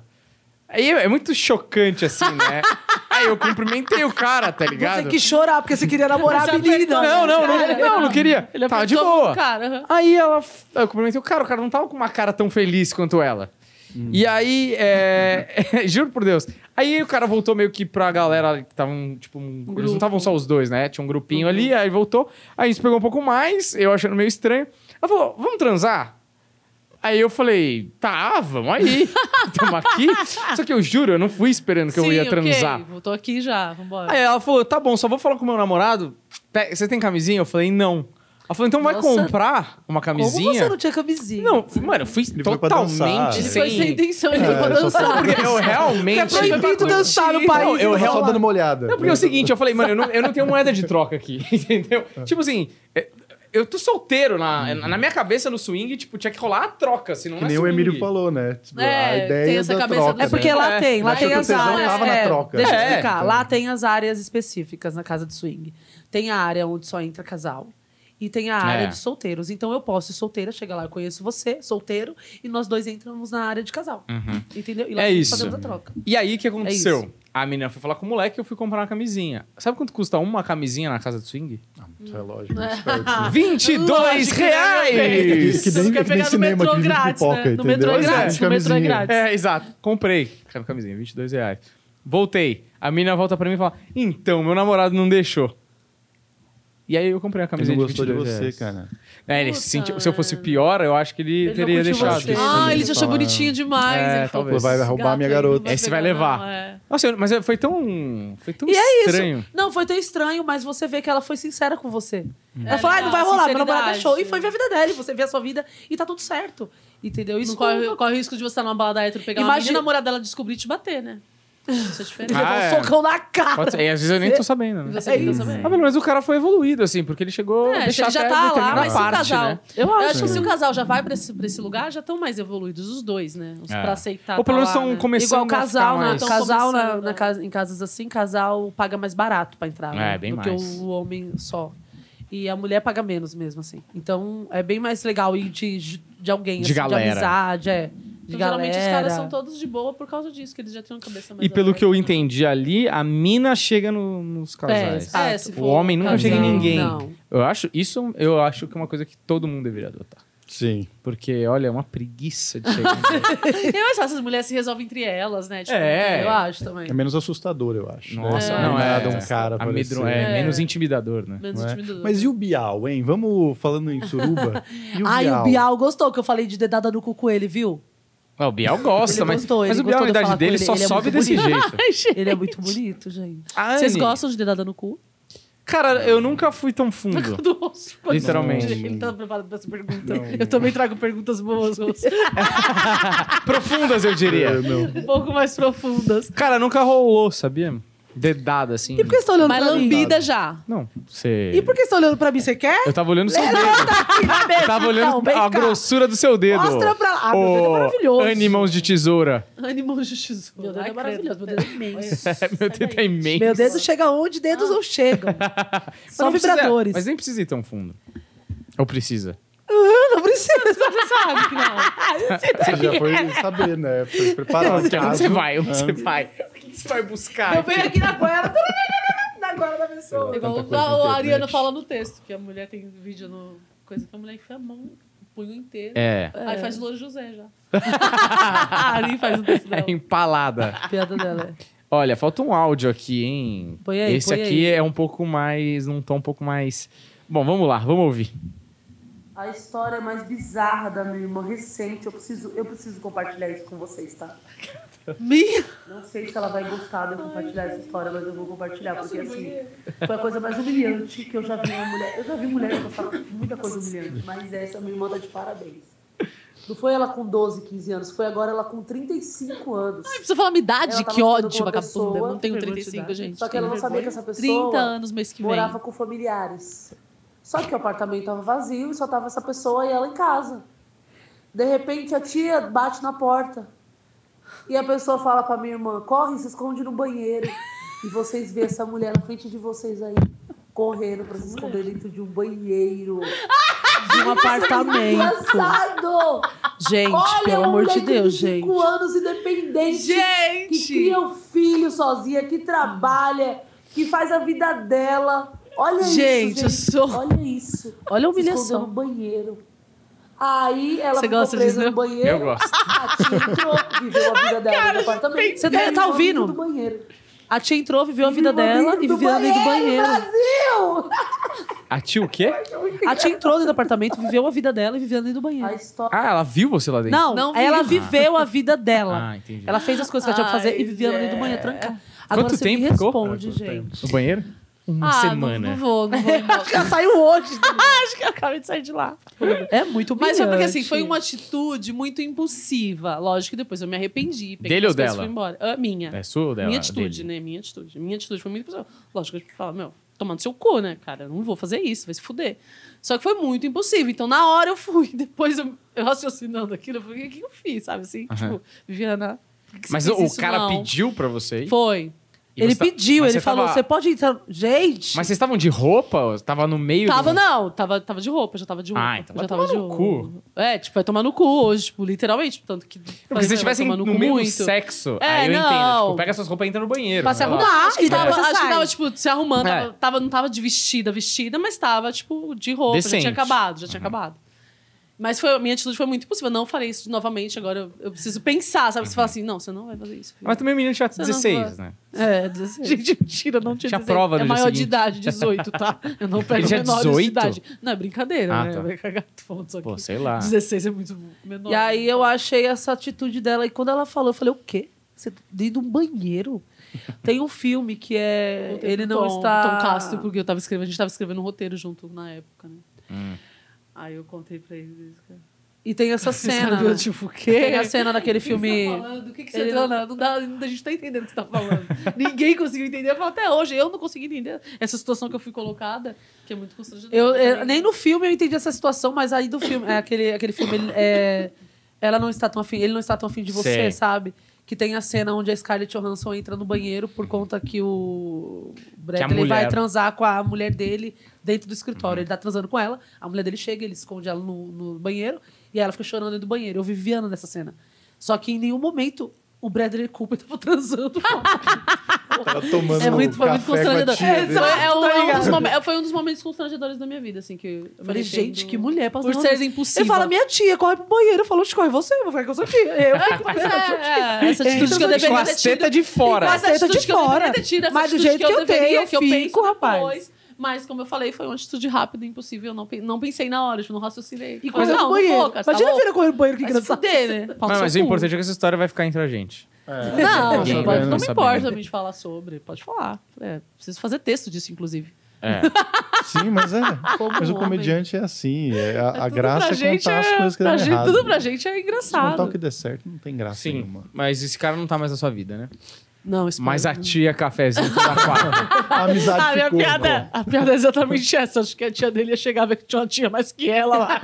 Aí é muito chocante assim, né? aí eu cumprimentei o cara, tá
Você
ligado?
que chorar, porque você queria namorar a
Não,
menina.
né? não, não, não, não queria.
Ele
Tava Tá de
apertou a mão
boa.
do cara, aham.
Aí ela. Eu cumprimentei o cara, o cara não tava com uma cara tão feliz quanto ela.
Hum.
E aí, é, juro por Deus. Aí o cara voltou meio que pra galera que estavam, tipo, um- eles não estavam só os dois, né? Tinha um grupinho
Uhum.
ali, aí voltou. Aí a gente pegou um pouco mais, eu achando meio estranho. Ela falou: vamos transar? Aí eu falei, tá, vamos aí. Tamo aqui. Só que eu juro, eu não fui esperando que eu
Sim,
ia
ok,
transar.
Voltou aqui já, vambora.
Aí ela falou, tá bom, só vou falar com meu namorado. Pe- Você tem camisinha? Eu falei, não. Ela falou, então vai
Nossa.
comprar uma
Como você
camisinha?
não tinha camisinha?
Não, mano, eu fui
Ele foi pra dançar.
totalmente
Ele
sem...
foi sem intenção, ele foi pra
É, só
dançar.
pra-
Porque eu realmente...
É proibido dançar no país.
Não, eu
Não,
Eu tava só
realmente...
dando uma olhada.
Não, porque é o seguinte, eu falei, mano, eu não, eu não tenho moeda de troca aqui, entendeu? Tipo assim, é, Eu tô solteiro na, na minha cabeça no swing, tipo, tinha que rolar a troca, senão
Que
não é
nem o
swing.
Emílio falou, né? Tipo, a
É,
ideia
tem essa
da
cabeça
troca,
do-
É porque
né?
lá
É.
tem, lá
Acho
tem
que o
as
tesão
áreas.
tava na
é,
troca.
Deixa eu
É,
explicar.
então.
Lá tem as áreas específicas na casa de swing. Tem a área onde só entra casal. E tem a área
É.
de solteiros. Então eu posso ir solteira, chegar lá, eu conheço você, solteiro, e nós dois entramos na área de casal.
Uhum.
Entendeu? E lá
É
nós
isso.
fazemos a troca.
E aí, o que aconteceu?
É
a menina foi falar com o moleque e eu fui comprar uma camisinha. Sabe quanto custa uma camisinha na casa de swing?
Isso é lógico. esperto.
22
Que,
reais!
que nem,
Você quer
que nem
pegar no
cinema
metrô
que divide
grátis,
pipoca,
né? No
entendeu?
metrô é
Mas
grátis,
de
no metrô é
camisinha.
grátis.
É, exato. Comprei a camisinha, 22 reais. Voltei. A menina volta pra mim e fala, então, meu namorado não deixou. E aí eu comprei a
Ele
camisinha
não gostou de
22
você,
reais.
cara.
É, ele
Puta,
se sentiu, se eu fosse pior, eu acho que ele,
não
teria
curtiu
deixado.
você.
Sim,
Ah, ele te
eles
achou
falaram.
bonitinho
É,
demais. ele falou,
talvez.
"Pô,
Vai
esse
roubar
gato
minha
aí não
garota."
vai
Esse vai
pegar,
levar.
não, é.
Nossa, eu- mas foi tão. Foi tão
E é isso.
estranho.
Não, foi tão estranho, mas você vê que ela foi sincera com você.
Hum.
Ela
É
falou, ah, não vai
legal,
rolar, meu namorado
sinceridade.
achou. E foi ver a vida dela, e você vê a sua vida e tá tudo certo. Entendeu? Isso
Não corre, corre o risco de você estar numa balada hétero pegar
Imagina-
uma menina, a namorada dela descobrir e te bater, né? Isso é diferente.
Ah,
levar
é.
um socão na cara.
Pode ser. E às vezes eu nem tô sabendo, né?
Você fica também.
Ah, pelo menos o cara foi evoluído, assim, porque ele chegou. a
É,
deixar
ele já
até
tá lá,
determinada
mas se o
parte,
casal.
né?
Eu
É
acho que
Sim.
se o casal já vai pra esse, pra esse lugar, já estão mais evoluídos os dois, né? Os
É.
pra aceitar.
Ou pelo
tá
menos
lá,
estão
né?
começando
Igual casal,
a
na,
ficar mais...
casal na-
começando,
na
é.
casa- em casas assim, casal paga mais barato pra entrar.
É,
né?
bem
do
mais.
que o homem só. E a mulher paga menos mesmo, assim. Então é bem mais legal ir de, de alguém,
De
assim,
galera.
amizade, é. De
Então,
galera.
Geralmente os caras são todos de boa por causa disso, que eles já têm uma cabeça mais
E pelo que eu
aberta.
entendi ali, a mina chega no- nos casais.
exato.
É, se for
o homem nunca
casal.
chega em ninguém.
Não.
Eu acho isso, eu acho que é uma coisa que todo mundo deveria adotar.
Sim.
Porque, olha, é uma preguiça de chegar. em ninguém.
Eu acho que essas mulheres se resolvem entre elas, né? Tipo,
É.
Eu acho também.
É menos assustador, eu acho. né?
Nossa,
Do
não, é.
nada um cara aparecer,
Amedro- é,
É.
menos intimidador, né?
Menos
não é?
intimidador.
Mas e o Bial, hein? Vamos falando em suruba. E o
Ai,
Bial?
o Bial gostou que eu falei de dedada no cu com ele, viu?
Ah, o Bial gosta,
Ele
mas,
gostou, ele
mas o Bial,
gostou
a
de eu
idade
falar com
dele
ele,
só
ele é
sobe
muito
desse jeito.
Ele é muito bonito, gente.
A
Vocês
Anne,
gostam de dedada no cu?
Cara, eu nunca fui tão fundo.
Do osso.
Literalmente.
Ele tá preparado pra essa pergunta. Eu um também trago perguntas boas, moço.
Profundas, eu diria.
É, não.
um pouco mais assim. profundas.
Cara, nunca rolou, sabia? Dedada, assim.
E por que vocês estão olhando
Mas
pra mim?
lambida já.
Não, você...
E por que vocês estão olhando pra mim? Você quer?
Eu tava olhando seu dedo.
Tá
Eu tava olhando
vem
a
cá.
grossura do seu dedo.
Mostra pra lá. Ah, meu dedo é
Ô,
maravilhoso.
Animãos de tesoura.
Animal de tesoura.
Meu dedo
Ai,
é maravilhoso,
credo.
meu dedo é imenso.
Meu dedo é imenso.
Meu dedo chega onde dedos não chegam.
Mas
Só
não precisa-
vibradores.
Mas nem precisa ir tão fundo. Ou precisa?
Não precisa.
Você sabe que não.
Você já foi saber, né? Foi se preparar.
Onde
caso.
você vai? Onde você vai? O que você vai buscar?
Eu venho aqui na goela. Na goela da pessoa.
É Igual o,
Tanta coisa na
a,
internet.
Ariana fala no texto, que a mulher tem vídeo no. Coisa que a mulher enfia a mão, o punho inteiro.
É.
Aí faz Louro José já. a Ari faz o texto dela.
É empalada.
Piada Ah, dela.
Olha, falta um áudio aqui, hein?
Põe aí,
Esse
põe
aqui
aí.
é um pouco mais. num tom um pouco mais. Bom, vamos lá, vamos ouvir.
A história mais bizarra da minha irmã recente, eu preciso, eu preciso compartilhar isso com vocês, tá?
Minha!
Não sei se ela vai gostar de eu compartilhar essa história, mas eu vou compartilhar, porque assim, foi a coisa mais humilhante que eu já vi uma mulher. Eu já vi mulher passar por muita coisa humilhante, mas essa minha irmã tá de parabéns. Não foi ela com 12, 15 anos, foi agora ela com 35 anos.
Precisa falar minha idade,
Ela tava
que
ficando
ódio,
com uma
vagabunda. Eu
pessoa,
não tenho
pergunta de
35,
idade.
gente.
Só que ela não sabia que essa pessoa
30 anos mês que vem.
morava com familiares. Só que o apartamento estava vazio e só tava essa pessoa e ela em casa. De repente a tia bate na porta. E a pessoa fala pra minha irmã: corre, se esconde no banheiro. E vocês vê essa mulher na frente de vocês aí, correndo pra se esconder dentro de um banheiro.
De um apartamento.
Engraçado!
Gente,
Olha, um
pelo
uma
amor
mulher
de Deus,
de 35
gente.
anos independente. Que
Gente!
cria um filho sozinha, que trabalha, que faz a vida dela. Olha
Gente, eu
isso, gente.
sou-
Olha isso.
Olha a
Se escondeu
humilhação.
no banheiro. Aí ela
Você
ficou
gosta
presa
disso, né?
no banheiro. Ah,
Eu gosto.
A tia entrou, viveu a vida dela no apartamento.
Você tá-
E aí
tá
ela
ouvindo?
dentro do banheiro.
A tia entrou, viveu a vida
Viveu
dela e
do
viveu dentro do banheiro.
Brasil!
A tia o quê?
A tia entrou dentro do apartamento, viveu a vida dela e viveu dentro do
A
banheiro.
história...
Ah, ela viu você lá dentro?
Não,
Não
ela
viu.
viveu a vida dela.
Ah, entendi.
Ela fez as coisas que ela tinha pra
Ai,
fazer
é.
e viveu dentro do banheiro, trancada. Agora
Quanto
você
tempo
me
ficou?
responde, gente.
No banheiro? Uma
Ah,
semana.
Não, não vou, não vou. embora.
Já saiu hoje.
Acho que eu acabei de sair de lá.
É muito
Mas foi porque
humilhante.
assim, foi uma atitude muito impulsiva. Lógico que depois eu me arrependi. peguei
Dele ou
as coisas e
dela?
Fui embora. Ah, minha.
É sua ou dela?
Minha atitude,
Dele?
né? Minha atitude. Minha atitude foi muito impulsiva. Lógico que eu falo, meu, tomando seu cu, né, cara? Eu não vou fazer isso, vai se fuder. Só que foi muito impossível. Então, na hora eu fui. Depois eu, eu raciocinando aquilo, eu falei, o que, que eu fiz? Sabe assim? Tipo, Viana. por que que
Mas
você
o
fez
o
isso?
cara
Não.
pediu pra vocês?
Foi.
E
ele
você tá-
pediu,
mas
ele
você
falou:
tava-
você pode entrar. Gente!
Mas vocês estavam de roupa? Tava no meio
Tava,
do...
não, tava, tava de roupa, já tava de roupa.
Ah, então
já
vai
tava
tomar
de
no
roupa.
cu.
É, tipo, vai tomar no cu hoje, tipo, literalmente. Tanto que.
Porque se
vai
vocês estivessem
tomar
no,
cu
mesmo sexo,
É,
aí eu entendo.
não.
Tipo, pega suas roupas e entra no banheiro. né?
Pra se
sei lá.
arrumar. Acho que tava,
depois você
acho que
sai.
tava, tipo, se arrumando.
É.
Tava, tava- não tava de vestida, vestida, mas tava, tipo, de roupa. Já
Decente. Uhum.
tinha acabado, já tinha acabado. Mas foi, minha atitude foi muito impossível. Não farei isso novamente, agora eu, eu preciso pensar, sabe? Você
Uhum.
fala assim, não, você não vai fazer isso. filho.
Mas também o menino tinha
não
16, né?
É, 16. Gente, mentira, não tinha
Tinha
16.
prova no
É
dia
maior de
seguinte.
idade, 18, tá? Eu não pego
Ele já é
menores de
18?
idade. Não, é brincadeira,
Ah,
né?
tá.
Vai cagar, tô falando isso aqui.
Pô, sei lá.
16 é muito menor.
Ah.
né?
E aí eu achei essa atitude dela. E quando ela falou, eu falei, o quê? Você tá dentro de um banheiro? Tem um filme que é...
Voltei
Ele
pro
não
Tom,
está...
Tom Castro, porque eu tava escrevendo, a gente tava escrevendo um roteiro junto na época, né?
Hum.
Aí eu contei pra eles isso, cara.
E tem essa cena.
Sabe, eu,
né?
tipo, o quê?
Tem a cena daquele filme...
O que você tá falando? O que, que você
Ele- é
tá falando? Não dá, não- a gente tá entendendo o que você tá falando. Ninguém conseguiu entender. Eu falo até hoje, eu não consegui entender essa situação que eu fui colocada, que é muito constrangedora.
Eu, eu- nem no filme eu entendi essa situação, mas aí do filme, é, aquele, aquele filme, ele, é, ela não está tão afim, ele não está tão afim de você,
Sei.
sabe? Que tem a cena onde a Scarlett Johansson entra no banheiro por conta que o
Que a
Bradley vai
mulher-
transar com a mulher dele dentro do
Uhum.
escritório. Ele tá transando com ela, a mulher dele chega, ele esconde ela no, no banheiro e ela fica chorando dentro do banheiro. Eu vi Viviana nessa cena. Só que em nenhum momento o Bradley Cooper tava transando.
Tava tomando
É muito- foi muito
café com a
constrangedor.
tia né?
É,
dele.
foi, é um-
Tá
é um
ligado?
dos momen- foi um dos momentos constrangedores da minha vida, assim, que eu me
Eu falei,
arrependo.
gente, que mulher passando
Por ser impulsiva.
Ele fala, minha tia, corre pro banheiro. Eu falo, "Oxe, corre você, vou ficar com a sua tia. Eu fico com a sua tia.
É, é, essa atitude que eu
Com
deveria ter
as
tido.
tetas de fora.
Mas
Aceita
atitude
de
que eu deveria
fora.
ter tido, essa
Mas do
atitude
jeito que eu
deveria,
tenho, eu
que eu
fico,
penso
rapaz.
depois. Mas, como eu falei, foi uma atitude rápida, impossível. Eu não, pe- não pensei na hora, tipo, não raciocinei.
E
Mas
corre pro
não,
banheiro.
não vou, cara, tá
Imagina
louco.
virar correr pro banheiro, que
Vai se
engraçado.
fuder, né?
Mas,
Pau no
mas o
seu cu.
importante é que essa história vai ficar entre a gente.
Não,
Ninguém
não,
vai
pode, não me
saber.
importa me falar sobre. Pode falar. É, preciso fazer texto disso, inclusive.
É.
Sim, mas é.
Como
Mas
um
o
homem.
comediante é assim. é a a
Tudo
graça
pra
é
gente
contar as
é-
coisas que
pra
dão
gente-
errado.
Tudo pra gente é
Se contar o que
engraçado.
der certo, não tem graça
Sim.
nenhuma.
Mas esse cara não tá mais na sua vida, né?
Não, é espera.
Mas a tia cafezinho da quarta.
A amizade
Ah, minha
ficou,
piada,
pô.
a piada é exatamente essa. Acho que a tia dele ia chegar a ver que tinha uma tia mais que ela lá.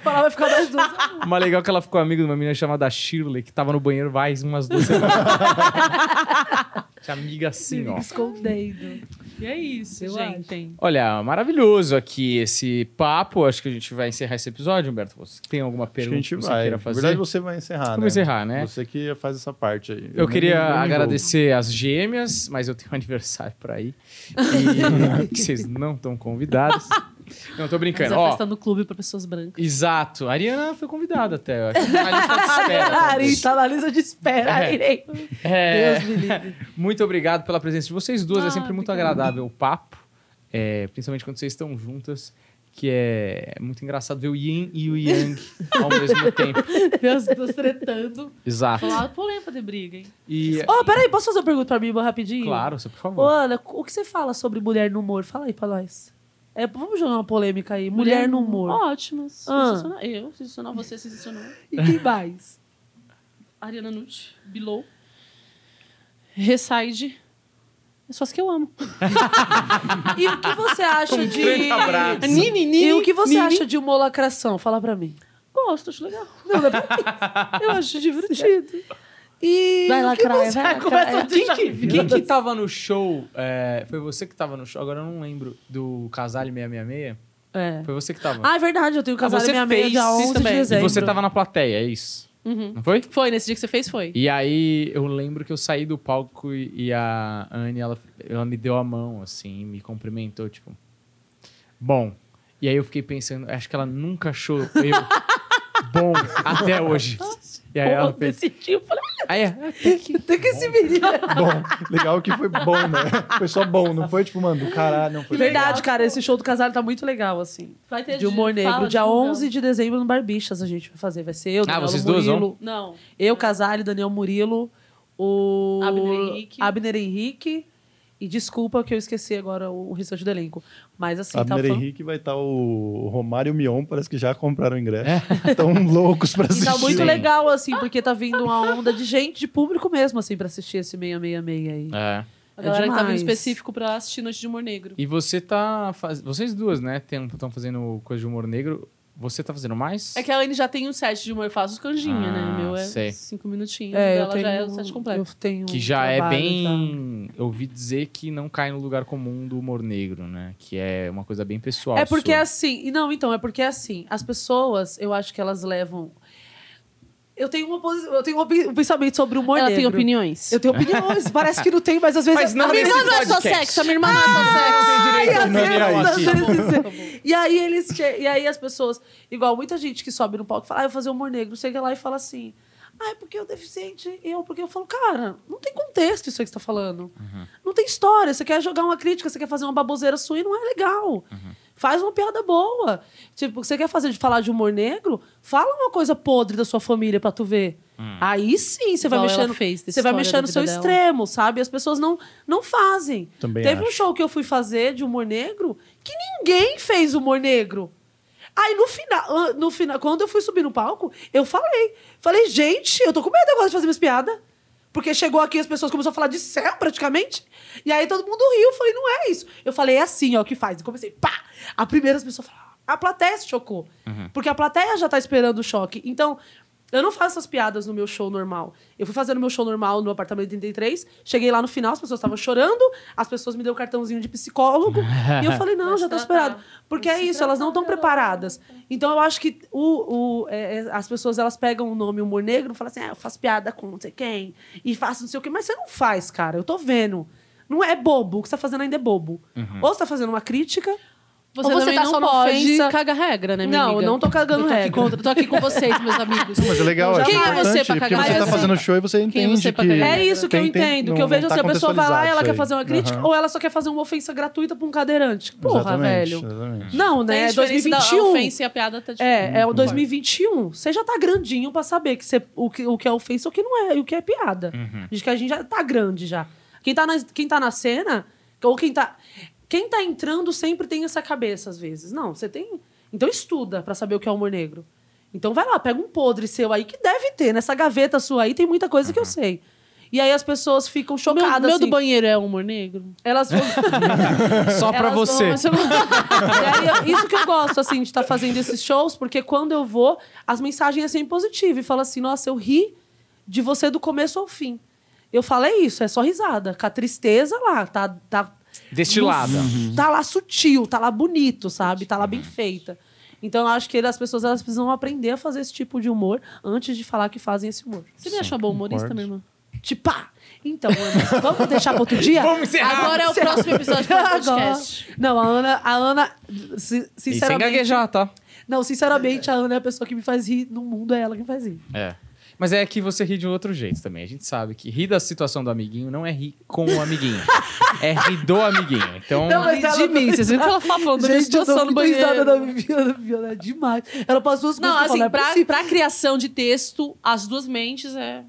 Falar, vai ficar mais duas.
Mas legal que ela ficou amiga de uma menina chamada Shirley, que tava no banheiro mais umas duas semanas. Tinha amiga assim, ó.
Escondendo.
E é isso,
Eu
gente.
Olha, maravilhoso aqui esse papo. Acho que a gente vai encerrar esse episódio, Humberto. Você tem alguma
Acho
pergunta
que a gente
que você
vai.
queira
Na
fazer?
verdade, você vai encerrar,
Vamos
né?
encerrar, né?
Você que faz essa parte aí.
Eu
nem-
queria
nem me envolvo.
agradecer às gêmeas, mas eu tenho um aniversário para ir. E que vocês não estão convidados. Não, tô brincando.
Fazer a
Ó,
festa no clube pra pessoas brancas.
exato. A Ariana foi convidada até. Eu acho que tá na lista de espera,
Ari,
talvez.
tá na lista de espera.
É.
Irei.
É,
Deus me livre.
muito obrigado pela presença de vocês duas.
Ah,
é sempre muito
obrigada.
agradável o papo, é, principalmente quando vocês estão juntas, que é muito engraçado ver o Yin e o Yang ao mesmo tempo.
Deus, tô tretando.
Exato.
Falar polêmica de briga, hein?
E,
Ô, peraí, posso fazer uma pergunta pra mim, rapidinho?
claro, você, por
Ô,
favor.
Ana, o que você fala sobre mulher no humor? Fala aí pra nós. É, vamos jogar uma polêmica aí. Mulher, no humor.
Ótimo.
Ah.
Sensacional. Eu, sensacional. Você, sensacional.
E quem mais?
Ariana Nutt, Below. Reside. É só as que eu amo.
E o que você acha de...
Nini, Nini.
E o que você acha de uma lacração? Fala pra mim.
Gosto, acho legal.
Não, não é pra mim. Eu acho divertido. E
Vai
o que
lacrar,
você-
vai
começa
lacrar.
a deixar-
Quem que tava no show? é, foi você que tava no show, agora eu não lembro, do Casale 666?
É.
Foi você que tava.
Ah, é verdade, eu tenho casado minha meia dia 11 de
também. E
dezembro.
você tava na plateia, é isso?
Uhum.
Não foi?
Foi, nesse dia que você fez, foi.
E aí eu lembro que eu saí do palco e e a Anne, ela, ela me deu a mão, assim, e me cumprimentou, tipo. Bom. E aí eu fiquei pensando, acho que ela nunca achou eu bom até hoje. E aí É, ela fez.
Nesse dia, eu falei,
Aí é,
Tem que se virar.
Bom, legal que foi bom, né? Foi só bom, não foi tipo, mano, do caralho, não foi.
Verdade, cara, esse show do casal tá muito legal, assim.
vai ter
De humor
dia-
negro.
fala, tipo,
Dia
não.
11 de dezembro no Barbixas a gente vai fazer. Vai ser eu, Daniel
Ah, vocês duas vão?
Murilo.
Não.
Eu, Casale, Daniel Murilo, o
Abner Henrique.
Abner Henrique. E desculpa que eu esqueci agora o o restante do elenco. Mas assim,
a
tá
Abner
fã-
Henrique vai estar o Romário Mion, parece que já compraram o ingresso.
É.
Estão loucos pra
E
assistir.
tá muito
Sim.
legal, assim, porque tá vindo uma onda de gente, de público mesmo, assim, pra assistir esse 666 aí.
É.
A
A galera que tá vindo
demais.
específico pra assistir Noite de Humor Negro.
E você tá. faz- Vocês duas, né? Estão fazendo coisa de humor negro. Você tá fazendo mais?
É que a Aline já tem um set de humor, eu faço os canjinhos, né?
Ah,
O Meu é
sei.
cinco minutinhos,
É,
o
eu
dela
tenho,
já é o set completo.
eu tenho
Que já é
trabalho, tá?
bem. Eu ouvi dizer que não cai no lugar comum do humor negro, né? Que é uma coisa bem pessoal.
É porque
sua.
assim, e não, então, é porque assim, as pessoas, eu acho que elas levam. Eu tenho uma posi- eu tenho uma opi- um pensamento sobre o humor
Ela tem
negro.
opiniões.
Eu tenho opiniões, parece que não tem, mas às vezes.
Mas não
a
nesse
menina
Não é só
podcast.
sexo, a minha irmã não é só sexo.
Tem direito à
Ai,
opinião
às vezes,
aqui.
às vezes,
Tá
E aí eles che- e aí as pessoas, igual muita gente que sobe no palco e fala, ah, eu vou fazer humor negro, chega lá e fala assim. Ah, é porque eu deficiente, eu, porque eu falo, cara, não tem contexto isso aí que você tá falando. Não tem história. Você quer jogar uma crítica, você quer fazer uma baboseira sua e não é legal. Faz uma piada boa. Tipo, você quer fazer de falar de humor negro? Fala uma coisa podre da sua família pra tu ver. Aí sim você vai
Igual ela
mexendo.
fez da
Você vai
história
mexer
da
no
vida
seu
dela.
extremo, sabe? As pessoas não, não fazem.
Também
Teve um
acho.
show que eu fui fazer de humor negro que ninguém fez humor negro. Aí no final, no final, quando eu fui subir no palco, eu falei. Falei, gente, eu tô com medo agora de fazer minhas piadas. Porque chegou aqui as pessoas começaram a falar de céu praticamente. E aí todo mundo riu. Eu falei, não é isso. Eu falei, é assim, ó, o que faz. E comecei, pá! A primeira as pessoas falaram, a plateia se chocou.
Uhum.
Porque a plateia já tá esperando o choque. Então, eu não faço essas piadas no meu show normal. Eu fui fazer no meu show normal no apartamento 33. Cheguei lá no final, as pessoas estavam chorando, as pessoas me deu cartãozinho de psicólogo. e eu falei, não, já tá esperado. Porque é isso, elas não estão preparadas. Então eu acho que o, o- é, é, as pessoas elas pegam o nome humor negro e falam assim: ah, eu faço piada com não sei quem, e faço não sei o quê. Mas você não faz, cara. Eu tô vendo. Não é bobo. O que você tá fazendo ainda é bobo. Ou você tá fazendo uma crítica.
Você,
ou você
também
tá
não
só na
pode
ofensa.
caga regra, né, minha
Não,
amiga?
eu não tô cagando
eu tô aqui
regra.
contra, eu tô aqui com vocês, meus amigos.
Mas é legal, acho
Quem é
importante,
você pra
porque
cagar
você tá
regra?
fazendo show e você
Quem é
entende
você pra
que...
É,
cagar regra?
isso que eu
tem- tem-
entendo.
não-
que eu vejo
não tá
assim, a pessoa vai lá,
contextualizado
ela
isso
quer
aí.
fazer uma crítica,
Aham.
ou ela só quer fazer uma ofensa gratuita pra um cadeirante. Porra,
Exatamente,
velho.
exatamente.
Não, né? É
Tem diferença da
2021.
ofensa e a piada tá de...
É, é o 2021. Você já tá grandinho pra saber que você- o, que, o que é ofensa e o que não é, e o que é piada. Diz que a gente já tá grande já. Quem tá na, quem tá na cena, ou quem tá. Quem tá entrando sempre tem essa cabeça, às vezes. Não, você tem. Então estuda pra saber o que é humor negro. Então vai lá, pega um podre seu aí, que deve ter. Nessa gaveta sua aí tem muita coisa que eu sei. E aí as pessoas ficam
Meu,
chocadas.
meu do
assim,
banheiro é humor negro?
Elas
Só pra
elas
você.
vão- E aí, eu- isso que eu gosto, assim, de estar fazendo esses shows, porque quando eu vou, as mensagens é sempre positiva. E fala assim, nossa, eu ri de você do começo ao fim. Eu falo, é isso, é só risada. Com a tristeza lá, tá... tá
Destilada.
Tá lá sutil, tá lá bonito, sabe? Tá lá bem feita. Então, eu acho que as pessoas elas precisam aprender a fazer esse tipo de humor antes de falar que fazem esse humor.
Você me achou bom humorista,
concordo.
minha irmã?
Tipo, ah, então, Ana, vamos deixar pra outro um dia?
Vamos encerrar.
Agora é o próximo episódio do podcast.
Agora. Não, a Ana, a Ana si-
E sem
sinceramente.
gaguejar, tá?
Não, sinceramente, a Ana é a pessoa que me faz rir no mundo, é ela que me faz rir.
É. Mas é que você ri de outro jeito também. A gente sabe que rir da situação do amiguinho não é rir com o amiguinho. é rir do amiguinho. Então,
Não, mas ela-
de mim, vocês viram o que ela tá falando da minha
Gente, eu
situação
tô
no
muito
banheiro.
risada da Viviana, Viviana, é demais. Ela passou as
Não,
coisas que eu
assim,
falo, não é
pra,
possível.
pra criação de texto, as duas mentes é.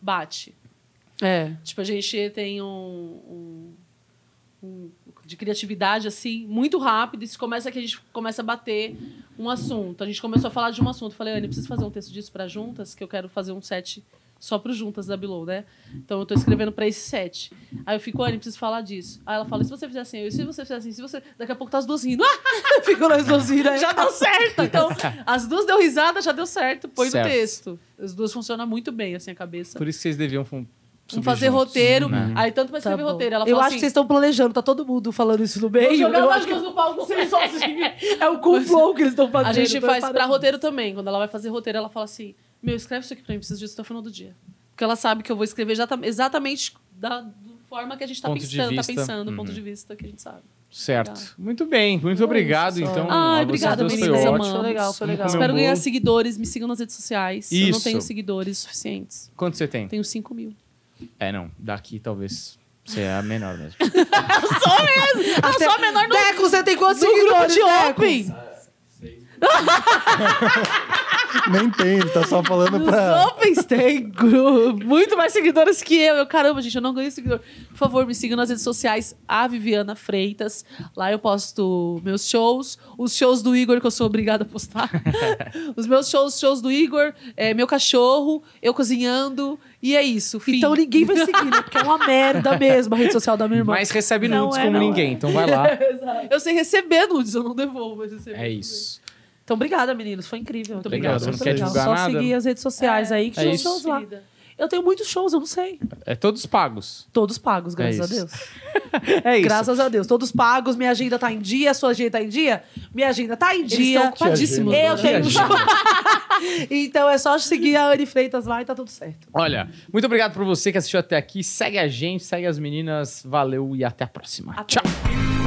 bate.
É.
Tipo, a gente tem um. um- um- de criatividade, assim, muito rápido. E se começa que a gente começa a bater um assunto. A gente começou a falar de um assunto. Eu falei, Anne, preciso fazer um texto disso pra Juntas, que eu quero fazer um set só pro Juntas da Below, né? Então eu tô escrevendo pra esse set. Aí eu fico, Anne, preciso falar disso. Aí ela fala, e se você fizer assim, eu, e se você fizer assim, se você. Daqui a pouco tá as duas rindo. Ah,
Ficou nas duas riras.
já deu certo! Então, as duas deu risada, já deu certo. Põe
Certo.
no texto. As duas funcionam muito bem, assim, a cabeça.
por isso que vocês deviam fun-
Um
subir
fazer
juntos.
roteiro.
né?
Aí tanto pra escrever
bom.
roteiro. Ela
eu
fala
acho
assim,
que vocês estão planejando, tá todo mundo falando isso no meio.
Vou jogar
Eu
nós
acho que
duas no palco sem sozinho.
é o complô que eles estão fazendo.
A gente
não é
faz
para-
pra roteiro também. Quando ela vai fazer roteiro, ela fala assim: Meu, escreve isso aqui pra mim, preciso disso até o final do dia. Porque ela sabe que eu vou escrever exata- exatamente da do forma que a gente tá
Ponto de
pensando, tá
vista.
pensando,
Uhum.
ponto de vista que a gente sabe.
Tá.
Certo. Muito bem. Muito obrigado, então. a
Ai, obrigada,
vocês duas,
meninas,
Foi
eu
ótimo.
amo.
Foi legal, foi legal.
Comeu
Espero ganhar
bolo.
seguidores, me sigam nas redes sociais. Eu não
Isso.
tenho seguidores suficientes.
Quanto você tem?
Tenho 5 mil.
É, não. Daqui talvez você é a menor mesmo.
Até...
sou a menor no-
Deco, você tem quantos
no grupo
seguidores,
de
Deco?
Open.
Nem tem,
é
ele tá só falando
Os
pra.
Opens têm gru- muito mais seguidores que eu. eu. Caramba, gente, eu não ganhei seguidor. Por favor, me sigam nas redes sociais, a Viviana Freitas. Lá eu posto meus shows, os shows do Igor, que eu sou obrigada a postar. os meus shows, os shows do Igor, é, meu cachorro, eu cozinhando. E é isso. Fim.
Então ninguém vai seguir, né? Porque é uma merda mesmo a rede social da minha irmã.
Mas recebe
Não
nudes
é,
como
não
ninguém, então vai lá.
Eu sei receber nudes, eu não devolvo. Mas eu sei
É
receber.
isso.
Então, obrigada, meninos. Foi incrível. Muito
Obrigado,
você não
Foi
quer
legal.
divulgar
Só
nada?
seguir as redes sociais aí, que
É
tem
isso.
shows lá. Eu tenho muitos shows, eu não sei.
É todos pagos.
Todos pagos, graças
É
a
isso.
Deus.
É isso.
Graças a Deus. Todos pagos, minha agenda tá em dia, sua agenda tá em dia, minha agenda tá em dia.
estão ocupadíssimos, né?
Eu tenho um
Tia
show. então é só seguir a Anne Freitas lá e tá tudo certo.
Olha, muito obrigado por você que assistiu até aqui. Segue a gente, segue as meninas. Valeu e até a próxima. Tchau.